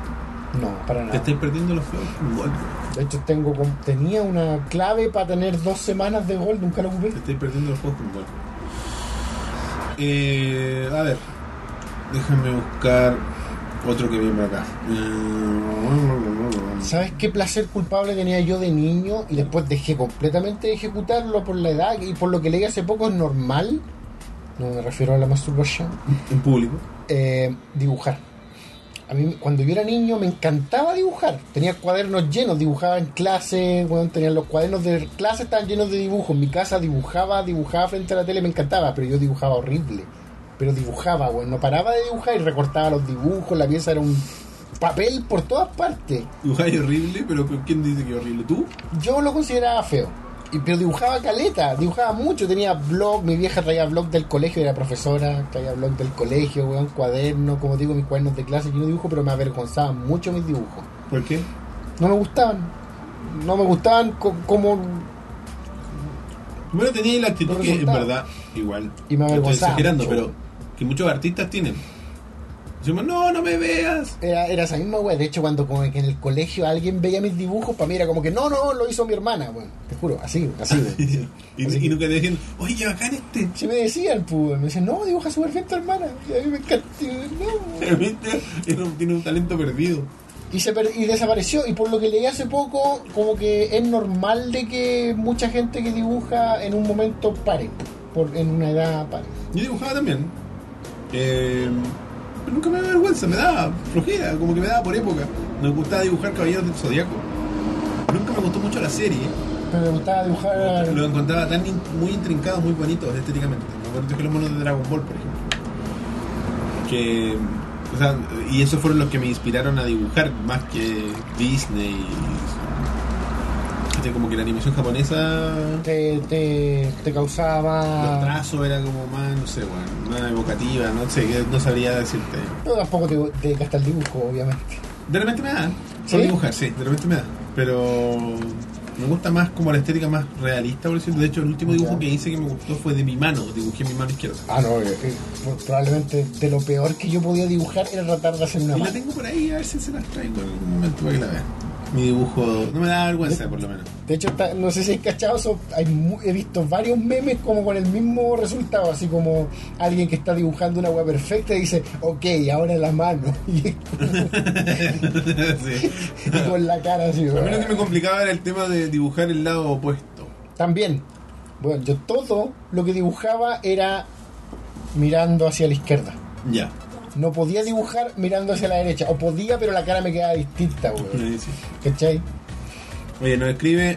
No, para
Te
nada.
estáis perdiendo los juegos con Gold.
De hecho, tengo, con- tenía una clave para tener dos semanas de gol, nunca lo ocupé.
Te estáis perdiendo los juegos con Gold. Eh, a ver, déjame buscar otro que viene por acá. Eh,
¿Sabes qué placer culpable tenía yo de niño y después dejé completamente de ejecutarlo por la edad y por lo que leí hace poco es normal? No me refiero a la masturbación.
En público.
eh, dibujar. A mí, cuando yo era niño, me encantaba dibujar. Tenía cuadernos llenos, dibujaba en clase, bueno, tenía los cuadernos de clase estaban llenos de dibujos. En mi casa dibujaba, dibujaba frente a la tele, me encantaba, pero yo dibujaba horrible. Pero dibujaba, bueno, no paraba de dibujar y recortaba los dibujos, la pieza era un papel por todas partes.
Dibujaba horrible, pero pero ¿quién dice que es horrible? ¿Tú?
Yo lo consideraba feo. Y, pero dibujaba caleta, dibujaba mucho, tenía blog, mi vieja traía blog del colegio, era profesora, traía blog del colegio, weón, cuaderno, como digo, mis cuadernos de clase, yo no dibujo, pero me avergonzaban mucho mis dibujos.
¿Por qué?
No me gustaban, no me gustaban co- como...
Bueno, tenía ahí la actitud
Los
que en
resultados.
verdad, igual.
Y
estoy
me avergonzaba
exagerando,
mucho.
pero que muchos artistas tienen. Decimos, no, no me veas.
Era, era esa misma weón, de hecho cuando como que en el colegio alguien veía mis dibujos, para mí era como que no, no, lo hizo mi hermana, weón, te juro, así, así. weón.
y,
Así
y
que-
nunca te decían, oye, qué bacán este.
Si me decían, pues, me decían, no, dibuja súper bien tu hermana, y a mí me encanta, y yo, no, weón.
Realmente era un- tiene un talento perdido.
y, se per- y desapareció. Y por lo que leí hace poco, como que es normal de que mucha gente que dibuja en un momento pare, por, en una edad pare.
Yo dibujaba también. Eh, pero nunca me daba vergüenza, me daba flojera, como que me daba por época. Me gustaba dibujar Caballeros del Zodiaco. Nunca me gustó mucho la serie.
Pero me gustaba dibujar.
Lo encontraba tan in- muy intrincados, muy bonitos estéticamente. Me acuerdo que los monos de Dragon Ball, por ejemplo. Que. o sea, y esos fueron los que me inspiraron a dibujar, más que Disney. Este, Como que la animación japonesa
Te, te, te
Los
causaba.
trazos era como más, no sé, bueno, más evocativa, no sé, que no sabría decirte.
No, tampoco te, te gasta el dibujo, obviamente.
De repente me da,
¿Sí?
por dibujar, sí, de repente me da. Pero me gusta más como la estética más realista, por decirlo. De hecho, el último dibujo
Ya.
que hice que me gustó fue de mi mano, dibujé mi mano izquierda.
Ah, no, eh, eh, por- probablemente de lo peor que yo podía dibujar era tratar de hacer una
Y la
mano.
tengo por ahí, a ver si se las traigo en algún momento para que la vean. Mi dibujo no me da vergüenza, por lo menos.
De hecho, está- no sé si has cachado, so- hay mu- he visto varios memes como con el mismo resultado, así como alguien que está dibujando una web perfecta y dice, ok, ahora la mano, y,
Sí.
con la cara así.
A mí lo que me complicaba era el tema de dibujar el lado opuesto.
También, bueno, yo todo lo que dibujaba era mirando hacia la izquierda.
Ya.
No podía dibujar mirando hacia la derecha, o podía, pero la cara me quedaba distinta, weón.
Sí, sí.
¿Cachai?
Oye, nos escribe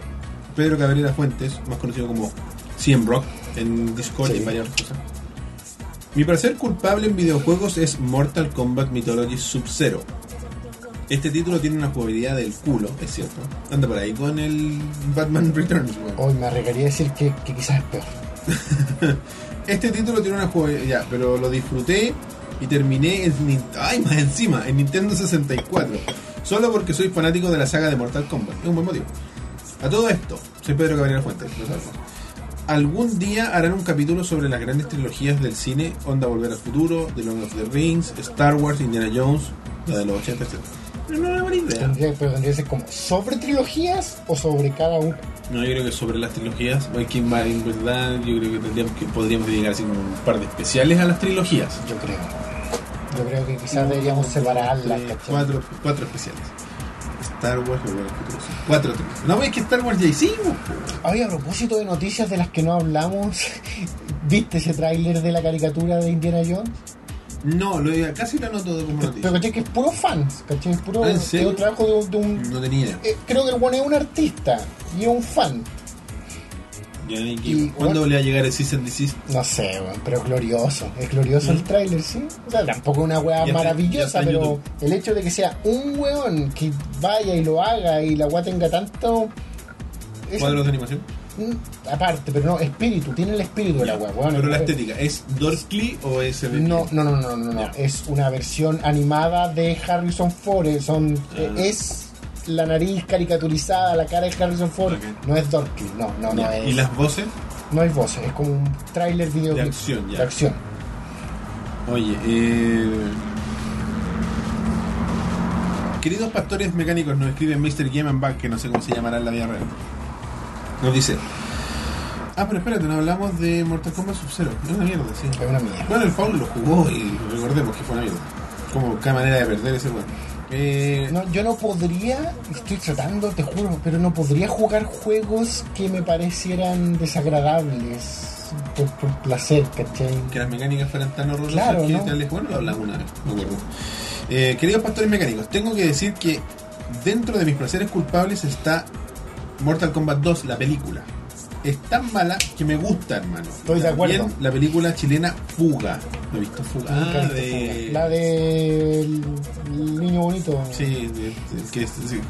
Pedro Cabrera Fuentes, más conocido como CM Rock, en Discord y
Sí.
en varias otras cosas. Mi parecer culpable en videojuegos es Mortal Kombat Mythology Sub-Zero. Este título tiene una jugabilidad del culo, es cierto. Anda por ahí con el Batman Returns. weón.
Hoy me arriesgaría a decir que, que quizás es peor.
Este título tiene una jugabilidad, pero lo disfruté y terminé en, Nin- ay, más encima, en Nintendo 64. Solo porque soy fanático de la saga de Mortal Kombat. Es un buen motivo. A todo esto, soy Pedro Cabrera Fuentes. lo sabemos. Algún día harán un capítulo sobre las grandes trilogías del cine, Onda Volver al Futuro, The Lord of the Rings, Star Wars, Indiana Jones, la de los 80, etc. Pero no es una buena idea.
Tendría, pero tendría que ser como sobre trilogías o sobre cada uno.
No, yo creo que sobre las trilogías, hay que en verdad, yo creo que, tendríamos que podríamos dedicar así como un par de especiales a las trilogías.
Yo creo. Yo creo que quizás deberíamos separarlas.
Tres,
¿cachai?
cuatro, cuatro especiales. Star Wars, Volver al Futuro, sí. Cuatro tres. No, es que Star Wars ya hicimos. po.
Oye, a propósito de noticias de las que no hablamos, ¿viste ese tráiler de la caricatura de Indiana Jones?
No, lo, eh, casi lo anoto de como
Pero
noticia.
caché que es puro fans, caché, es puro
Ah, ¿En
es
serio? Mm.
un trabajo de, un- de un...
No tenía idea.
eh, creo que el one es un artista y es un fan.
Ya, ¿y qué?
y- Este-
¿Cuándo
bueno.
le va a llegar el Season Desist?
No sé, weón, pero es glorioso. Es glorioso el tráiler, ¿sí? O sea, tampoco es una
Ya
weá
Mm. está- ya está
maravillosa,
en
pero
YouTube.
el hecho de que sea un weón que vaya y lo haga y la weá tenga tanto... es-
Cuadros de animación.
mm, aparte, pero no, espíritu, tiene el espíritu de la weá, weón.
Pero la
Es-
estética, ¿es Dorkly o es el-
este- No, no, no, no, no, no.
Ya.
Es una versión animada de Harrison Ford. eh, Son, eh,
Ah.
Es la nariz caricaturizada, la cara de Harrison Ford.
Ok.
No es Dorky, no, no, no
Ya,
es.
¿Y las voces?
No es voces, es como un tráiler video
De acción, ya.
De acción.
Oye, eh... Queridos pastores mecánicos, nos escribe Mr. Game and Back, que no sé cómo se llamará en la vida real. Nos dice... Ah, pero espérate, no hablamos de Mortal Kombat Sub-Zero. Es una mierda, sí.
Es una mierda.
Bueno, el Paul lo jugó y recordemos que fue una mierda. Como qué manera de perder ese juego. Eh,
No, yo no podría, estoy tratando, te juro, pero no podría jugar juegos que me parecieran desagradables por, por placer, ¿cachai?
Que las mecánicas fueran tan horrorosas
Claro,
que
¿no?
tal vez- bueno, lo hablamos una vez, me acuerdo. Eh, queridos pastores mecánicos, tengo que decir que dentro de mis placeres culpables está Mortal Kombat 2, la película. Es tan mala que me gusta, hermano.
Estoy de
También
acuerdo.
La película chilena Fuga. ¿No he visto Fuga?
Nunca he
Ah,
visto
de...
esa weá. La del niño niño bonito.
Sí, de- de- que sí,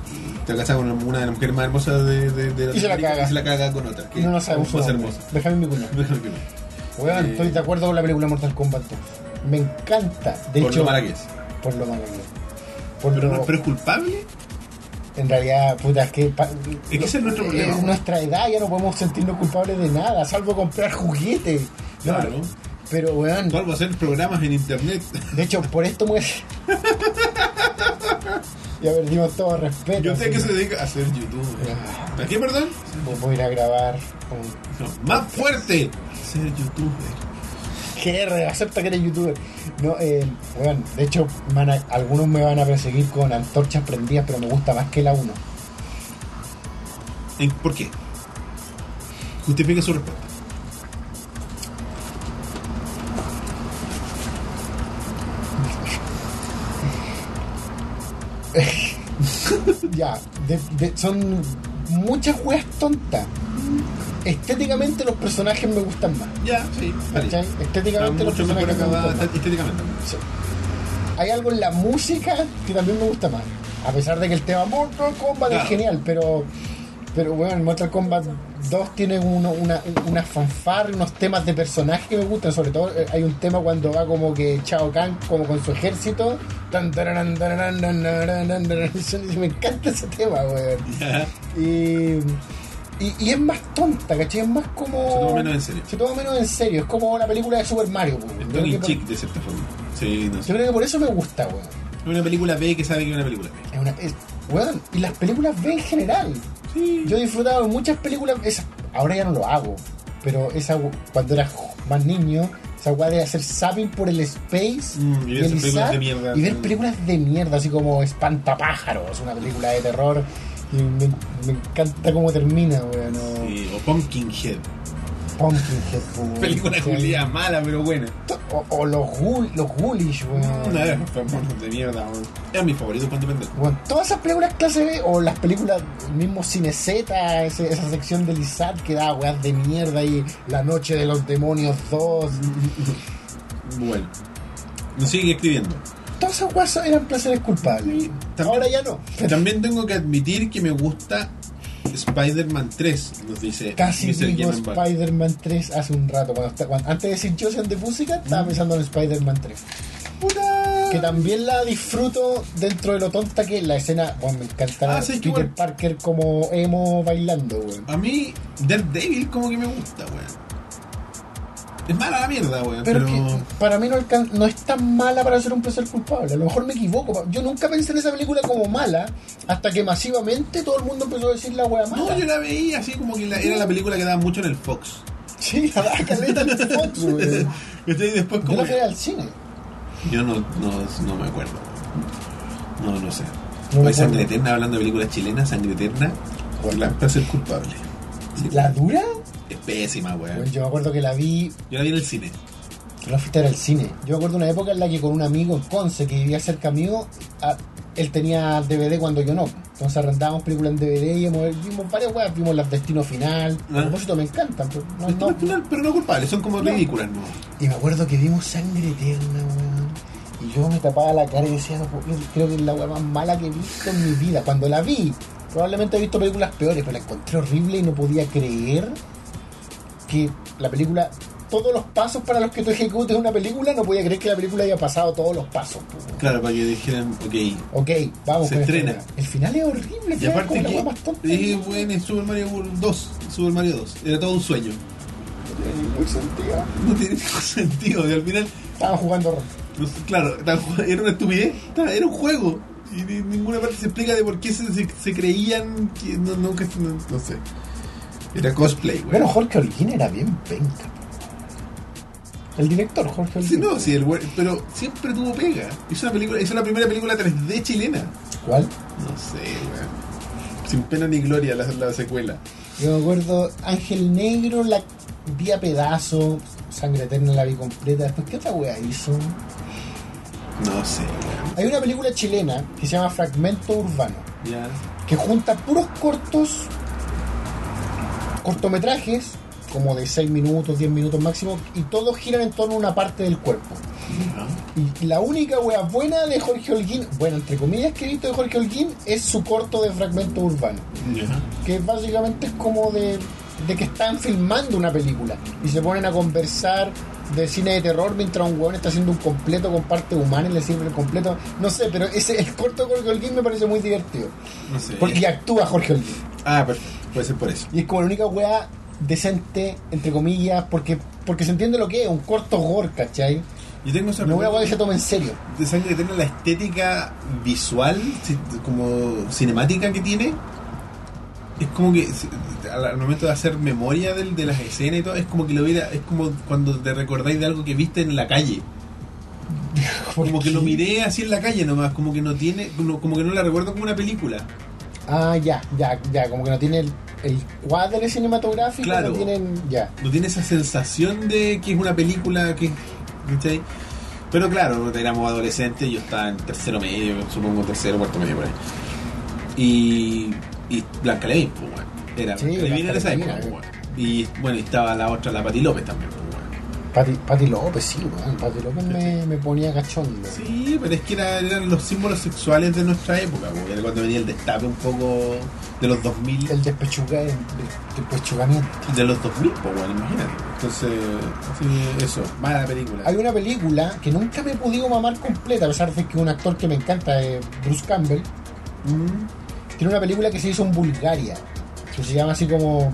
te casas con una de las mujeres más hermosas de, de, de
Y se la
Latinoamérica
caga.
y se la caga con otra. Que
no la sabemos.
Más
su
hermosa.
nombre. Benjamín Vicuña.
Déjame que no.
Weón,
Eh.
estoy de acuerdo con la película Mortal Kombat. Me encanta. De
Por
hecho,
lo mala que es.
por lo malo que es. Por
Pero,
lo-
no- pero es culpable.
en realidad, puta, es que. pa-
Es que ese es nuestro problema.
En nuestra edad ya no podemos sentirnos culpables de nada, salvo comprar juguetes. No,
Claro.
Pero, weón.
¿Cuál va a ser programas en internet?
De hecho, por esto muere. ya perdimos todo respeto.
Yo sé
así
que se dedica a hacer YouTube.
Ah.
¿A qué, perdón?
Pues Voy a ir a grabar. un-
No, más fuerte. Ser youtuber.
GR, acepta que eres youtuber. No, eh, weón, de hecho, me van a- algunos me van a perseguir con antorchas prendidas, pero me gusta más que la 1.
¿En- ¿Por qué? Justifique su respuesta.
Ya, de- de- son muchas weas tontas. Estéticamente los personajes me gustan más.
Ya, sí,
¿cachai?
vale. Está
Estéticamente los
mucho mejor
personajes me
acabada
gustan más.
está- estéticamente.
Sí. Hay algo en la música que también me gusta más. A pesar de que el tema Mortal Kombat
Claro.
es genial, pero. Pero bueno, el Mortal Kombat 2 tiene uno, una, una fanfar, unos temas de personajes que me gustan. Sobre todo eh, hay un tema cuando va como que Chao Kahn, como con su ejército. Tan, tararán, tararán, nan, nan, nan, nan. Me encanta ese tema, weón.
Ya.
Y, y, y es más tonta, ¿cachai? Es más como.
Se toma menos en serio.
Se toma menos en serio. Es como la película de Super Mario, weón.
Es
Yo creo
Tony
que por-
Chick, de cierta forma. Sí, no sé.
yo creo que por eso me gusta, weón.
Es una película B que sabe que es una película B.
Es una- es- weón, y las películas B en general.
Sí.
Yo he disfrutado de muchas películas. esas- ahora ya no lo hago. Pero esa we- cuando era jo- más niño, esa weá de hacer zapping por el space
Mm, y ver esas
el
películas
zap,
de mierda.
y ver películas de mierda, así como Espantapájaros, una película de terror. Y me, me encanta cómo termina, weón. o
Sí, o Pumpkinhead.
Pumpkinhead, weón,
Película
¿cachai?
Julia mala, pero buena.
O, o los, ghoul- los Ghoulish, weón.
Una de las famosas de mierda. weón. Era mi favorito cuando pendejo.
Bueno, todas esas películas clase B o las películas, el mismo Cine Z, ese- esa sección del ISAT que da weas de mierda y La Noche de los Demonios 2,
Bueno. Nos sigue escribiendo.
todas esas weas son- eran placeres culpables.
También-
Ahora ya no.
También tengo que admitir que me gusta Spider-Man 3, nos dice
Casi
Mr.
digo
Game Boy.
Spider-Man 3 hace un rato. Cuando, está- cuando- antes de decir Joseph de música,
Mm.
estaba pensando en Spider-Man 3.
Puta.
Que
Ah.
también la disfruto dentro de lo tonta que es la escena. Bueno, me encanta
Ah, sí, qué
Peter
bueno.
Parker como emo bailando, weón.
A mí, Daredevil como que me gusta, weón. Es mala la mierda, weón.
Pero,
Pero,
que para mí no, alcan- no es tan mala para ser un placer culpable. A lo mejor me equivoco. Yo nunca pensé en esa película como mala hasta que masivamente todo el mundo empezó a decir la wea mala.
No, yo la veía así como que la- era la película que daban mucho en el Fox.
Sí, la verdad, caleta en el Fox, güey.
Este, y después
Yo
como
la
que-
fui al cine.
Yo no, no, no me acuerdo. No, no sé.
No me
Hoy Sangre
acuerdo.
Eterna, hablando de películas chilenas, Sangre Eterna, la placer culpable. Sí,
¿La dura?
Es pésima,
Güey,
weón.
yo me acuerdo que la vi.
Yo la vi en el cine.
Tú la fuiste a ver al cine. Yo me acuerdo una época en la que con un amigo en Conce que vivía cerca mío, a- él tenía DVD cuando yo no. Entonces arrendábamos películas en DVD y hemos- vimos varias weas. Vimos las Destino Final.
Ah.
A propósito, me encantan. pero no-
Pero
no,
al final, pero no culpable, son como
No.
ridículas, ¿no?
Y me acuerdo que vimos sangre eterna, weón. Y yo me tapaba la cara y decía, "No puedo creer, creo que es la weá más mala que he visto en mi vida. Cuando la vi, probablemente he visto películas peores, pero la encontré horrible y no podía creer que la película, todos los pasos para los que tú ejecutes una película, no podía creer que la película haya pasado todos los pasos. pues, weón.
Claro, para que dijeran, ok.
Ok, vamos.
Se
con esta
estrena.
weá. El final es horrible,
Y
final es
aparte
como la
que
weá más tonta.
eh, bueno, en Super Mario World 2, Super Mario 2, era todo un sueño.
Muy sentido.
No tiene ningún sentido. Y al final,
Estaban jugando rol.
no sé, claro, era era una estupidez, era un juego. Y de ninguna parte se explica de por qué se, se- se creían que no, nunca, no, no sé. Era cosplay, güey.
Bueno, Jorge Holguín era bien penca. El director, Jorge Holguín.
Sí, no, sí, el güey- pero siempre tuvo pega. Hizo una película, hizo la primera película 3D chilena.
¿Cuál?
No sé, güey. Sin pena ni gloria la, la secuela.
Yo me acuerdo, Ángel Negro la vi a pedazo, Sangre Eterna la vi completa. Después, ¿qué otra wea hizo?
No sé, güey.
Hay una película chilena que se llama Fragmento Urbano,
Ya.
que junta puros cortos, cortometrajes, como de 6 minutos, 10 minutos máximo, y todos giran en torno a una parte del cuerpo. Y La única wea buena de Jorge Holguín, bueno, entre comillas, que he visto de Jorge Holguín es su corto de fragmento urbano,
Ya.
que básicamente es como de, de que están filmando una película y se ponen a conversar de cine de terror mientras un weón está haciendo un completo con parte humana y le sirve el completo. No sé, pero ese el corto de Jorge Holguín me parece muy divertido.
No sé.
Porque actúa Jorge Holguín.
Ah, perfecto. Puede ser por eso.
Y es como la única weá decente, entre comillas, porque, porque se entiende lo que es, un corto gore, ¿cachai?
Yo tengo esa
No una weá que se tome en serio.
de sangre eterna la estética visual ci- como cinemática que tiene es como que si- al al momento de hacer memoria del- de, las escenas y todo es como que lo hubiera es como cuando te recordáis de algo que viste en la calle como que lo miré así en la calle nomás como que no tiene como, como que no la recuerdo como una película
Ah, ya, ya, ya, como que no tiene el, el cuadro cinematográfico,
Claro.
no tienen. Ya.
no tiene esa sensación de que es una película que ¿cachai? pero claro éramos adolescentes yo estaba en tercero medio supongo tercero cuarto medio por ahí y, y Blanca Levin pues, bueno, era
Sí,
Blanca Levin en
Blanca
esa
Levin,
época
eh.
pues, bueno. y bueno y estaba la otra la Pati López también pues, bueno.
Pati, Pati López, sí, weón. Pati López me, me ponía cachondo.
sí pero es que era- eran los símbolos sexuales de nuestra época pues, era cuando venía el destape un poco de los 2000
El despechuga, el despechugamiento.
de los 2000 pues, bueno, imagínate entonces sí, eso mala película
Hay una película que nunca me he podido mamar completa, a pesar de que un actor que me encanta es Bruce Campbell.
Mm.
Tiene una película que se hizo en Bulgaria, que se llama así como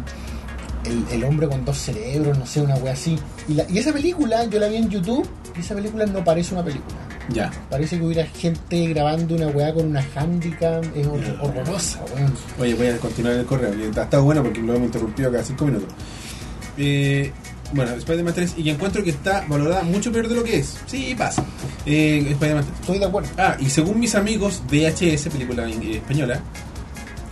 El, el hombre con dos cerebros, no sé, una wea así. Y, la- y esa película, yo la vi en YouTube, y esa película no parece una película.
ya
Parece que hubiera gente grabando una weá con una handicam, es hor-
Ya.
horrorosa, weón.
Oye, voy a continuar el correo, que ha estado bueno porque lo hemos interrumpido cada 5 minutos. Eh, bueno, Spider-Man 3, y que encuentro que está valorada mucho peor de lo que es. Sí, pasa. Eh, Spider-Man 3.
Estoy de acuerdo.
Ah, y según mis amigos, VHS, película in- eh, española,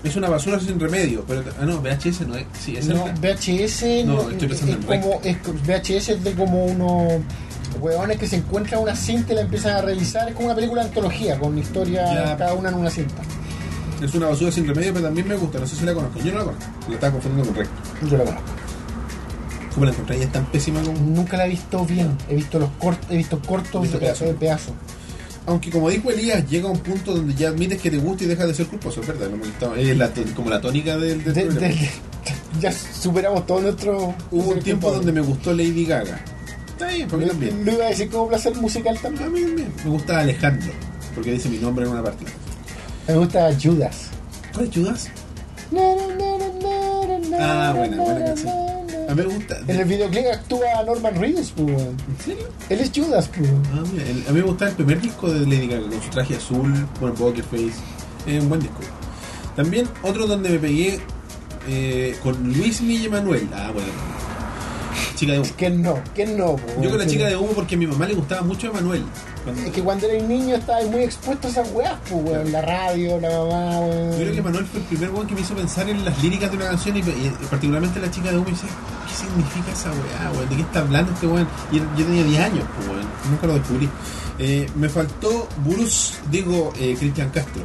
es una basura sin remedio. Pero, ah, no, VHS no es. Sí, es
No,
el-
VHS
No,
no-
estoy pensando
es
en
como es, co- VHS es de como unos weones que se encuentran una cinta y la empiezan a revisar. Es como una película de antología, con historia
Ya.
cada una en una cinta.
es una basura sin remedio, pero también me gusta. No sé si la conozco. Yo no la conozco. La estaba confundiendo con Rec.
Yo la conozco.
¿Cómo la encontré? Ella es tan pésima como.
Nunca la he visto bien. He visto los cortos, he visto cortos
He visto
de pedazos.
pedazos.
de pedazos.
Aunque, como dijo Elías, llega un punto donde ya admites que te gusta y dejas de ser culposo, es verdad. No me gustaba. Es la to- como la tónica del, del
De-
programa.
de- ya superamos todo nuestro.
Hubo un tiempo donde me gustó Lady Gaga. Está bien, para mí también.
lo iba a decir como placer musical también.
A mí también. Me gusta Alejandro, porque dice mi nombre en una partida.
Me gusta Judas.
¿Cuál es Judas? Ah, buena, buena canción. A mí me gusta.
En el videoclip actúa Norman Reedus, pues, weón.
¿En serio?
Él es Judas, pues, weón.
Ah, mira, el- a mí me gustaba el primer disco de Lady Gaga con su traje azul, bueno, Poker Face. Es un buen disco. También otro donde me pegué eh, con Luis Mille Manuel. Ah, bueno. Chica de humo.
¿Quién no? ¿Quién no? pues,
Yo
weón?
con la
Sí.
chica de humo porque a mi mamá le gustaba mucho Emanuel. Cuando-
Es que cuando eres niño estabas muy expuesto a esas weas, pues, weón. La radio, la mamá, weón.
Yo creo que Manuel fue el primer weón que me hizo pensar en las líricas de una canción y, y particularmente la chica de humo y decía, ¿qué significa esa weá, weón? ¿De qué está hablando este weón? Y era- yo tenía 10 años, pues, weón, nunca lo descubrí. Eh, me faltó Burus, digo, eh, Cristian Castro.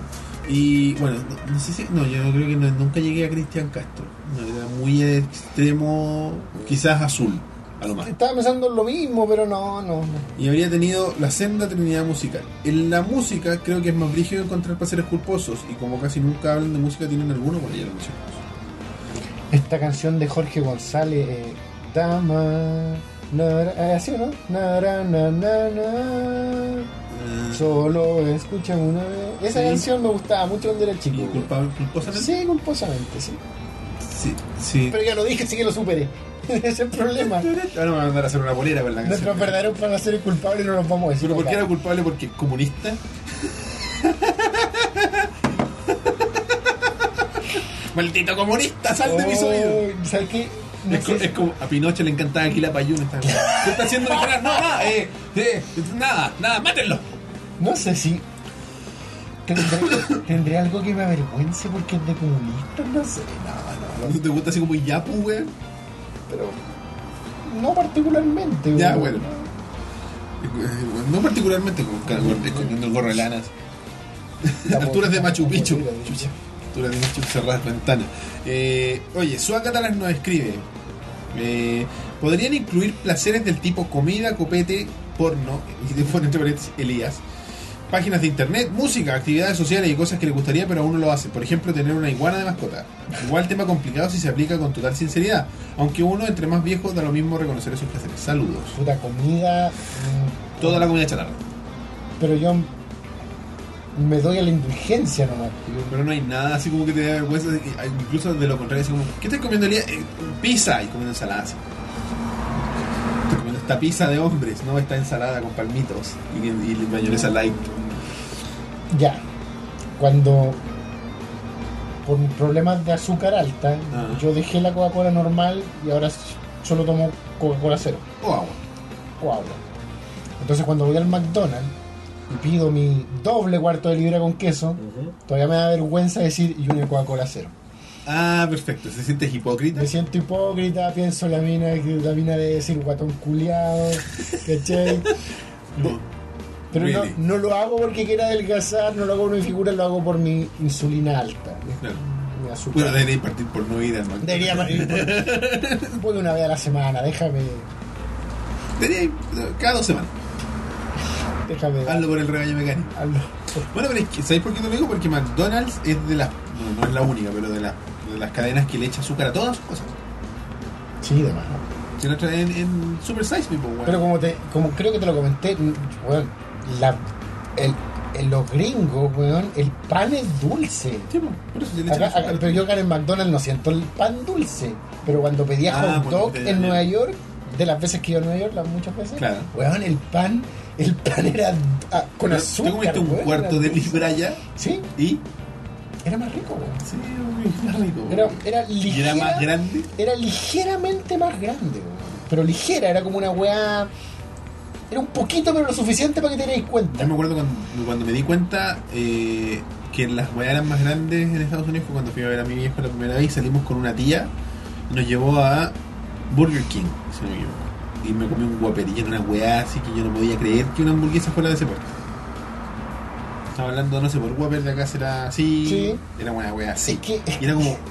Y bueno, no, no sé si. No, yo creo que no- nunca llegué a Cristian Castro. No, era muy extremo, quizás azul, a lo más.
Estaba pensando en lo mismo, pero no, no, no.
Y habría tenido la senda trinidad musical. En la música creo que es más brígido encontrar placeres culposos. Y como casi nunca hablan de música, tienen alguno, bueno, ya lo mencionamos.
Esta canción de Jorge González, eh, Dama, nara, eh, así o no? Nara, na, na, na,
Ah,
solo escucha una vez. Esa
Sí.
canción me gustaba mucho cuando era chico.
¿Y
güey.
culpable, culposamente?
Sí, culposamente, sí.
Sí, sí.
Pero ya lo dije, así que lo superé. Ese es el problema.
Ahora me van a mandar a hacer una bolera con la
Nuestros
canción.
verdaderos para ser culpables no los vamos a decir.
¿Pero por qué
acá.
era culpable? Porque comunista. Maldito comunista, sal de mis oídos.
Oh, ¿Sabes qué? No
Es, co-
sé si-
es como a Pinocho le encantaba aquí la payuna. Esta weá. ¿Qué está haciendo Nicolás? No, nada, eh, eh, nada, nada, mátenlo.
No sé si. ¿Tendré, tendré algo que me avergüence porque es de comunista? No sé. No, no, no.
¿No te gusta así como pues, Yapu, weón?
Pero. No particularmente.
Ya,
weón.
bueno. No particularmente con, con- escondiendo el gorro de lanas.
La
Alturas de Machu
mochila, la
Picchu.
mochila, de hecho.
Alturas de Machu cerradas ventanas. Eh, oye, Sua Catalán nos escribe. eh, ¿Podrían incluir placeres del tipo comida, copete, porno, y te pone entre paréntesis Elías, páginas de internet, música, actividades sociales y cosas que le gustaría pero aún no lo hace. Por ejemplo, tener una iguana de mascota. Igual tema complicado si se aplica con total sinceridad. Aunque uno, entre más viejo, da lo mismo reconocer esos placeres. Saludos.
Puta comida. mm,
Toda la comida chatarra.
Pero yo me doy a la indulgencia nomás.
Pero no hay nada así como que te dé vergüenza. de que- Incluso de lo contrario, así como, ¿qué estás comiendo Elías? "Eh, pizza. Y comiendo ensalada. así. Estoy comiendo esta pizza de hombres, no esta ensalada con palmitos y, y mayonesa light.
Ya. Cuando por problemas de azúcar alta,
Ah.
yo dejé la Coca-Cola normal y ahora s- solo tomo Coca-Cola cero
O agua.
o agua. Entonces cuando voy al McDonald's y pido mi doble cuarto de libra con queso, todavía me da vergüenza decir y una Coca-Cola cero.
Ah, perfecto. ¿Se sientes hipócrita?
Me siento hipócrita, pienso la mina, la mina de decir guatón culiado, ¿cachai?
No.
Pero no-
Really.
no, lo hago porque quiera adelgazar, no lo hago por mi figura, lo hago por mi insulina alta.
Claro.
Mi azúcar.
Bueno, debería partir por no ir al McDonald's.
Debería por- Voy una vez a la semana, déjame.
Debería ir cada dos semanas.
Déjame.
Hazlo por el rebaño mecánico.
hazlo.
Bueno, pero es que, ¿sabéis por qué te lo digo? Porque McDonald's es de las. No, no es la única, pero de, las de las cadenas que le echa azúcar a todas sus cosas.
Sí, de más. ¿no?
Si no traen en, en Super Size Me, pues, weón.
Pero como te, como creo que te lo comenté, mm, weón, la, el, en los gringos, weón, el pan es dulce.
Sí, pues, por eso se le echa
Acá- acá-
azúcar.
pero yo acá en el McDonald's no siento el pan dulce. Pero cuando pedía
Ah,
hot
cuando
dog
te-
en Nueva York, de las veces que iba a Nueva York, las muchas veces,
Claro.
weón, el pan, el pan era ah, con
Pero
azúcar.
Tú comiste un
weón,
cuarto
era
de
dulce.
libra ya
Sí,
y.
era más rico, weón.
Sí, muy rico. weón.
Era, era
y
ligera,
era más grande.
era ligeramente más grande, weón. pero ligera, era como una weá. Era un poquito, pero lo suficiente para que te des cuenta.
Yo me acuerdo cuando, cuando me di cuenta eh, que las weas eran más grandes en Estados Unidos fue cuando fui a ver a mi viejo la primera vez y salimos con una tía y nos llevó a Burger King, si no me equivoco. Y me comí un guaperilla en una weá así que yo no podía creer que una hamburguesa fuera de ese porte. Estaba hablando, no sé, por guaper de acá será así.
Sí.
Era una weá así.
Es que-
Y era como,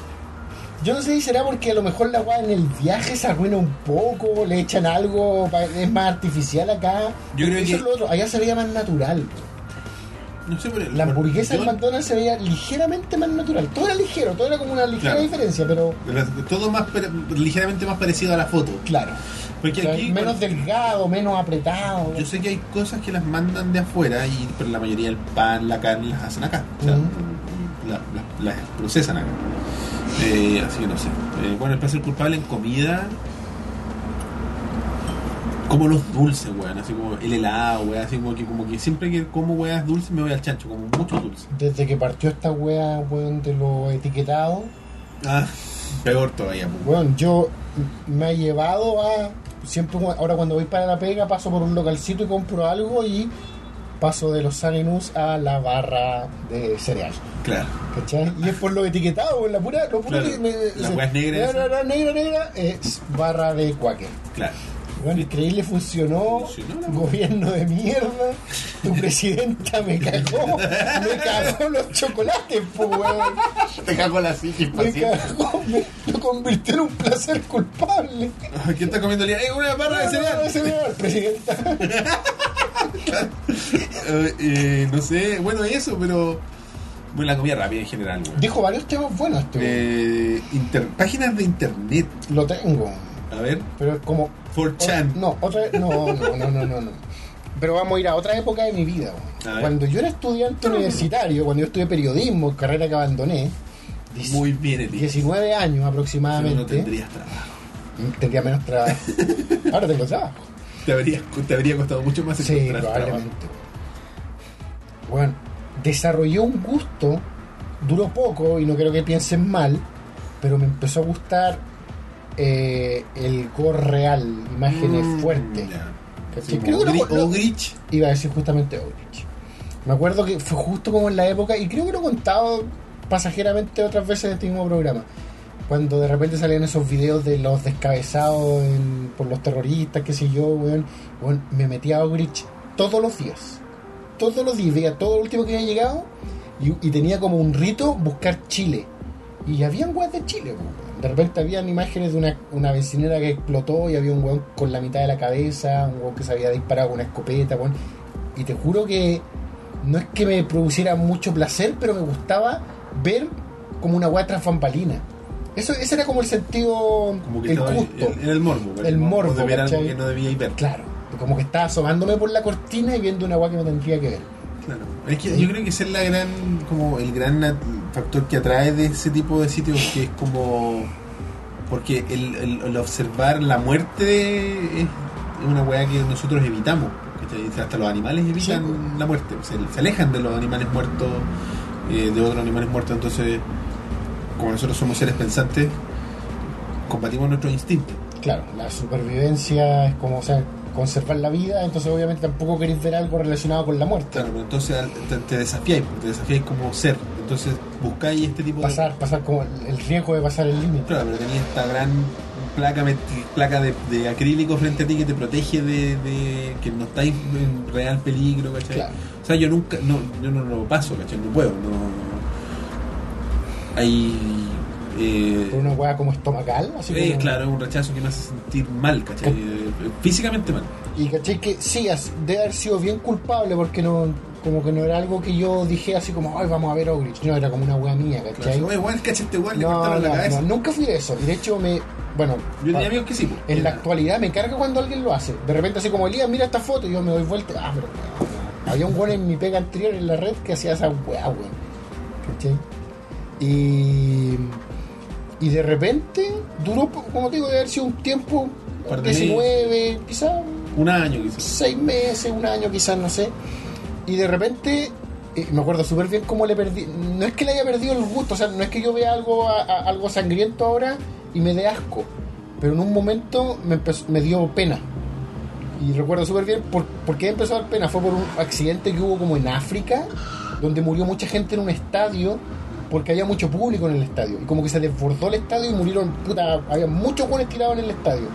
Yo no sé si será porque a lo mejor la weá en el viaje se arruina un poco, le echan algo, pa- es más artificial acá.
Yo creo
Eso
que-
es lo otro, allá se veía más natural.
no sé, pero.
La hamburguesa
yo-
del McDonald's se veía ligeramente más natural. Todo era ligero, todo era como una ligera
Claro.
diferencia, pero
pero Todo más pare- ligeramente más parecido a la foto.
claro.
Porque
O sea,
aquí.
menos delgado, menos apretado.
Yo sé que hay cosas que las mandan de afuera, y, pero la mayoría del pan, la carne, las hacen acá. O sea,
Ujú.
la- la- las procesan acá. Eh, así que no sé. Eh, bueno, el placer culpable en comida. Como los dulces, weón. Así como el helado, weón. Así como que, como que siempre que como weas dulces me voy al chancho, como mucho dulce.
Desde que partió esta weá, weón, de lo etiquetado,
Ah, peor todavía, pues.
weón, yo me ha llevado a. Siempre, weón, ahora cuando voy para la pega, paso por un localcito y compro algo y paso de los Sanenus a la barra de cereal.
Claro.
¿Cachai? Y es por lo etiquetado, weón, la pura. Lo puro
Claro,
que me-
las
se-
weas negras.
Negra, negra, negra, negra, es barra de cuáquer.
Claro.
Weón, increíble, funcionó.
Funcionó la
Gobierno de mierda. Tu presidenta me cagó. Me cagó los chocolates, pues, weón.
Te cago la silla,
Me cagó, me lo convirtió en un placer culpable.
¿Qué estás comiendo el día? ¡Eh, una barra de cereal!
No, no, no, no, presidenta.
Eh, eh, no sé, bueno, eso, pero. Bueno, la comida rápida en general, weón.
Dijo varios temas buenos este weón.
Eh, inter- páginas de internet.
Lo tengo.
A ver,
Pero es como.
4chan.
No, otra No, no, no, no, no, no. Pero vamos a ir a otra época de mi vida.
A
weón.
ver.
Cuando yo era estudiante universitario, cuando yo estudié periodismo, carrera que abandoné, dieci-
Muy bien, Eli. Si
19 años
no
aproximadamente,
tendrías trabajo.
tendría menos trabajo. Ahora tengo trabajo.
Te habría, te habría costado mucho más
Sí,
encontrar trabajo.
probablemente. Bueno, desarrolló un gusto, duró poco y no creo que piensen mal, pero me empezó a gustar eh, el gore real, imágenes
Mm,
fuertes.
ya.
¿Cachai?
Sí,
creo que
como
lo-
Gri-
lo-
Ogrich.
iba a decir justamente Outreach. Me acuerdo que fue justo como en la época, y creo que lo he contado pasajeramente otras veces en este mismo programa, cuando de repente salían esos videos de los descabezados en- por los terroristas, qué sé yo, weón, Weón, me metía a Outreach todos los días. Todos los días, veía todo lo último que había llegado y, y tenía como un rito buscar Chile. Y habían weas de Chile, po, weón. De repente habían imágenes de una, una vecinera que explotó y había un weón con la mitad de la cabeza, un weón que se había disparado con una escopeta, weón. Y te juro que no es que me produciera mucho placer, pero me gustaba ver como una wea tras bambalina. Eso, ese era como el sentido,
Como que
el
estaba
gusto.
en- en el morbo, ¿cachai?
El morbo,
de ver algo
¿cachai?
que no debía ir ver.
Claro, como que estaba asomándome por la cortina y viendo una agua que no tendría que ver.
Claro. Es que yo creo que ese es la gran, como el gran at- factor que atrae de ese tipo de sitios, que es como. Porque el, el- el observar la muerte es una weá que nosotros evitamos. ¿cachai? O sea, Hasta los animales evitan
Sí,
la muerte, se, se alejan de los animales muertos, eh, de otros animales muertos. Entonces, como nosotros somos seres pensantes, combatimos nuestro instinto.
Claro, la supervivencia es como, o sea, conservar la vida, entonces obviamente tampoco queréis ver algo relacionado con la muerte.
Claro, pero entonces al- te, te desafiáis, te desafiáis como ser. Entonces, buscáis este tipo de.
Pasar, pasar como el el riesgo de pasar el límite.
Claro, pero tenía esta gran placa, met- placa de, de acrílico frente a ti que te protege de, de que no estáis en real peligro, ¿cachai?
Claro.
O sea, yo nunca, no, yo no lo paso, ¿cachai? No puedo, no... Hay... eh,
Por una hueá como estomacal, así
eh,
como-
claro, es un rechazo que me hace sentir mal, ¿cachai?
Ca-
Eh, Físicamente mal.
Y caché que sí, as- debe haber sido bien culpable porque no, como que no era algo que yo dije así como, ay, vamos a ver Ogrich. No, era como una hueá mía, ¿cachai?
Claro. Oye, weón, cachai, este weón le
No,
cortaron la
no,
cabeza.
no, nunca fui de eso. Y de hecho me, bueno,
Yo tenía
pa-
amigos que sí, pues.
En la
Era-
actualidad me carga cuando alguien lo hace. De repente así como Elías, mira esta foto y yo me doy vuelta. Ah, pero weón. había un weón en mi pega anterior en la red que hacía esa weá, weón. ¿Cachai? Y, y de repente duró, po- como te digo, debe haber sido un tiempo,
Par de
19, quizás
Un año quizás.
seis meses, un año quizás, no sé. Y de repente, eh, me acuerdo súper bien cómo le perdí. No es que le haya perdido el gusto, o sea, no es que yo vea algo, a- a- algo sangriento ahora y me dé asco. Pero en un momento me, empezó- me dio pena. Y recuerdo súper bien por, por qué empezó a dar pena. Fue por un accidente que hubo como en África, donde murió mucha gente en un estadio. Porque había mucho público en el estadio. Y como que se desbordó el estadio y murieron, puta, había muchos buenos tirados en el estadio.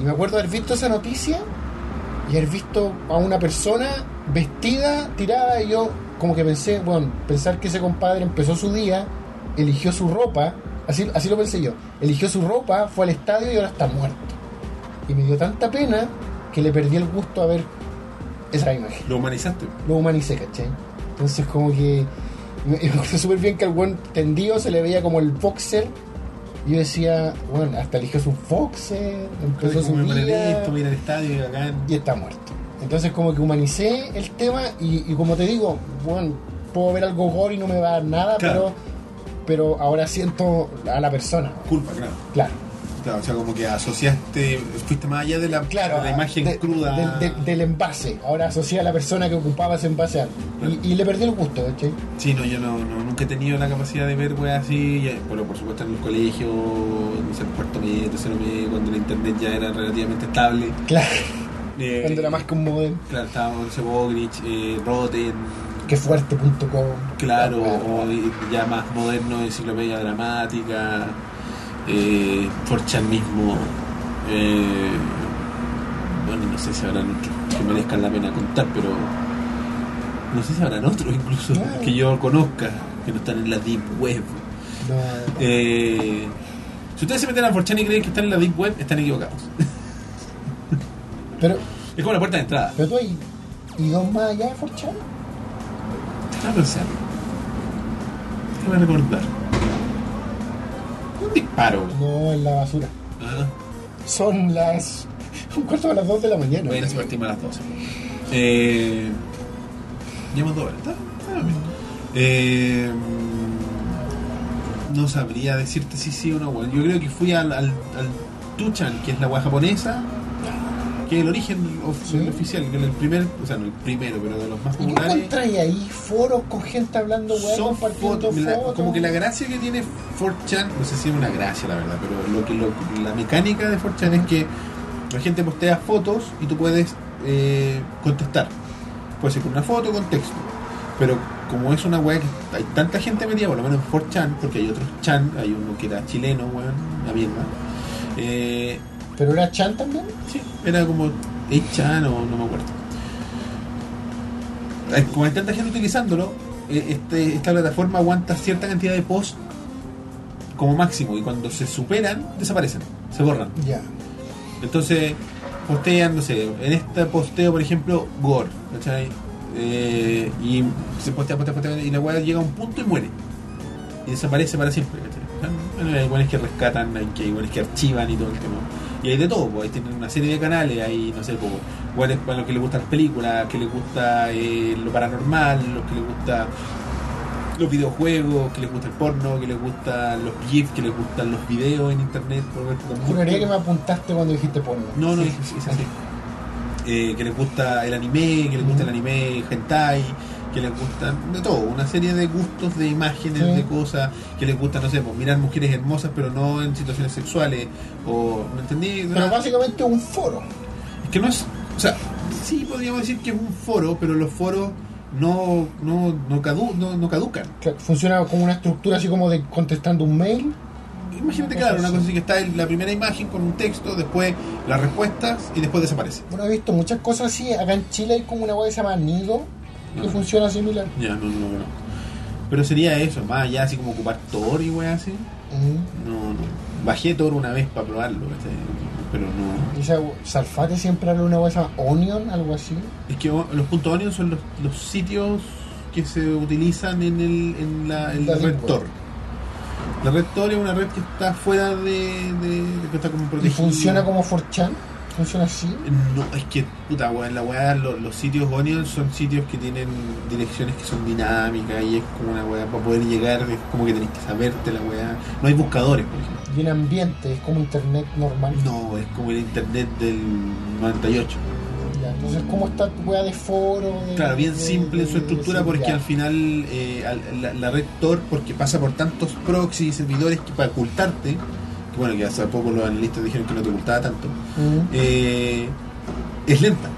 Y me acuerdo haber visto esa noticia y haber visto a una persona vestida, tirada, y yo como que pensé, bueno, pensar que ese compadre empezó su día, eligió su ropa, así, así lo pensé yo, eligió su ropa, fue al estadio y ahora está muerto. Y me dio tanta pena que le perdí el gusto a ver esa imagen.
Lo humanizaste.
Lo humanicé, ¿cachai? Entonces como que me me acuerdo súper bien que al buen tendido se le veía como el boxer. Y yo decía, bueno, hasta eligió su boxer, empezó
Entonces,
su
como me
día
esto, voy a ir al estadio y acá...
y está muerto. Entonces como que humanicé el tema y, y como te digo, bueno, puedo ver algo gore y no me va a dar nada,
Claro.
pero, pero ahora siento a la persona,
Culpa, claro.
claro.
Claro, o sea, como que asociaste, fuiste más allá de la,
Claro,
de la imagen
de-
cruda.
de- de- del envase. Ahora asocia a la persona que ocupaba ese envase antes. y, y le perdí el gusto, ¿cachai?
Sí, no, yo no, no- nunca he tenido la capacidad de ver weas así. ya- Bueno, por supuesto en el colegio, en el cuarto medio, tercero medio, cuando el internet ya era relativamente estable.
Claro,
Eh,
cuando era más que un modem.
Claro, estaba Once Bogrich, eh, Rotten,
Que fuerte.com.
claro, o ya más moderno, enciclopedia dramática, eh, Forchan mismo. eh, bueno, no sé si habrán otros que merezcan la pena contar, pero no sé si habrán otros incluso
Claro.
que yo conozca, que no están en la Deep Web.
No.
Eh, si ustedes se meten a Forchan y creen que están en la Deep Web, están equivocados.
Pero,
Es como la puerta de entrada.
pero tú ahí, ¿y dos más allá de Forchan?
Déjame pensar. Déjame recordar. Un disparo.
No, en la basura.
Ah.
Son las un cuarto de las dos de la mañana.
Voy a ir a su última a las 12. Eh, Llevamos dos horas, ¿está? Está bien. Eh, no sabría decirte si sí o no, weón. Yo creo que fui al, al, al Tuchan, que es la weá japonesa, que es el origen of-
Sí.
oficial, que es el primer, o sea, no el primero, pero de los más
¿Y qué
populares.
encontráis ahí? Foros con gente hablando, weón,
Son
compartiendo
fotos, la-
fotos.
como que la gracia que tiene 4chan, no sé si es una gracia la verdad, pero lo que lo- la mecánica de 4chan es que la gente postea fotos y tú puedes eh, contestar. Puede ser con una foto o con texto. Pero como es una weá que hay tanta gente metida, por lo menos en 4chan, porque hay otros chan, hay uno que era chileno, weón, la mierda. Eh,
¿Pero era Chan también?
Sí, era como 8chan o no me acuerdo. Eh, Como hay tanta gente utilizándolo, eh, este, esta plataforma aguanta cierta cantidad de posts como máximo y cuando se superan desaparecen, se borran.
Ya.
Entonces, postean, no sé, en este posteo, por ejemplo, Gore, ¿cachai? Eh, y se postea, postea, postea, y la weá llega a un punto y muere. Y desaparece para siempre, ¿cachai? Bueno, hay iguales que rescatan, hay que iguales que archivan y todo el tema. Y hay de todo, pues, ahí tienen una serie de canales, hay, no sé, pues, iguales para los que les gustan las películas, que les gusta eh, lo paranormal, los que les gusta los videojuegos, que les gusta el porno, que les gustan los GIFs, que les gustan los videos en internet, por ver también.
Juraría que me apuntaste cuando dijiste porno.
No, no,
Sí.
es, es así. Eh, que les gusta el anime, que les gusta el anime hentai, que les gusta de todo, una serie de gustos, de imágenes,
Sí.
de cosas, que les gusta, no sé, pues, mirar mujeres hermosas, pero no en situaciones sexuales, o, ¿me entendí?
Pero
Ah,
básicamente un foro.
es que no es, o sea, sí podríamos decir que es un foro, pero los foros no, no, no, cadu- no, no caducan.
que Funciona como una estructura así como de contestando un mail.
Imagínate,
Una
claro,
cosa
una cosa así que está en la primera imagen con un texto, después las respuestas y después desaparece.
Bueno, he visto muchas cosas así. Acá en Chile hay como una web que se llama Nido, que
Ajá.
funciona similar.
Ya, no, no, no. Pero sería eso, más allá así como ocupar Tor y weá así.
Mm.
No, no. Bajé Tor una vez para probarlo, ¿cachai? pero no.
Y esa we- Salfate siempre habla de una web que se llama Onion, algo así.
Es que o- los puntos .onion son los, los sitios que se utilizan en, el, en la, en la
La
red
lengua.
Tor. La red Tor es una red que está fuera de... de- que está como
Y
protegida.
funciona como 4chan. Funciona así.
No, es que, puta, weón, la weá, lo- los sitios Onion son sitios que tienen direcciones que son dinámicas y es como una weá, para poder llegar es como que tenés que saberte la weá. No hay buscadores, por ejemplo.
Y un ambiente, es como internet normal.
No, es como el internet del 98.
Ya, entonces, ¿cómo está tu wea de foro? de-
Claro, bien
de-
simple en su
de-
estructura
de-
porque
ya.
al final eh, al- la, la red Tor, porque pasa por tantos proxy y servidores que para ocultarte, que bueno, que hace poco los analistas dijeron que no te ocultaba tanto,
Mm.
eh, es lenta.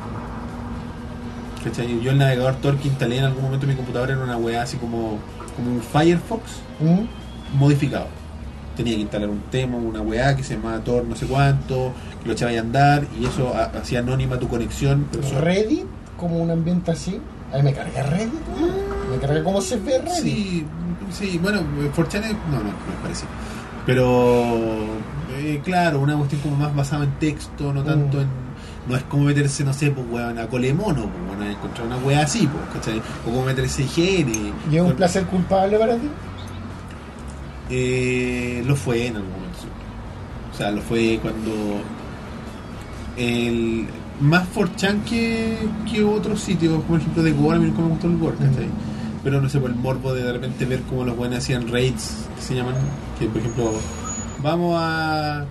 ¿Cachai? Yo el navegador Tor que instalé en algún momento en mi computadora era una weá así como, como un Firefox
Mm.
modificado. Tenía que instalar un tema, una weá que se llamaba Tor no sé cuánto, que lo echaba a andar y eso ha- hacía anónima tu conexión. Pero eso-
Reddit, como un ambiente así. A mí me carga Reddit, weón. Me carga cómo se ve Reddit.
Sí, sí, bueno, Fortune no, no, me parece. Pero, eh, claro, una cuestión como más basada en texto, no tanto
Mm.
en. No es como meterse, no sé, pues, weón, a Colemono, pues, weón, a encontrar una weá así, pues, ¿cachai? O como meterse a higiene.
¿Y es un
Con-
placer culpable para ti?
eh, lo fue en algún momento. sí. O sea, lo fue cuando. El, más 4chan que, que otros sitios, como por ejemplo de Google, a mí nunca me gustó el Google, ¿cachai? Pero no sé, por el morbo de de repente ver cómo los buenos hacían raids, que se llaman, que por ejemplo, vamos a.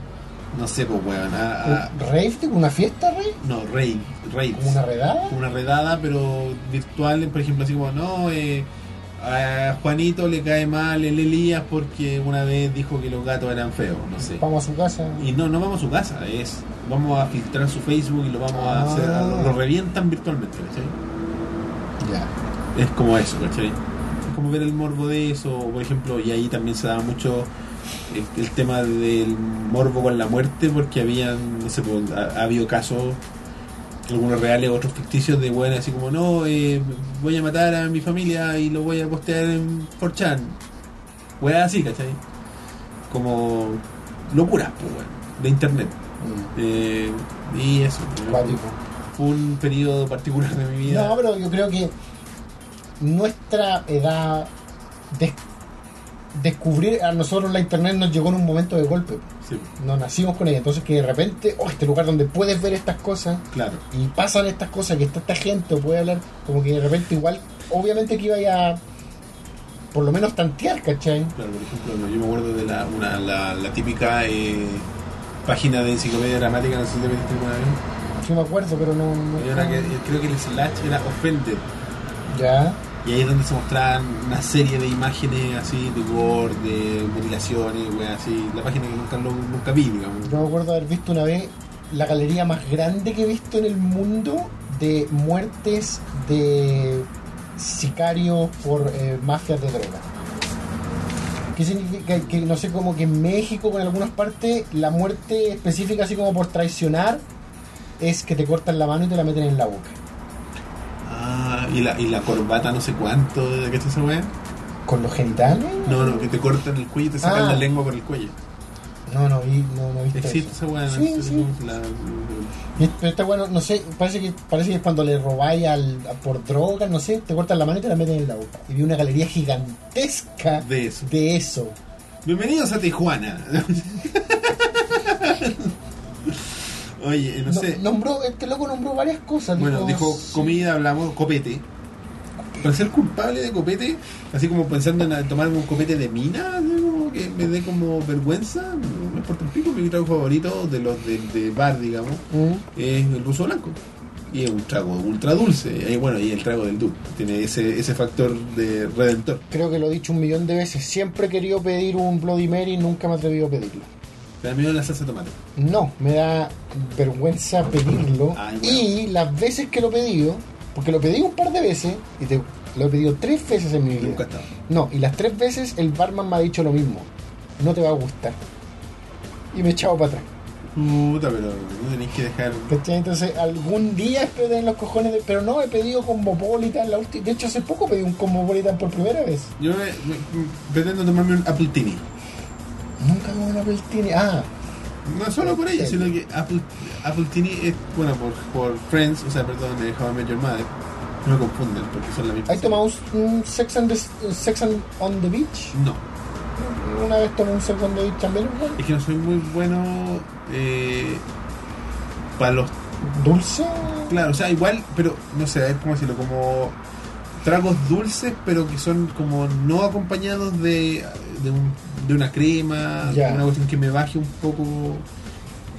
No sé, pues, weón, a. a-
¿Rave? ¿Tipo una fiesta, rave?
no, raid, raids
Uh. ¿Como una redada?
como una redada, pero virtual, por ejemplo, así como, no, eh, a Juanito le cae mal el Elías porque una vez dijo que los gatos eran feos, no sé.
Vamos a su casa.
Y no, no vamos a su casa, es vamos a filtrar su Facebook y lo vamos a
Ah.
hacer, lo, lo revientan virtualmente, ¿cachai?
Ya.
Es como eso, ¿cachai? Es como ver el morbo de eso, o por ejemplo, y ahí también se daba mucho el, el tema del morbo con la muerte, porque habían, no sé, pues, ha, ha habido casos, algunos reales, otros ficticios, de bueno, así como, no, eh, voy a matar a mi familia y lo voy a postear en 4chan. Weas así, ¿cachai? Como locuras, pues, weón, de internet.
Mm.
Eh, y eso,
Cuático.
fue un periodo particular de mi vida.
No, pero yo creo que nuestra edad des- descubrir a nosotros la internet nos llegó en un momento de golpe.
Sí,
Nos nacimos con ella. Entonces que de repente, oh, este lugar donde puedes ver estas cosas
claro.
y pasan estas cosas, que está esta gente o puede hablar, como que de repente igual, obviamente que iba a por lo menos tantear, ¿cachai?
Claro, por ejemplo, no, yo me acuerdo de la, una, la, la típica eh, página de enciclopedia dramática, no sé si te metiste alguna vez.
Sí me acuerdo, pero no... no-
Había una que- eh, creo que el slash era Offended,
Ya.
y ahí es donde se mostraban una serie de imágenes así, de gore, de mutilaciones, weas así. La página que nunca, lo- nunca vi, digamos.
Yo me acuerdo haber visto una vez la galería más grande que he visto en el mundo de muertes de sicarios por eh, mafias de droga. ¿Qué significa? Que no sé, como que en México, o en algunas partes, la muerte específica, así como por traicionar, es que te cortan la mano y te la meten en la boca.
Ah, y la, y la corbata no sé cuánto, ¿de qué está esa wea?
¿Con los genitales?
No, no, que te cortan el cuello y te sacan
Ah.
la lengua por el cuello.
No, no vi, no, no viste.
Existe esa weá.
Sí,
no sé,
sí.
la-
Y Pero esta bueno, no sé, parece que parece que es cuando le robáis al, a- por droga, no sé, te cortan la mano y te la meten en la boca. Y vi una galería gigantesca
De eso.
de eso.
Bienvenidos a Tijuana. Oye, no,
No-
sé.
Nombró, este loco nombró varias cosas.
Bueno, dijo comida, hablamos, copete. Para ser culpable de copete, así como pensando en tomar un copete de mina, así como que me dé como vergüenza, no me importa un pico, mi trago favorito de los de, de bar, digamos,
Mm.
es el ruso blanco. Y es un trago ultra dulce, y bueno, y el trago del Duke, tiene ese, ese factor de redentor.
Creo que lo he dicho un millón de veces. Siempre he querido pedir un Bloody Mary y nunca me he atrevido a pedirlo.
Te da miedo la salsa de tomate.
No, me da vergüenza pedirlo.
Ay,
Y las veces que lo he pedido, porque lo pedí un par de veces, y te, lo he pedido tres veces en mi vida.
Nunca estaba.
No, y las tres veces el barman me ha dicho lo mismo. No te va a gustar. Y me he echado para atrás.
Puta, pero no tenéis que dejar.
¿Cachai? Entonces, algún día espero tener los cojones de... Pero no, he pedido Cosmopolitan. La última... De hecho, hace poco pedí un Cosmopolitan por primera vez.
Yo me- me- pretendo tomarme un Apple Tini.
Nunca me una Beltini. Ah,
No solo por ella, sino que Apple, Apple Tini es, bueno, por, por Friends, o sea, perdón, de How I Met Your Mother. No me confunden porque son la misma.
¿Has tomado un- un Sex, and the, Sex and on the Beach?
No,
Una vez tomé un Sex on the Beach también. ¿no?
es que no soy muy bueno eh, para los.
¿Dulce?
Claro, o sea, igual, pero no sé, es como decirlo, como tragos dulces, pero que son como no acompañados de, de, un- de una crema,
Ya.
de una cuestión que me baje un poco.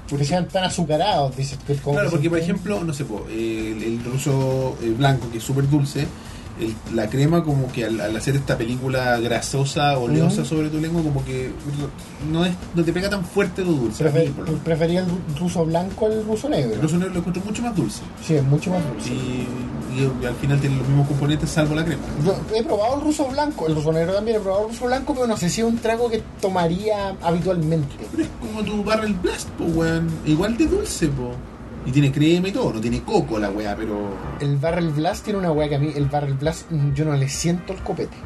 Porque sean tan azucarados, dices. que como
Claro,
que
porque
se-
por ejemplo, no sé, po, el, el ruso eh, blanco, que es súper dulce, el- la crema como que al, al hacer esta película grasosa, oleosa
Ujú.
sobre tu lengua, como que no, es, no te pega tan fuerte lo dulce. a mí,
Prefer-
por lo menos.
prefería el ru- ruso blanco al ruso negro.
El ruso negro lo encuentro mucho más dulce.
Sí, es mucho más dulce.
Y, y al final tiene los mismos componentes salvo la crema.
Yo he probado el ruso blanco, el ruso negro también, he probado el ruso blanco, pero no sé si es un trago que tomaría habitualmente.
Pero es como tu barrel blast, po, weón. Igual de dulce, po. Y tiene crema y todo, no tiene coco la weá, pero
El Barrel Blast tiene una weá que a mí, el Barrel Blast, mm, yo no le siento el copete.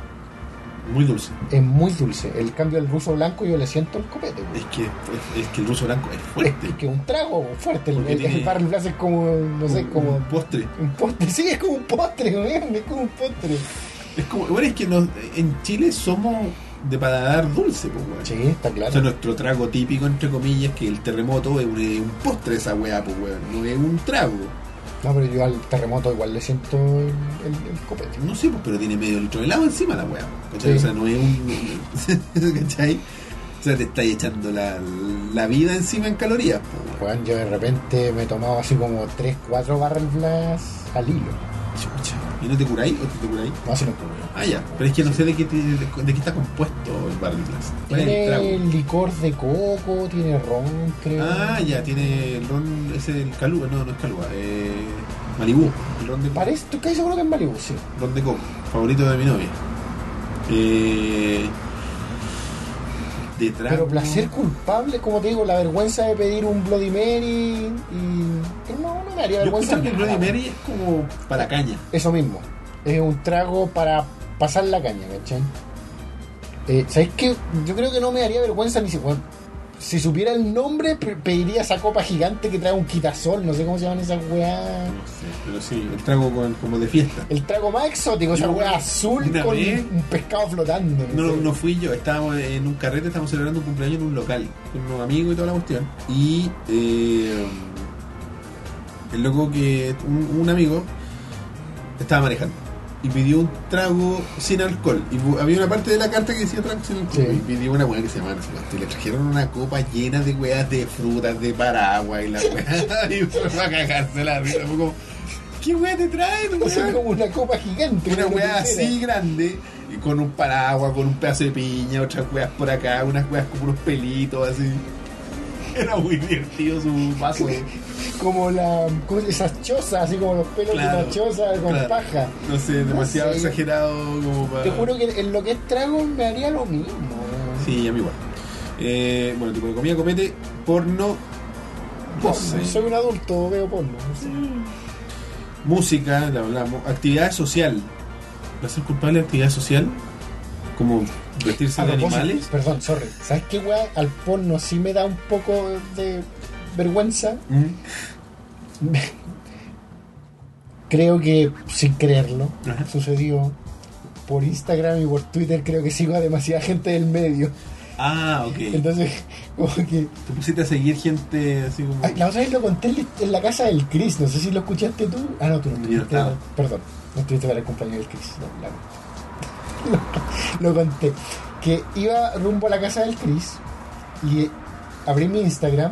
muy dulce.
Es muy dulce. El cambio al ruso blanco yo le siento el copete. güey.
Es que, es, es que el ruso blanco es
Es
fuerte.
que un trago güey, fuerte. El,
Porque
el- el
tiene-
Barrel Blast es como, no sé,
Un-
como
un postre.
un postre. Sí, es como un postre, güey, es como un postre.
Es como, bueno, es que nos- en Chile somos de paladar dulce, pues, weón.
Sí, está
O sea,
claro.
nuestro trago típico, entre comillas, que el terremoto es un, es un postre esa weá, pues, weón. No es un trago.
No, pero yo al terremoto igual le siento el, el- el copete.
No sé, pues, pero tiene medio litro de helado encima la weá. ¿Cachai?
Sí.
O sea, no es un. ¿Cachai? O sea, te estáis echando la, la vida encima en calorías, pues, weón.
Weón, yo de repente me he tomado así como 3, 4 Barrel Blast al hilo.
Chucha. ¿Y no te curáis o te curáis?
No, así no puedo.
Ah, ya. Pero es que no sé de qué, te- de, qué está compuesto el barrel glass. ¿Cuál es el trago?
Tiene licor de coco, tiene ron, creo.
Ah, ya, tiene el ron, ese del Calúa, no, no es Calúa, eh, Malibú, el ron de,
Parece, estoy casi seguro que es Malibu, sí.
ron de coco, favorito de mi novia. Eh, de trago-
Pero placer culpable, como te digo, la vergüenza de pedir un Bloody Mary y... pero no, no me haría
Yo
vergüenza.
escucho que el
nada.
Bloody Mary es como para caña.
Eso mismo. Es un trago para pasar la caña, ¿cachai? Eh, ¿Sabes qué? Yo creo que no me haría vergüenza ni siquiera... Si supiera el nombre, pe- pediría esa copa gigante que trae un quitasol, no sé cómo se llaman esas weas.
No sé, pero sí, el trago con- como de fiesta.
El trago más exótico, esa
Yo,
weá azul
una
con
vez-
un pescado flotando.
No,
sé.
no fui yo, estábamos en un carrete, estábamos celebrando un cumpleaños en un local con unos amigos y toda la cuestión. Y eh, el loco que, un, un amigo, estaba manejando y pidió un trago sin alcohol. Y bu- había una parte de la carta que decía trago sin alcohol.
Sí.
Y pidió una weá que se llama no sé cuánto, Y le trajeron una copa llena de weas de frutas, de paraguas y la weá. y fue a cagarse la risa. Fue como, ¿qué weá te traen,
O sea,
weón?
como una copa gigante.
una
como
weá
una
así
pulsera.
grande, y con un paraguas, con un pedazo de piña, otras weas por acá, unas weas como unos pelitos así. Era muy divertido su paso.
Como la, como esas chozas, así como los pelos de
Claro,
una choza con
claro.
paja.
No sé, demasiado
sé.
exagerado como para.
Te juro que en lo que es trago me haría lo mismo.
Sí, a mí igual. Eh, bueno, tipo de comida, comete, porno, no
Porno.
sé.
Soy un adulto, veo porno. no sé.
música, la hablamos, actividad social. ¿Va a ser culpable de actividad social? como vestirse
A
de
propósito,
animales.
Perdón, sorry. ¿Sabes qué, weá? Al porno sí me da un poco de vergüenza.
Mm.
Creo que, sin creerlo,
Ajá.
sucedió por Instagram y por Twitter. Creo que sigo a demasiada gente del medio.
Ah, ok.
Entonces, como que.
Te pusiste a seguir gente así como.
Ay, la otra vez lo conté en- en la casa del Chris. No sé si lo escuchaste tú. Ah, no, tú no
Yo
estuviste.
estaba.
Perdón, no estuviste para el cumpleaños del Chris. No, la- lo, lo conté. Que iba rumbo a la casa del Chris y eh, abrí mi Instagram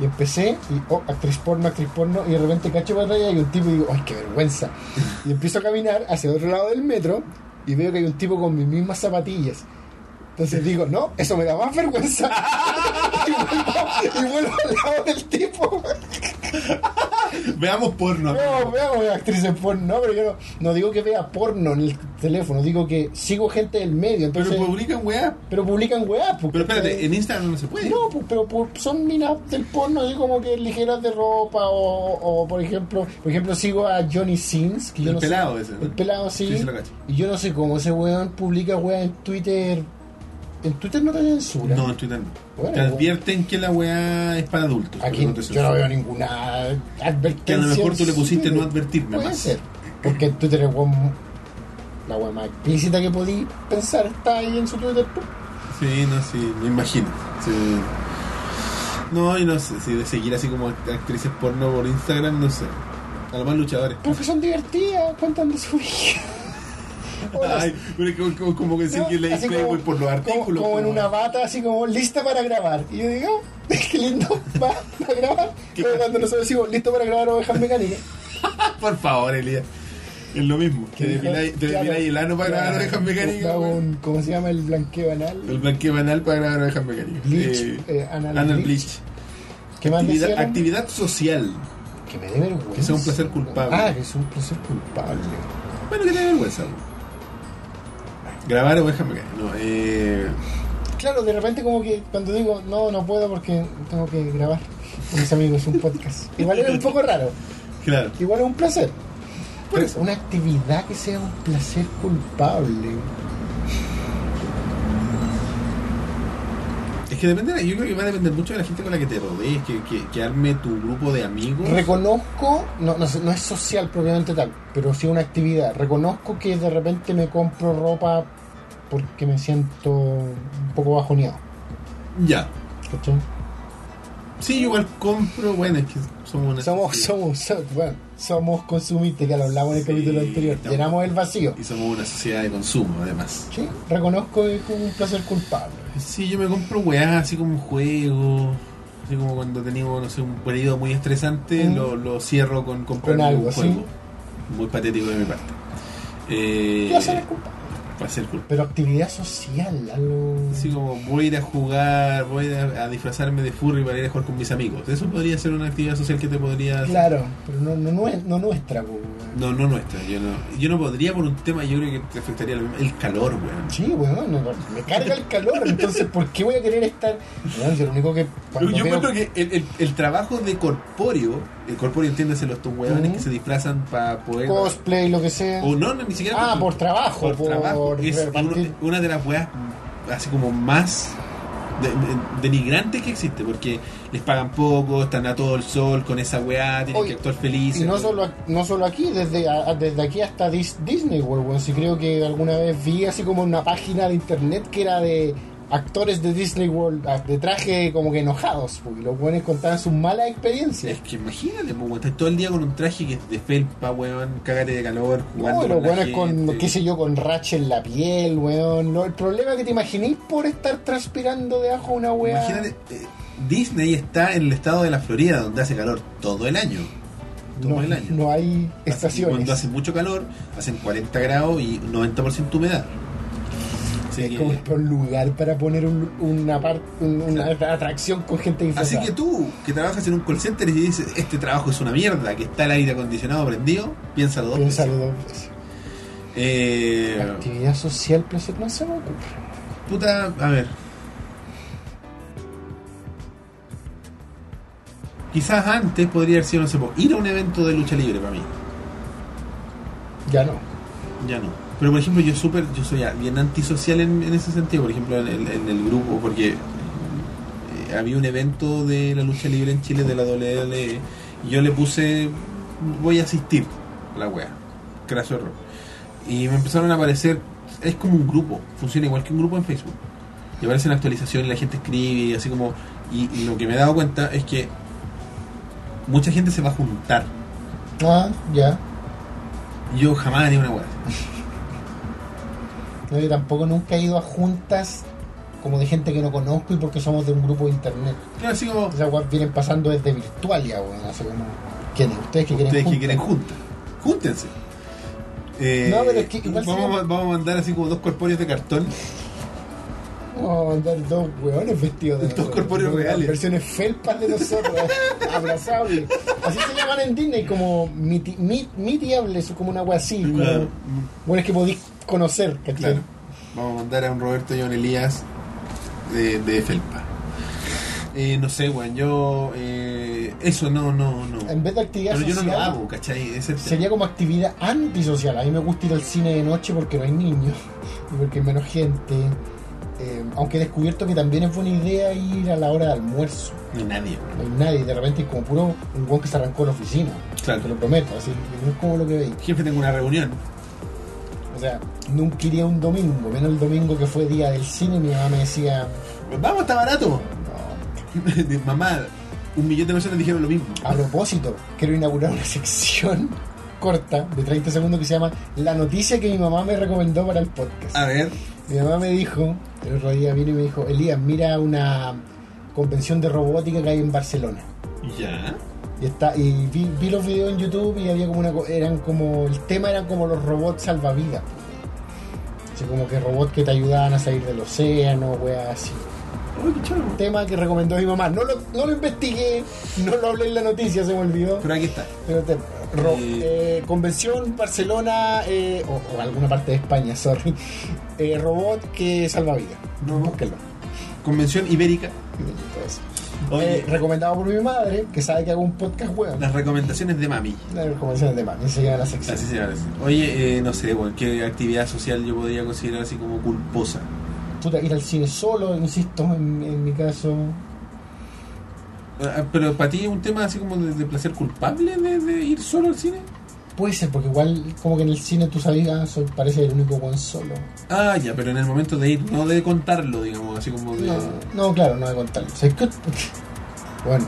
y empecé y oh, actriz porno, actriz porno y de repente cacho para atrás y hay un tipo y digo, ay, qué vergüenza. Y empiezo a caminar hacia el otro lado del metro y veo que hay un tipo con mis mismas zapatillas. Entonces digo, no, eso me da más vergüenza. y, vuelvo, y vuelvo al lado del tipo.
Veamos porno.
No, veamos actrices porno. No, pero yo no, no digo que vea porno en el teléfono, digo que sigo gente del medio.
pero
Entonces, pero,
publican weá.
publican weá. pues,
Pero espérate, en Instagram no se puede.
No, pues, pero pues, son minas del porno, así como que ligeras de ropa o, o, por ejemplo, por ejemplo sigo a Johnny Sins, que yo
El
no sé-
pelado ese, ¿no?
el pelado sí,
Sí, sí lo cacho.
y yo no sé cómo ese weón publica weá en Twitter. En Twitter no te censura.
No, en Twitter no.
Bueno,
te advierten que la weá es para adultos.
Aquí
pero no te
yo
censuran.
no veo ninguna advertencia.
Que a lo mejor tú le pusiste
Sí,
no advertirme
Puede
más.
ser. Porque en Twitter es weón- la weá más explícita que podí pensar está ahí en su Twitter. pum.
Sí, no, sí, me imagino. Sí. No, y no sé, si de seguir así como act- actrices porno por Instagram, no sé. A lo más luchadores.
Pero que son divertidas, cuentan de su vida. Hola,
Ay, pero es como, como- como que sí
No,
que leí
así
Playboy
como-
por los artículos.
Como, como en
como-
una bata, así como lista para grabar. Y yo digo, qué lindo, va a grabar.
Qué
Pero cuando nosotros decimos, listo para grabar ovejas mecánicas.
Por favor, Elías. Es lo mismo. Te
dijo?
depiláis te
Claro,
depiláis el ano para
claro.
grabar orejas mecánicas.
Hago
weón.
un- ¿Cómo se llama el blanqueo anal?
El blanqueo anal para grabar orejas mecánicas.
Bleach.
Eh,
eh, anal,
anal
bleach.
bleach.
¿Qué más
Actividad,
decían?
actividad social.
Que me dé vergüenza.
Que sea un placer culpable.
Ah, que es un placer culpable.
Bueno, que te da vergüenza. weón. Grabar orejas mecánicas. No, eh.
Claro, de repente como que cuando digo, no, no puedo porque tengo que grabar con mis amigos un podcast. Igual es un poco raro.
Claro.
Igual es un placer.
Por
Pero
eso.
Una actividad que sea un placer culpable.
Es que depende, de- yo creo que va a depender mucho de la gente con la que te rodees, que, que, que arme tu grupo de amigos.
Reconozco, no, no, sé, no es social propiamente tal, pero sí una actividad. Reconozco que de repente me compro ropa porque me siento un poco bajoneado.
ya.
¿Cachai?
Sí, yo igual compro, bueno, es que somos una...
Somos,
sociedad-
somos, so- bueno, somos consumistas, ya lo hablamos en el
Sí,
capítulo anterior.
estamos-
Llenamos el vacío.
Y somos una sociedad de consumo, además.
Sí, reconozco que es un placer culpable.
Sí, yo me compro weá, así como un juego, así como cuando teníamos, no sé, un periodo muy estresante,
Mm.
lo, lo cierro con comprar
Con algo,
un
sí.
juego. Muy patético de mi parte. Eh,
Placer culpable.
va a ser culpa.
Pero actividad social, algo.
Así como voy a ir a jugar, voy a, ir a- a disfrazarme de furry para ir a jugar con mis amigos. Eso podría ser una actividad social que te podría... hacer.
Claro, pero no, no, nue- no nuestra, po, weón.
No, no nuestra, yo no. Yo no podría por un tema, yo creo que te afectaría lo mismo. El calor, weón.
Sí, weón, no, no, me carga el calor, entonces ¿por qué voy a querer estar? Weón, yo lo único que
Yo,
cuando
yo
veo-
encuentro que el, el- el trabajo de corpóreo, el corpóreo entiéndase los tus weones
Ujú.
que se disfrazan para poder.
cosplay, lo que sea.
O no, no, ni siquiera.
Ah, por
cosplay.
trabajo,
Por
por
trabajo. Es
repartir.
uno- una de las weas así como más de- de- denigrantes que existe, porque les pagan poco, están a todo el sol con esa weá, tienen
Oye,
que actuar felices.
Y no solo, no solo aquí, desde, a- a- desde aquí hasta Dis- Disney World, weón. Sí, creo que alguna vez vi así como una página de internet que era de actores de Disney World ah, de traje como que enojados, porque los buenos contaban sus malas experiencias.
Es que imagínate, pues, weón, estás todo el día con un traje que es de felpa, weón, cagate de calor, jugando.
No, los
con la
buenos con,
gente.
qué sé yo, con racha en la piel, weón. Lo- el problema que te imaginéis por estar transpirando debajo de una weá.
Imagínate, eh, Disney está en el estado de la Florida, donde hace calor todo el año. Todo
no,
el año.
no hay
Así que
estaciones.
Cuando hace mucho calor, hacen 40 grados y 90% humedad. Así
es
que,
como el peor lugar para poner un- una, par- un- una atracción con gente
así
disfrazada.
que tú, que trabajas en un call center y dices, este trabajo es una mierda, que está el aire acondicionado prendido, piénsalo dos veces.
Piénsalo dos veces.
Eh,
Actividad social, placer, no se me ocurre.
puta, a ver. Quizás antes podría haber sido, pues, no sé, po, ir a un evento de lucha libre para mí.
Ya no.
Ya no. Pero por ejemplo, yo súper, yo soy bien antisocial en, en ese sentido, por ejemplo, en el, en el grupo, porque eh, había un evento de la lucha libre en Chile de la WLE y yo le puse, voy a asistir, la wea, craso error. Y me empezaron a aparecer, es como un grupo, funciona igual que un grupo en Facebook. Y aparecen actualizaciones, la gente escribe, y así como, y, y lo que me he dado cuenta es que mucha gente se va a juntar.
Ah, ya.
Yo jamás haría una wea.
No, yo tampoco nunca he ido a juntas como de gente que no conozco y porque somos de un grupo de internet.
Claro, así como,
Esas weas vienen pasando desde Virtualia, weón. Así como, ¿quiénes? ¿Ustedes que quieren
ustedes que
juntas?
quieren juntas, júntense. Eh,
No, pero es que igual
vamos,
sería-
a- vamos a mandar así como dos corpóreos de cartón.
Vamos a mandar dos hueones vestidos de
Dos
nosotros.
corpóreos
Dos
reales.
Versiones felpas de nosotros, abrazables. Así se llaman en Disney, como miti- mi- mitiables, o como una wea así. como-
Claro.
Buenas que podéis conocer, ¿cachai?
Claro. Vamos a mandar a un Roberto y a un Elías de, de Felpa. Eh, no sé, weón, yo. eh, eso no, no, no.
En vez de actividad
Pero yo no
social,
lo hago, ¿cachai? Es el tema.
sería como actividad antisocial. A mí me gusta ir al cine de noche porque no hay niños y porque hay menos gente. Eh, aunque he descubierto que también es buena idea ir a la hora de almuerzo.
Ni nadie, weón.
No hay nadie, de repente es como puro un guan que se arrancó de la oficina.
Claro.
Te lo prometo, así que no es como lo que veis.
Jefe, tengo una reunión.
O sea, nunca iría un domingo, menos el domingo que fue día del cine, mi mamá me decía,
Vamos, está barato.
no,
De- Mamá, un millón de personas dijeron lo mismo.
a propósito, quiero inaugurar una sección corta de 30 segundos que se llama La noticia que mi mamá me recomendó para el podcast.
A ver,
Mi mamá me dijo, el otro día vino y me dijo, Elías, mira una convención de robótica que hay en Barcelona.
ya.
Y, está, y vi, vi los videos en YouTube y había como una co- eran como el tema eran como los robots salvavidas. Así como que robots que te ayudaban a salir del océano, weas así.
Uy, qué chulo.
tema que recomendó mi mamá. No lo, no lo investigué, no lo hablé en la noticia, se me olvidó.
Pero aquí está.
Pero te- ro-
Y-
eh, convención Barcelona eh, o, o alguna parte de España, sorry. Eh, robot que salva vida.
No.
Búsquenlo.
Convención Ibérica.
Entonces,
Oye,
eh, recomendado por mi madre, que sabe que hago un podcast huevo.
las recomendaciones de mami.
La recomendación de mami, se llama la sección.
Así se llama. Oye, eh, no sé, weón, ¿qué actividad social yo podría considerar así como culposa?
Puta, ir al cine solo, insisto, en, en mi caso.
Ah, Pero para ti es un tema así como de, de placer culpable de, de ir solo al cine.
Puede ser, porque igual como que en el cine tú sabías, soy, parece el único buen solo.
Ah, ya, pero en el momento de ir, no de contarlo, digamos, así como de.
No, no, claro, no voy a contarlo. O sea, es que- Bueno,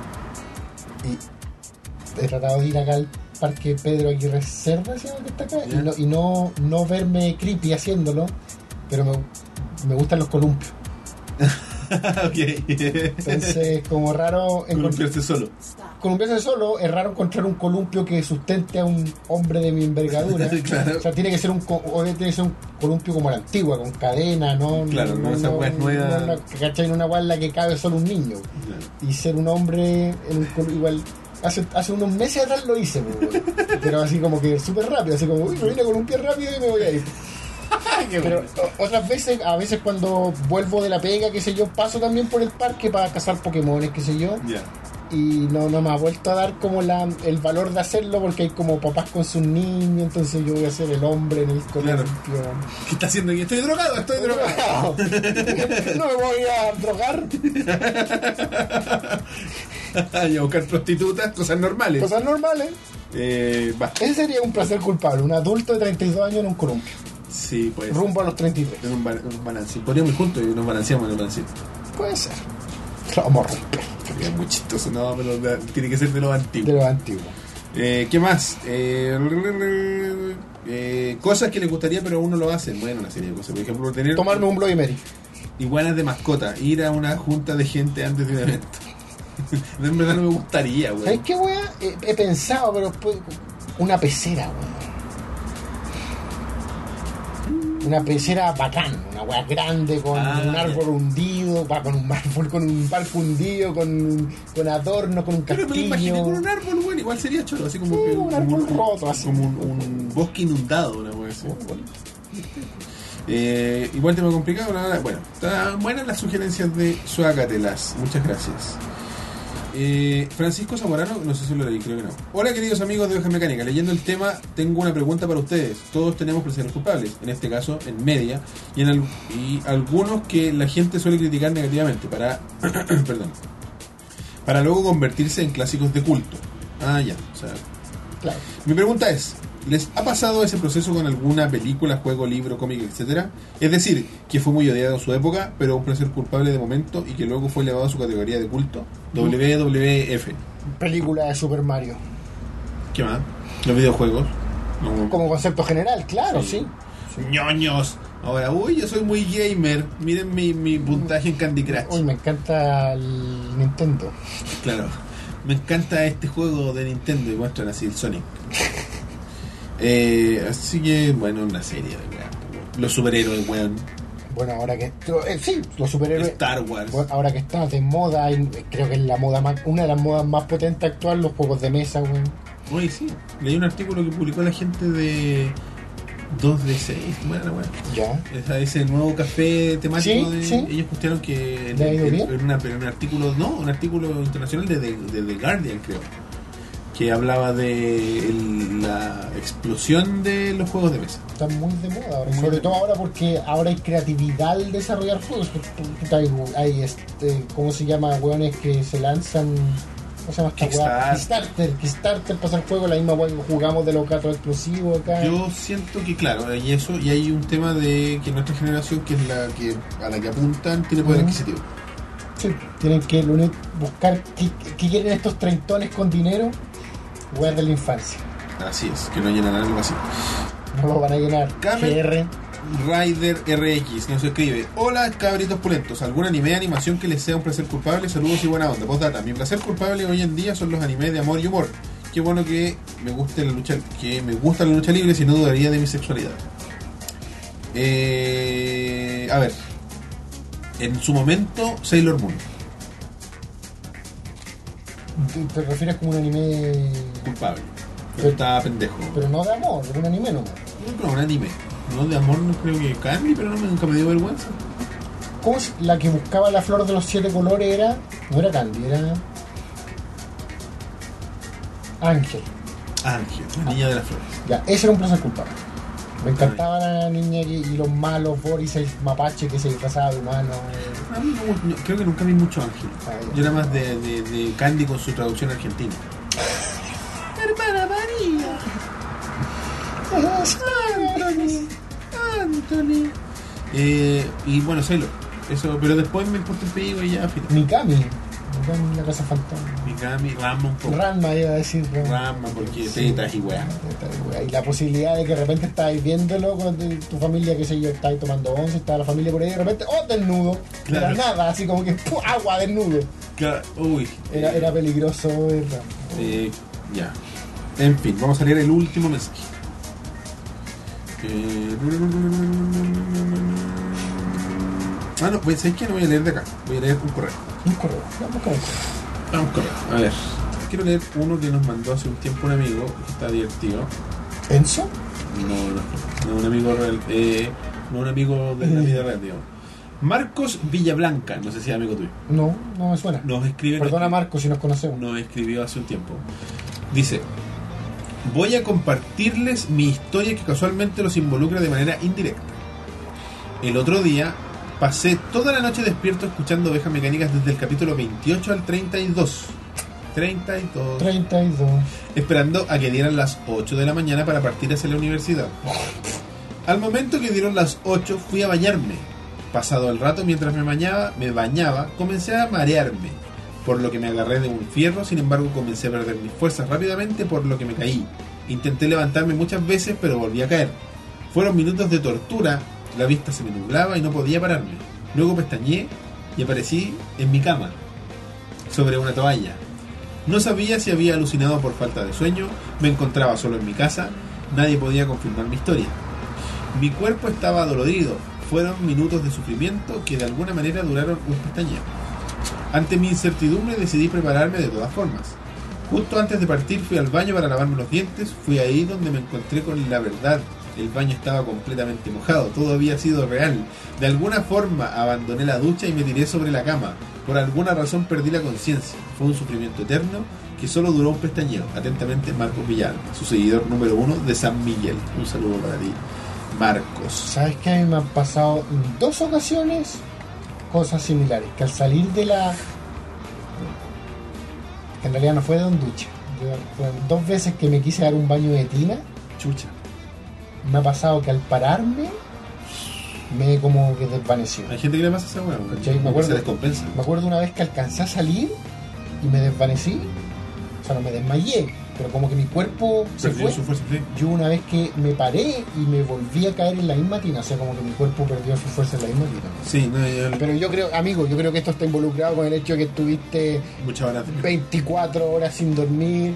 y he tratado de ir acá al parque Pedro Aguirre Cerda, se llama que está acá,
Ya.
y, no, y no, no verme creepy haciéndolo, pero me, me gustan los columpios.
ok.
Entonces, como raro encontrar.
Columpiarse solo.
Columpiarse solo, es raro encontrar un columpio que sustente a un hombre de mi envergadura.
Claro.
O sea, tiene que ser un, co- o tiene que ser un columpio como la antigua, con cadena, ¿no?
Claro, no esa weá es nueva.
no, no, ¿cachai? Una weá en la que cabe solo un niño. y ser un hombre en un col- igual hace, hace unos meses atrás lo hice pues, weón. pero así como que súper rápido así como uy me vine con un pie rápido y me voy a ir pero o- otras veces a veces cuando vuelvo de la pega qué sé yo paso también por el parque para cazar pokémones qué sé yo
Ya.
y no, no me ha vuelto a dar como la, el valor de hacerlo porque hay como papás con sus niños entonces yo voy a ser el hombre en el colegio
Claro. ¿Qué está haciendo aquí? Estoy drogado, estoy drogado.
no me voy a drogar
y a buscar prostitutas, cosas normales.
cosas normales
Eh, va.
Ese sería un placer culpable, un adulto de 32 años en un columpio,
Sí, pues.
rumbo a los 33.
En un, ba- en un balance. Podríamos ir juntos y nos balanceamos en el balance.
Puede ser. Lo vamos a romper
Sería muy chistoso, no, pero de- tiene que ser de lo antiguo.
de lo antiguo.
Eh, ¿Qué más? Eh, eh, cosas que les gustaría, pero uno lo hace. Bueno, una serie de cosas. Por ejemplo, tener
Tomarme un Bloody Mary.
iguanas de mascota, ir a una junta de gente antes de un evento. en verdad no me gustaría,
¿Sabes
güey.
qué, weá? He, he pensado, pero después. Una pecera, weón. Una pecera bacán, una weá grande con
Ah,
un
ya.
árbol hundido, va con un árbol, con un barco hundido, con, con adornos, con un
Pero me lo
castillo.
imaginé con un árbol, güey. Igual sería choro, así como
Sí,
que-
un
como
árbol roto, así.
Como un, un bosque inundado, una güey. así. Eh, igual tema complicado, nada, bueno, están buenas las sugerencias de Suácatelas, muchas gracias. Eh, Francisco Zamorano, no sé si lo leí, creo que no. Hola queridos amigos de Oveja Mecánica, leyendo el tema tengo una pregunta para ustedes. Todos tenemos placeres culpables, en este caso en media, y, en al- y algunos que la gente suele criticar negativamente para, perdón, para luego convertirse en clásicos de culto. Ah, ya, o sea,
Claro.
mi pregunta es, ¿les ha pasado ese proceso con alguna película, juego, libro, cómic, etcétera? Es decir, que fue muy odiado en su época, pero un placer culpable de momento y que luego fue elevado a su categoría de culto. WWF.
Película de Super Mario.
¿Qué más? Los videojuegos. No.
Como concepto general, claro, sí.
ñoños. Ahora, uy, yo soy muy gamer. Miren mi, mi puntaje en Candy
Uy,
Crush.
me encanta el Nintendo.
Claro. Me encanta este juego de Nintendo y muestran así el Sonic. Eh, así que, bueno, una serie de weas, po. Los superhéroes, weón.
Bueno, ahora que. eh, sí, los superhéroes.
Star Wars.
Bueno, ahora que está de moda, y creo que es la moda más- una de las modas más potentes actual, los juegos de mesa, weón.
Oye, sí. Leí un artículo que publicó la gente de 2D6. Bueno, la wea.
Ya.
Esa- ese nuevo café temático
Sí,
de-
sí.
ellos postearon que en,
¿Le ha ido
en-
bien?
en una- en un artículo no un artículo internacional de, The- de The Guardian creo que hablaba de el- la explosión de los juegos de mesa
Están muy de moda ahora.
Muy
Sobre
de
todo ahora porque ahora hay creatividad al desarrollar juegos. Puta, Hay, hay, este, ¿cómo se llama? Weones que se lanzan. ¿Cómo se llama esta weá? Kickstarter. Kickstarter para hacer juego, la misma weá que jugamos de los gatos explosivos acá.
yo siento que claro y eso y hay un tema de que nuestra generación que es la que a la que apuntan tiene poder
Ujú.
adquisitivo
Sí, tienen que lo único- buscar qué, qué quieren estos treintones con dinero. Weá de la infancia.
así es que no llenan algo así
No lo van a llenar.
Carmen.
GR.
Rider RX nos escribe Hola cabritos pulentos, ¿algún anime animación que les sea un placer culpable? Saludos y buena onda, postdata Mi placer culpable hoy en día son los animes de amor y humor Qué bueno que me guste la lucha Que me gusta la lucha libre si no dudaría de mi sexualidad Eh, A ver En su momento Sailor Moon
¿Te refieres como un anime?
Culpable Pero
Pero-
estaba pendejo
Pero no de amor, un anime nomás.
No, un anime No, de amor no creo que cambie Pero no, me- nunca me dio vergüenza
¿Cómo se- la que buscaba la flor de los siete colores era? No era Candy, era. Ángel.
Ángel, la niña de las flores
Ya, ese era un placer culpable. Me encantaba la niña que- y los malos, Boris, el mapache que se disfrazaba de humano. eh.
A mí no, no, creo que nunca vi mucho Ángel.
Ah, ya.
Yo era más de, de- de Candy con su traducción argentina. Hermana María, Anthony, Anthony. Eh, y bueno, Celo. Eso, pero después me importa el pico y ya, filo.
Mikami. Mikami, la casa fantasma.
Mikami, Rama un poco.
Ranma iba a decir.
Oh. Ranma, porque
Sí.
tetas y weá.
Tetas y weá. Y la posibilidad de que de repente estáis viéndolo con tu- tu familia, qué sé yo, estáis tomando once, está la familia por ahí, de repente, ¡oh, desnudo!
Claro.
Era nada, así como que ¡pum! agua desnudo.
Ca- Uy.
Era, era peligroso el Ranma.
Eh, ya. En fin, vamos a leer el último mensaje. Eh, Ah, no, pues es que no voy a leer de acá. Voy a leer un correo.
Un correo, vamos con el correo.
Ah, un correo. A ver. Quiero leer uno que nos mandó hace un tiempo un amigo. Que está divertido.
¿Enzo?
No, no, no, un amigo real. Eh, no, un amigo de la vida real, digamos. Marcos Villablanca, no sé si es amigo tuyo.
No, no me suena.
Nos escribe.
Perdona Marco si nos conocemos.
nos escribió hace un tiempo. Dice, voy a compartirles mi historia que casualmente los involucra de manera indirecta. El otro día pasé toda la noche despierto escuchando ovejas mecánicas desde el capítulo 28 al 32. 32.
32.
Esperando a que dieran las 8 de la mañana para partir hacia la universidad. Al momento que dieron las 8 fui a bañarme. Pasado el rato mientras me bañaba, me bañaba, comencé a marearme, por lo que me agarré de un fierro, sin embargo comencé a perder mis fuerzas rápidamente, por lo que me caí. Intenté levantarme muchas veces, pero volví a caer. Fueron minutos de tortura, la vista se me nublaba y no podía pararme. Luego pestañeé y aparecí en mi cama, sobre una toalla. No sabía si había alucinado por falta de sueño, me encontraba solo en mi casa, nadie podía confirmar mi historia. Mi cuerpo estaba dolorido, fueron minutos de sufrimiento que de alguna manera duraron un pestañeo. Ante mi incertidumbre decidí prepararme de todas formas. Justo antes de partir fui al baño para lavarme los dientes, fui ahí donde me encontré con la verdad. El baño estaba completamente mojado, todo había sido real. De alguna forma abandoné la ducha y me tiré sobre la cama. Por alguna razón perdí la conciencia. Fue un sufrimiento eterno que solo duró un pestañeo. Atentamente, Marcos Villalba, su seguidor número uno de San Miguel. Un saludo para ti, Marcos.
¿Sabes que A mí me han pasado en dos ocasiones cosas similares. Que al salir de la. Que en realidad no fue de un ducha. Yo- fueron dos veces que me quise dar un baño de tina.
Chucha.
Me ha pasado que al pararme me como que desvaneció.
Hay gente que le pasa esa hueá, weón.
Sí, me acuerdo.
Se descompensa.
Me acuerdo una vez que alcancé a salir y me desvanecí. O sea, no me desmayé, pero como que mi cuerpo se
Perdió
fue.
su fuerza, sí.
Yo una vez que me paré y me volví a caer en la misma tina, o sea, como que mi cuerpo perdió su fuerza en la misma tina.
Sí, no, yo-
Pero yo creo, amigo, yo creo que esto está involucrado con el hecho de que estuviste
muchas horas. de-
24 horas sin dormir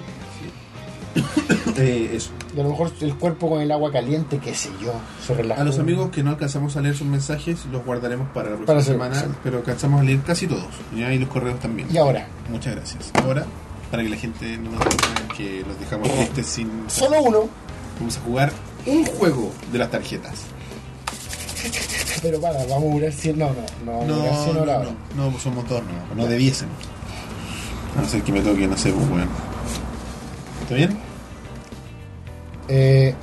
Eh, eso.
y a lo mejor el cuerpo con el agua caliente, qué sé yo, se relajó.
A los amigos que no alcanzamos a leer sus mensajes, los guardaremos para la próxima
Para hacer-
semana,
sí.
pero alcanzamos a leer casi todos. ¿ya? Y los correos también.
Y ahora,
Muchas gracias. Ahora, para que la gente no nos diga que los dejamos tristes sin.
solo uno,
Vamos a jugar un juego de las tarjetas.
pero para, vamos a durar 100, no, no, no, vamos a durar 100
Oh, no,
horas.
no, no, somos dos, no, no debiesen. A no ser que me toque, no sé, pues bueno. ¿Está bien?
Eh,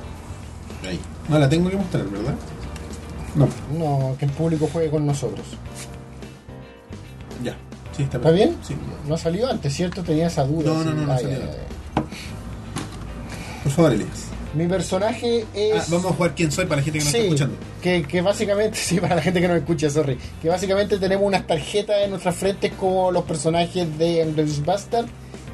Ahí. No la tengo que mostrar, ¿verdad? No.
no, que el público juegue con nosotros.
Ya. Sí, está,
¿Está bien?
Sí.
No salió antes, ¿cierto? Tenía esa duda.
No, no, no, no
Ay, ay,
salió.
ay.
Por favor, Elias.
Mi personaje es...
Ah, vamos a jugar quién soy para la gente que no
Sí,
está escuchando.
que, que básicamente, sí, para la gente que nos escucha, sorry, que básicamente tenemos unas tarjetas en nuestras frentes como los personajes de Angels Bastard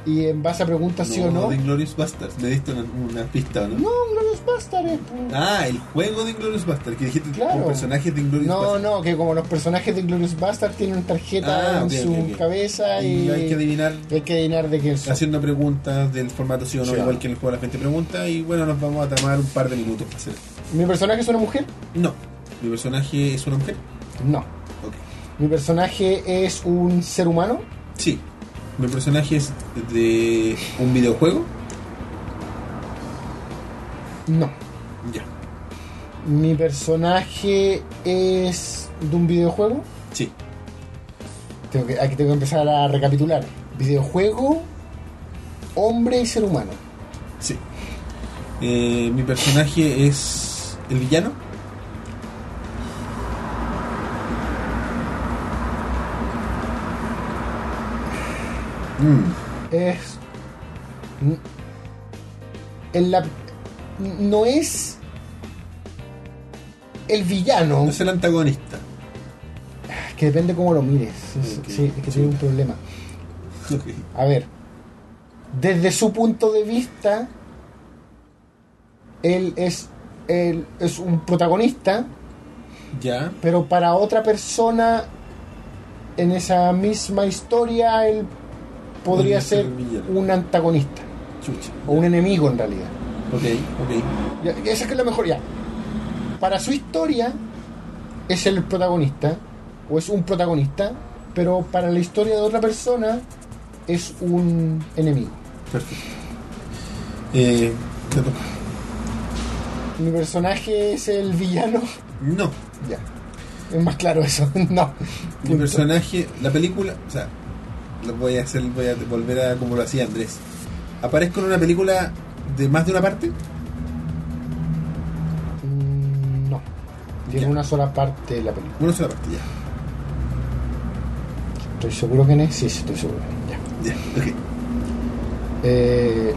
y en base a preguntas sí o no.
de Inglorious Bastards. Le diste una, una pista, ¿no?
No, eh, Angels Bastard es.
Ah, el juego de Inglorious Bastards. Que dijiste
Claro.
con personajes de Inglorious
No,
Bastards.
no, que como los personajes de Glorious Bastard tienen una tarjeta
Ah,
en
ok,
su
ok, ok.
cabeza y,
Y hay que adivinar
hay que adivinar de quién son.
haciendo preguntas del formato sí o no,
Sí.
igual que en el juego la gente pregunta. Y bueno, nos vamos a tomar un par de minutos para hacer esto.
¿Mi personaje es una mujer?
No, mi personaje es una mujer.
No.
Ok.
¿Mi personaje es un ser humano?
Sí, mi personaje es de un videojuego.
No.
Ya.
¿Mi personaje es de un videojuego?
Sí,
Tengo que, aquí tengo que empezar a recapitular. Videojuego, hombre y ser humano.
sí. Eh, mi personaje es el villano. Mm.
Es. n- En la, no es. El villano,
No es el antagonista.
que depende cómo lo mires. Es-
Ok,
sí, es que
sí.
tiene un problema.
Ok.
A ver. Desde su punto de vista, él es, él es un protagonista,
Ya.
pero para otra persona en esa misma historia él
Podría
podría
ser
ser
un villano.
un antagonista
Chucha.
o un enemigo en realidad.
Ok, ok.
Ya, Esa es que es la mejor ya. Para su historia es el protagonista o es un protagonista, pero para la historia de otra persona es un enemigo.
Perfecto. Eh, te toca.
Mi personaje es el villano.
no,
Ya. Es más claro eso. no.
mi
Punto.
personaje, la película, o sea, lo voy a hacer, voy a volver a como lo hacía Andrés. Aparezco en una película de más de una parte.
Mm, No. Tiene
Ya.
una sola parte de la película.
Una sola parte, ya.
Estoy seguro que no es. Sí, sí, estoy seguro. Ya.
Ya, ok.
Eh,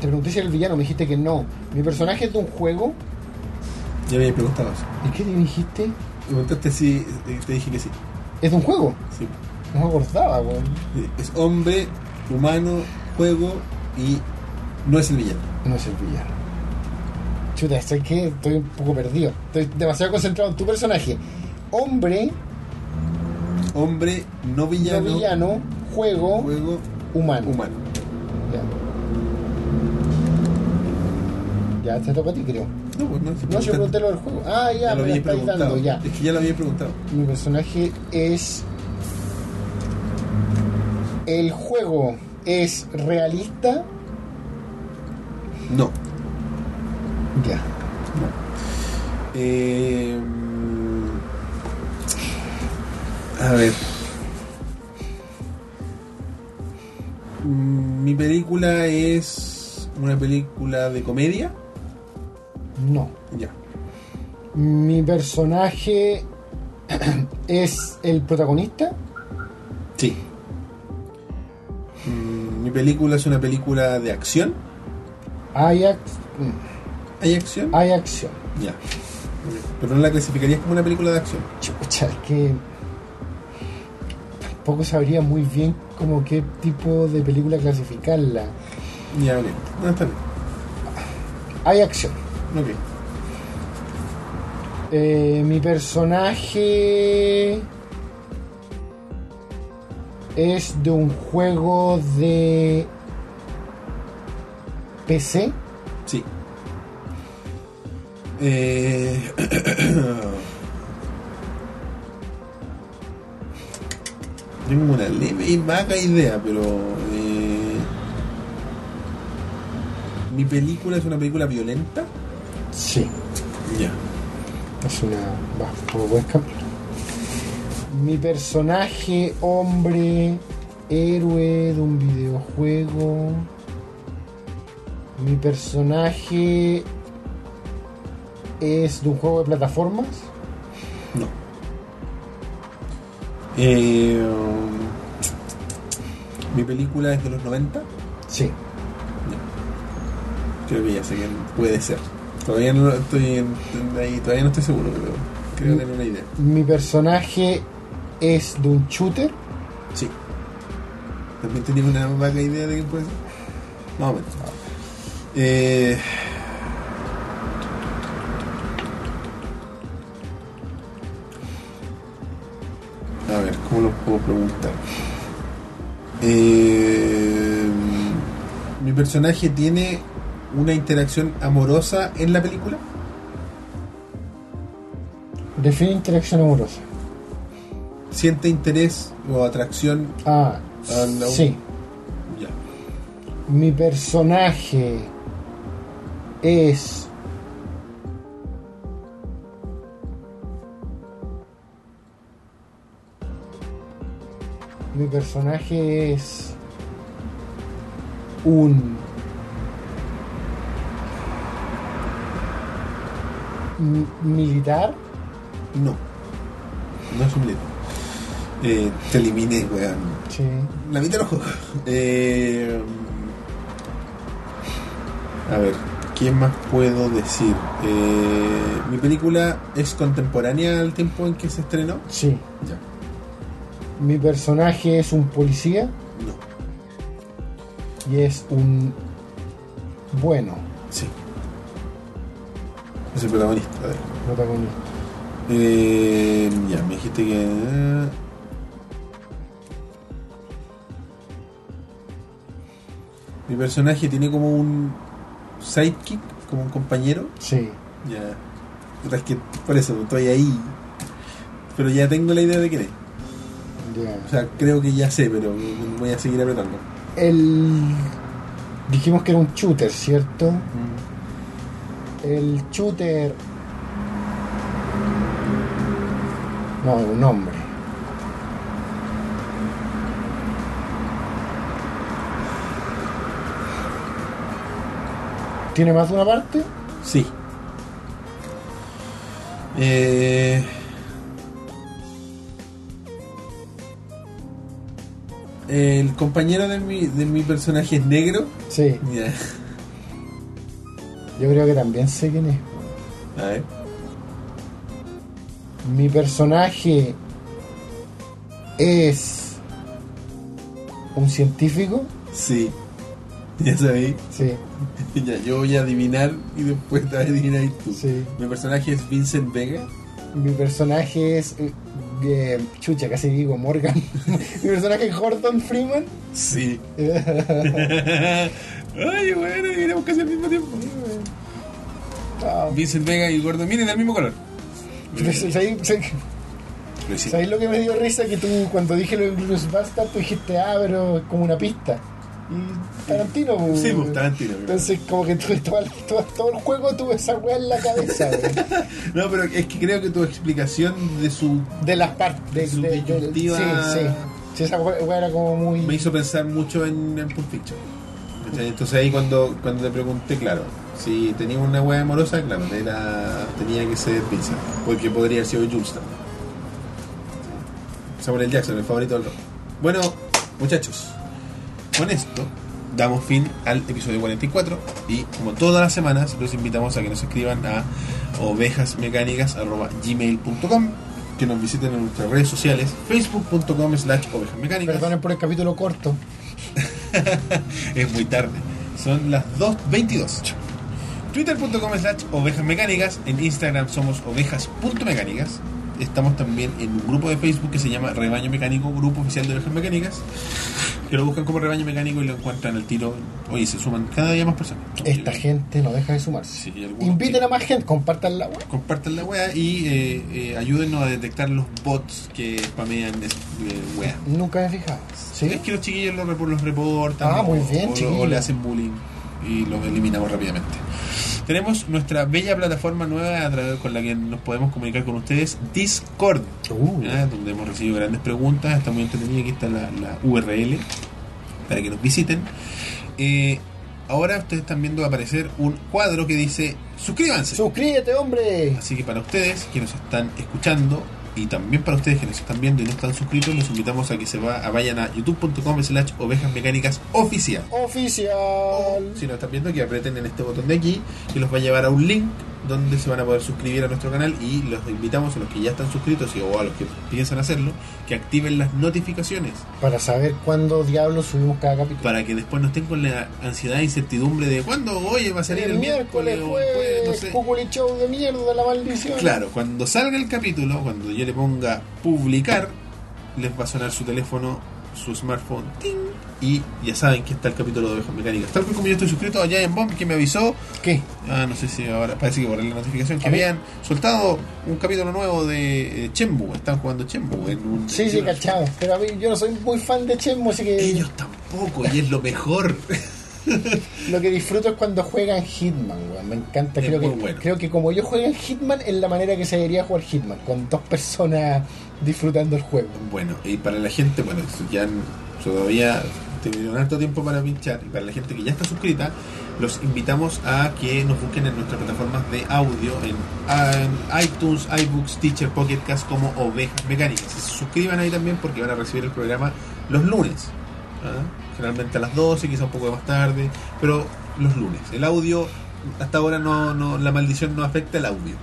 te pregunté si era el villano, me dijiste que no. Mi personaje es de un juego.
Ya me había preguntado eso.
¿Y qué te dijiste?
Me preguntaste si eh, te dije que sí.
Es de un juego.
Sí.
No me acordaba, weón.
Eh, Es hombre, humano, juego y no es el villano.
No es el villano. Chuta, sé que estoy un poco perdido. Estoy demasiado concentrado en tu personaje. Hombre,
Hombre, no
no
villano,
villano, juego,
juego,
humano.
humano.
Ya. Ya, te toca a ti, creo.
No, pues no. si
No, yo
preguntaste-
pregunté lo del juego. Ah, ya,
Ya lo
me la
había
estáis
preguntado.
dando, ya.
Es que ya lo había preguntado.
Mi personaje es. El juego es realista.
No.
Ya.
Eh, mm, A ver. Mm, Mi película es una película de comedia.
No.
Ya.
Mi personaje es el protagonista.
Sí. Mm, Mi película es una película de acción.
Hay, ac- mm,
¿Hay acción?
hay acción.
Ya. Pero no la clasificarías como una película de acción.
Chucha, es que tampoco sabría muy bien como qué tipo de película clasificarla.
Ya, ok. No, está bien.
Hay acción.
Ok.
Eh, mi personaje es de un juego de PC.
Sí. Eh, Tengo una leve y vaga idea, pero... eh, Mi película es una película violenta.
Sí.
Ya.
Es una. Va, por buen camino. Mi personaje, hombre, héroe de un videojuego. Mi personaje es de un juego de plataformas.
No. Eh, Mi película es de los 90.
Sí.
Creo que ya sé quién puede ser. Todavía no estoy en- en ahí, todavía no estoy seguro, pero creo tener una idea.
Mi personaje es de un shooter.
Sí. También tenía una vaga idea de quién puede ser. Más o menos. Eh, A ver, ¿cómo lo puedo preguntar? Eh, ¿Mi personaje tiene una interacción amorosa en la película?
Define interacción amorosa.
siente interés o atracción.
Ah,
Ah, no.
sí.
Ya.
Mi personaje es. Mi personaje es un mi- militar.
No. No es un libro. Eh, te eliminé, weón.
Sí.
La mitad de los juegos. Eh, a ver, ¿qué más puedo decir? Eh, Mi película es contemporánea al tiempo en que se estrenó.
Sí.
Ya.
Mi personaje es un policía
No.
y es un bueno
Sí. Es el protagonista. A ver.
protagonista.
Eh, ya, me dijiste que. eh, Mi personaje tiene como un sidekick, como un compañero.
Sí.
Ya. Puta, Es que por eso estoy ahí. Pero ya tengo la idea de quién es.
Ya.
O sea, creo que ya sé, pero voy a seguir apretando.
El... Dijimos que era un shooter, ¿cierto? El shooter... No, era un hombre. ¿Tiene más de una parte?
Sí. Eh... El compañero de mi, de mi personaje es negro.
Sí,
Ya.
yo creo que también sé quién es.
A ver.
Mi personaje es un científico.
Sí. Ya sabí.
Sí,
Ya, yo voy a adivinar y después te vas a adivinar tú.
sí.
Mi personaje es Vincent Vega.
Mi personaje es. eh, eh, chucha, casi digo Morgan. Mi personaje es Horton Freeman.
Sí. Ay, bueno, adivinamos casi al mismo tiempo.
Ah,
Vincent Vega y Gordo, miren, del mismo color. Mm.
pero ¿sabéis- ¿Sabéis
Lo hicimos.
sabéis lo que me dio risa? Que tú, cuando dije lo de Blues Bastard, tú dijiste, ah, pero es como una pista. Tarantino,
Sí,
güey.
pues, Tarantino, claro.
Entonces, como que tuve toda, toda- todo el juego tuve esa weá en la cabeza, güey.
No, pero es que creo que tu explicación de su.
De las partes. De,
Su
de- yo-
disyuntiva-
Sí, sí. Sí, esa we- weá era como
me
muy.
hizo pensar mucho en, en Pulp Fiction. ¿Cachai? Entonces ahí cuando, cuando te pregunté, claro, si tenía una hueá amorosa, claro, era, tenía que ser Pizza, porque podría haber sido Jules también. Samuel L. Jackson, el favorito del rock. Bueno, muchachos, con esto damos fin al episodio 44 y como todas las semanas los invitamos a que nos escriban a ovejasmecánicas.gmail.com que nos visiten en nuestras redes sociales facebook.com slash ovejasmecánicas
Perdonen por el capítulo corto.
es muy tarde. Son las 2.22. Twitter.com slash ovejas mecánicas. En Instagram somos ovejas.mecánicas. Estamos también en un grupo de Facebook que se llama Rebaño Mecánico, Grupo Oficial de Ovejas Mecánicas. Que lo buscan como Rebaño Mecánico y lo encuentran al tiro. Oye, se suman cada día más personas.
Esta gente no deja de sumarse.
Sí, y algunos
Inviten
que-
a más gente, compartan la weá.
Compartan la wea y eh, eh, ayúdennos a detectar los bots que spamean eh, wea.
Nunca me he fijado.
Es
¿Sí?
que los chiquillos lo repor- los reportan
Ah, muy
o-
bien,
o, lo- o
chiquillos.
le hacen bullying y los eliminamos rápidamente. Tenemos nuestra bella plataforma nueva a través con la que nos podemos comunicar con ustedes, Discord,
Uh,
¿ya? donde hemos recibido grandes preguntas, está muy entretenido, aquí está la, la URL para que nos visiten. Eh, ahora ustedes están viendo aparecer un cuadro que dice suscríbanse.
Suscríbete, hombre.
Así que para ustedes que nos están escuchando y también para ustedes que nos están viendo y no están suscritos, los invitamos a que se va, a vayan a youtube.com slash ovejas mecánicas oficial.
Oficial.
Si nos están viendo, que aprieten en este botón de aquí que los va a llevar a un link donde se van a poder suscribir a nuestro canal y los invitamos a los que ya están suscritos y o a los que piensan hacerlo, que activen las notificaciones
Para saber cuándo diablos subimos cada capítulo.
para que después no estén con la ansiedad e incertidumbre de cuándo, oye, va a salir el, miércoles, o el jueves, no sé.
Cuculi Show de mierda, la maldición.
Claro, cuando salga el capítulo, cuando yo le ponga publicar, les va a sonar su teléfono, su smartphone, ting, y ya saben que está el capítulo de Ovejas Mecánicas. Tal cual como yo estoy suscrito a Giant Bomb, que me avisó,
¿Qué?
ah, no sé si ahora, parece que por la notificación, que
A ver.
habían soltado un capítulo nuevo de eh, Chembu, están jugando Chembu en un...
Sí, sí, cachado. Pero a mí, yo no soy muy fan de Chemo, así que
Ellos tampoco, y es lo mejor.
lo que disfruto es cuando juegan Hitman, weón. Me encanta.
Es
Creo que,
muy bueno.
creo que como yo juego en Hitman, es la manera que se debería jugar Hitman, con dos personas disfrutando el juego.
Bueno, y para la gente, bueno, ya n- todavía tuvieron harto tiempo para pinchar, y para la gente que ya está suscrita, los invitamos a que nos busquen en nuestras plataformas de audio, en, ah, en iTunes, iBooks, Teacher, Pocket Cast, como Ovejas Mecánicas. Y se suscriban ahí también porque van a recibir el programa los lunes. ¿ah? Generalmente a las 12, quizá un poco más tarde, pero los lunes. El audio, hasta ahora no, no la maldición no afecta el audio.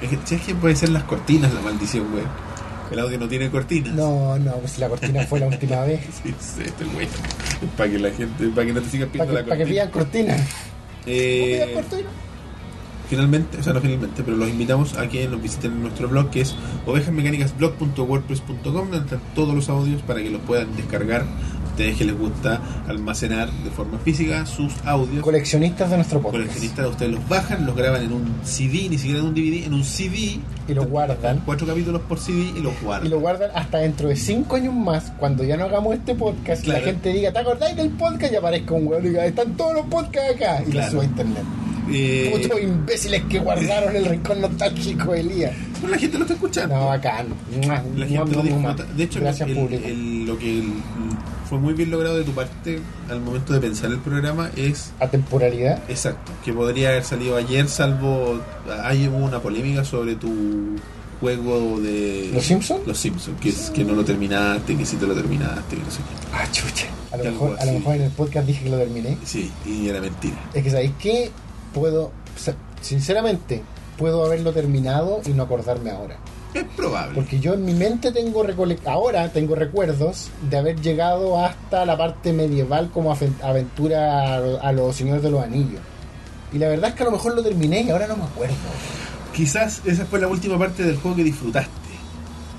Es que, si es que puede ser las cortinas la maldición, güey. El audio no tiene cortinas.
No, no, pues la cortina fue la última vez.
Sí, sí, este güey. Para que la gente, para que no te sigan
Para
pidiendo
que,
la
pa' que
cortina.
pidan cortina.
Eh,
No pidan cortina.
finalmente, o sea, no finalmente, pero los invitamos a que nos visiten en nuestro blog que es ovejasmecánicasblog.wordpress.com, donde están todos los audios para que los puedan descargar. Ustedes que les gusta almacenar de forma física sus audios.
Coleccionistas de nuestro podcast.
Coleccionistas, ustedes los bajan, los graban en un CD, ni siquiera en un DVD, en un CD,
Y lo guardan.
cuatro capítulos por CD y los guardan.
Y lo guardan hasta dentro de cinco años más, cuando ya no hagamos este podcast,
Claro.
la gente diga, ¿te acordáis del podcast? Y aparezca un weón y diga, están todos los podcasts acá. Y
Claro.
lo suba a internet.
Eh,
Muchos imbéciles que guardaron el rincón nostálgico de Elías.
pero la gente lo está escuchando.
No, bacán. Mua,
La
mua,
gente lo
mua, mua.
disfruta. De hecho,
gracias
el-
público.
el- lo que el- fue muy bien logrado de tu parte al momento de pensar el programa es
Atemporalidad.
exacto, que podría haber salido ayer, salvo hay hubo una polémica sobre tu juego de
¿Los Simpsons?
Los Simpsons, que, es- que no lo terminaste, que sí te lo terminaste, que no sé qué.
Ah, chucha. A lo,
Algo
mejor, a
así.
lo mejor en el podcast dije que lo terminé.
Sí, y era mentira.
Es que, ¿sabéis qué? Puedo, o sea, sinceramente, puedo haberlo terminado y no acordarme ahora.
Es probable.
Porque yo en mi mente tengo recole- ahora tengo recuerdos de haber llegado hasta la parte medieval como afe- aventura a, lo- a los señores de los anillos. Y la verdad es que a lo mejor lo terminé y ahora no me acuerdo.
Quizás esa fue la última parte del juego que disfrutaste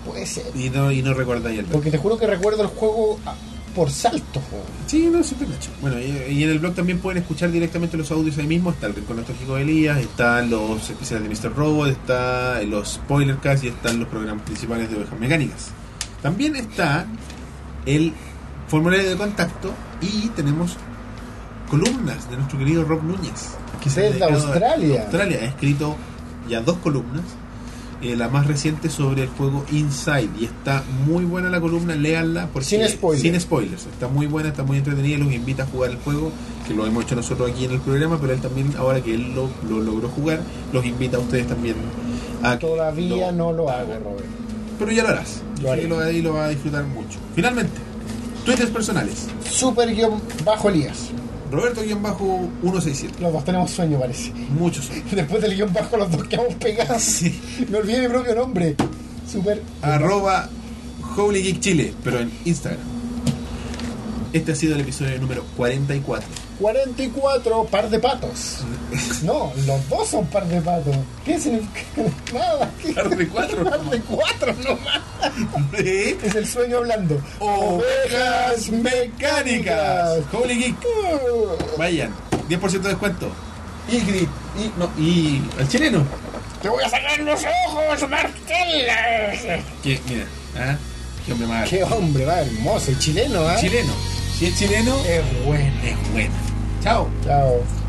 Puede ser.
y no, y no recordáis el resto.
Porque te juro que recuerdo el juego a- por saltos. weón.
Sí, no, siempre cacho. Bueno, y, y en el blog también pueden escuchar directamente los audios ahí mismo. Está el Rincón Nostálgico de Elías, están los especiales de Mr. Robot, está los spoilercasts y están los programas principales de Ovejas Mecánicas. También está el formulario de contacto y tenemos columnas de nuestro querido Rob Núñez.
Que Desde
dedicado a-
Australia.
Australia ha escrito ya dos columnas. eh, la más reciente sobre el juego Inside. Y está muy buena la columna, léanla. Porque,
Sin spoilers.
Sin spoilers. Está muy buena, está muy entretenida. Los invita a jugar el juego, que lo hemos hecho nosotros aquí en el programa. Pero él también, ahora que él lo, lo logró jugar, los invita a ustedes también a que
Todavía
lo-
no lo hago, Robert.
Pero ya lo harás.
Lo haré.
Y lo, ahí lo va a disfrutar mucho. Finalmente, tweets personales.
Super guión bajo Elías.
Roberto-167.
Los dos tenemos sueño, parece.
Muchos son.
Después del guión bajo, los dos quedamos pegados.
Sí.
Me olvidé mi propio nombre. Super.
arroba Holy Geek Chile, pero en Instagram. Este ha sido el episodio número 44.
44 par de patos. No, los dos son par de patos. ¿Qué significa? Nada. ¿qué?
Par de cuatro,
Par de cuatro nomás.
De
Es el sueño hablando.
Ovejas Mecánicas. Holy Geek,
Uh.
vayan. 10% de descuento. Y, gri- y, no, y al chileno.
Te voy a sacar los ojos, Martel.
Que, mira, ¿ah? qué hombre más.
Qué hombre, va hermoso. El chileno, ¿eh?
Chileno. Si es chileno,
Es bueno.
es bueno. Chao.
Chao.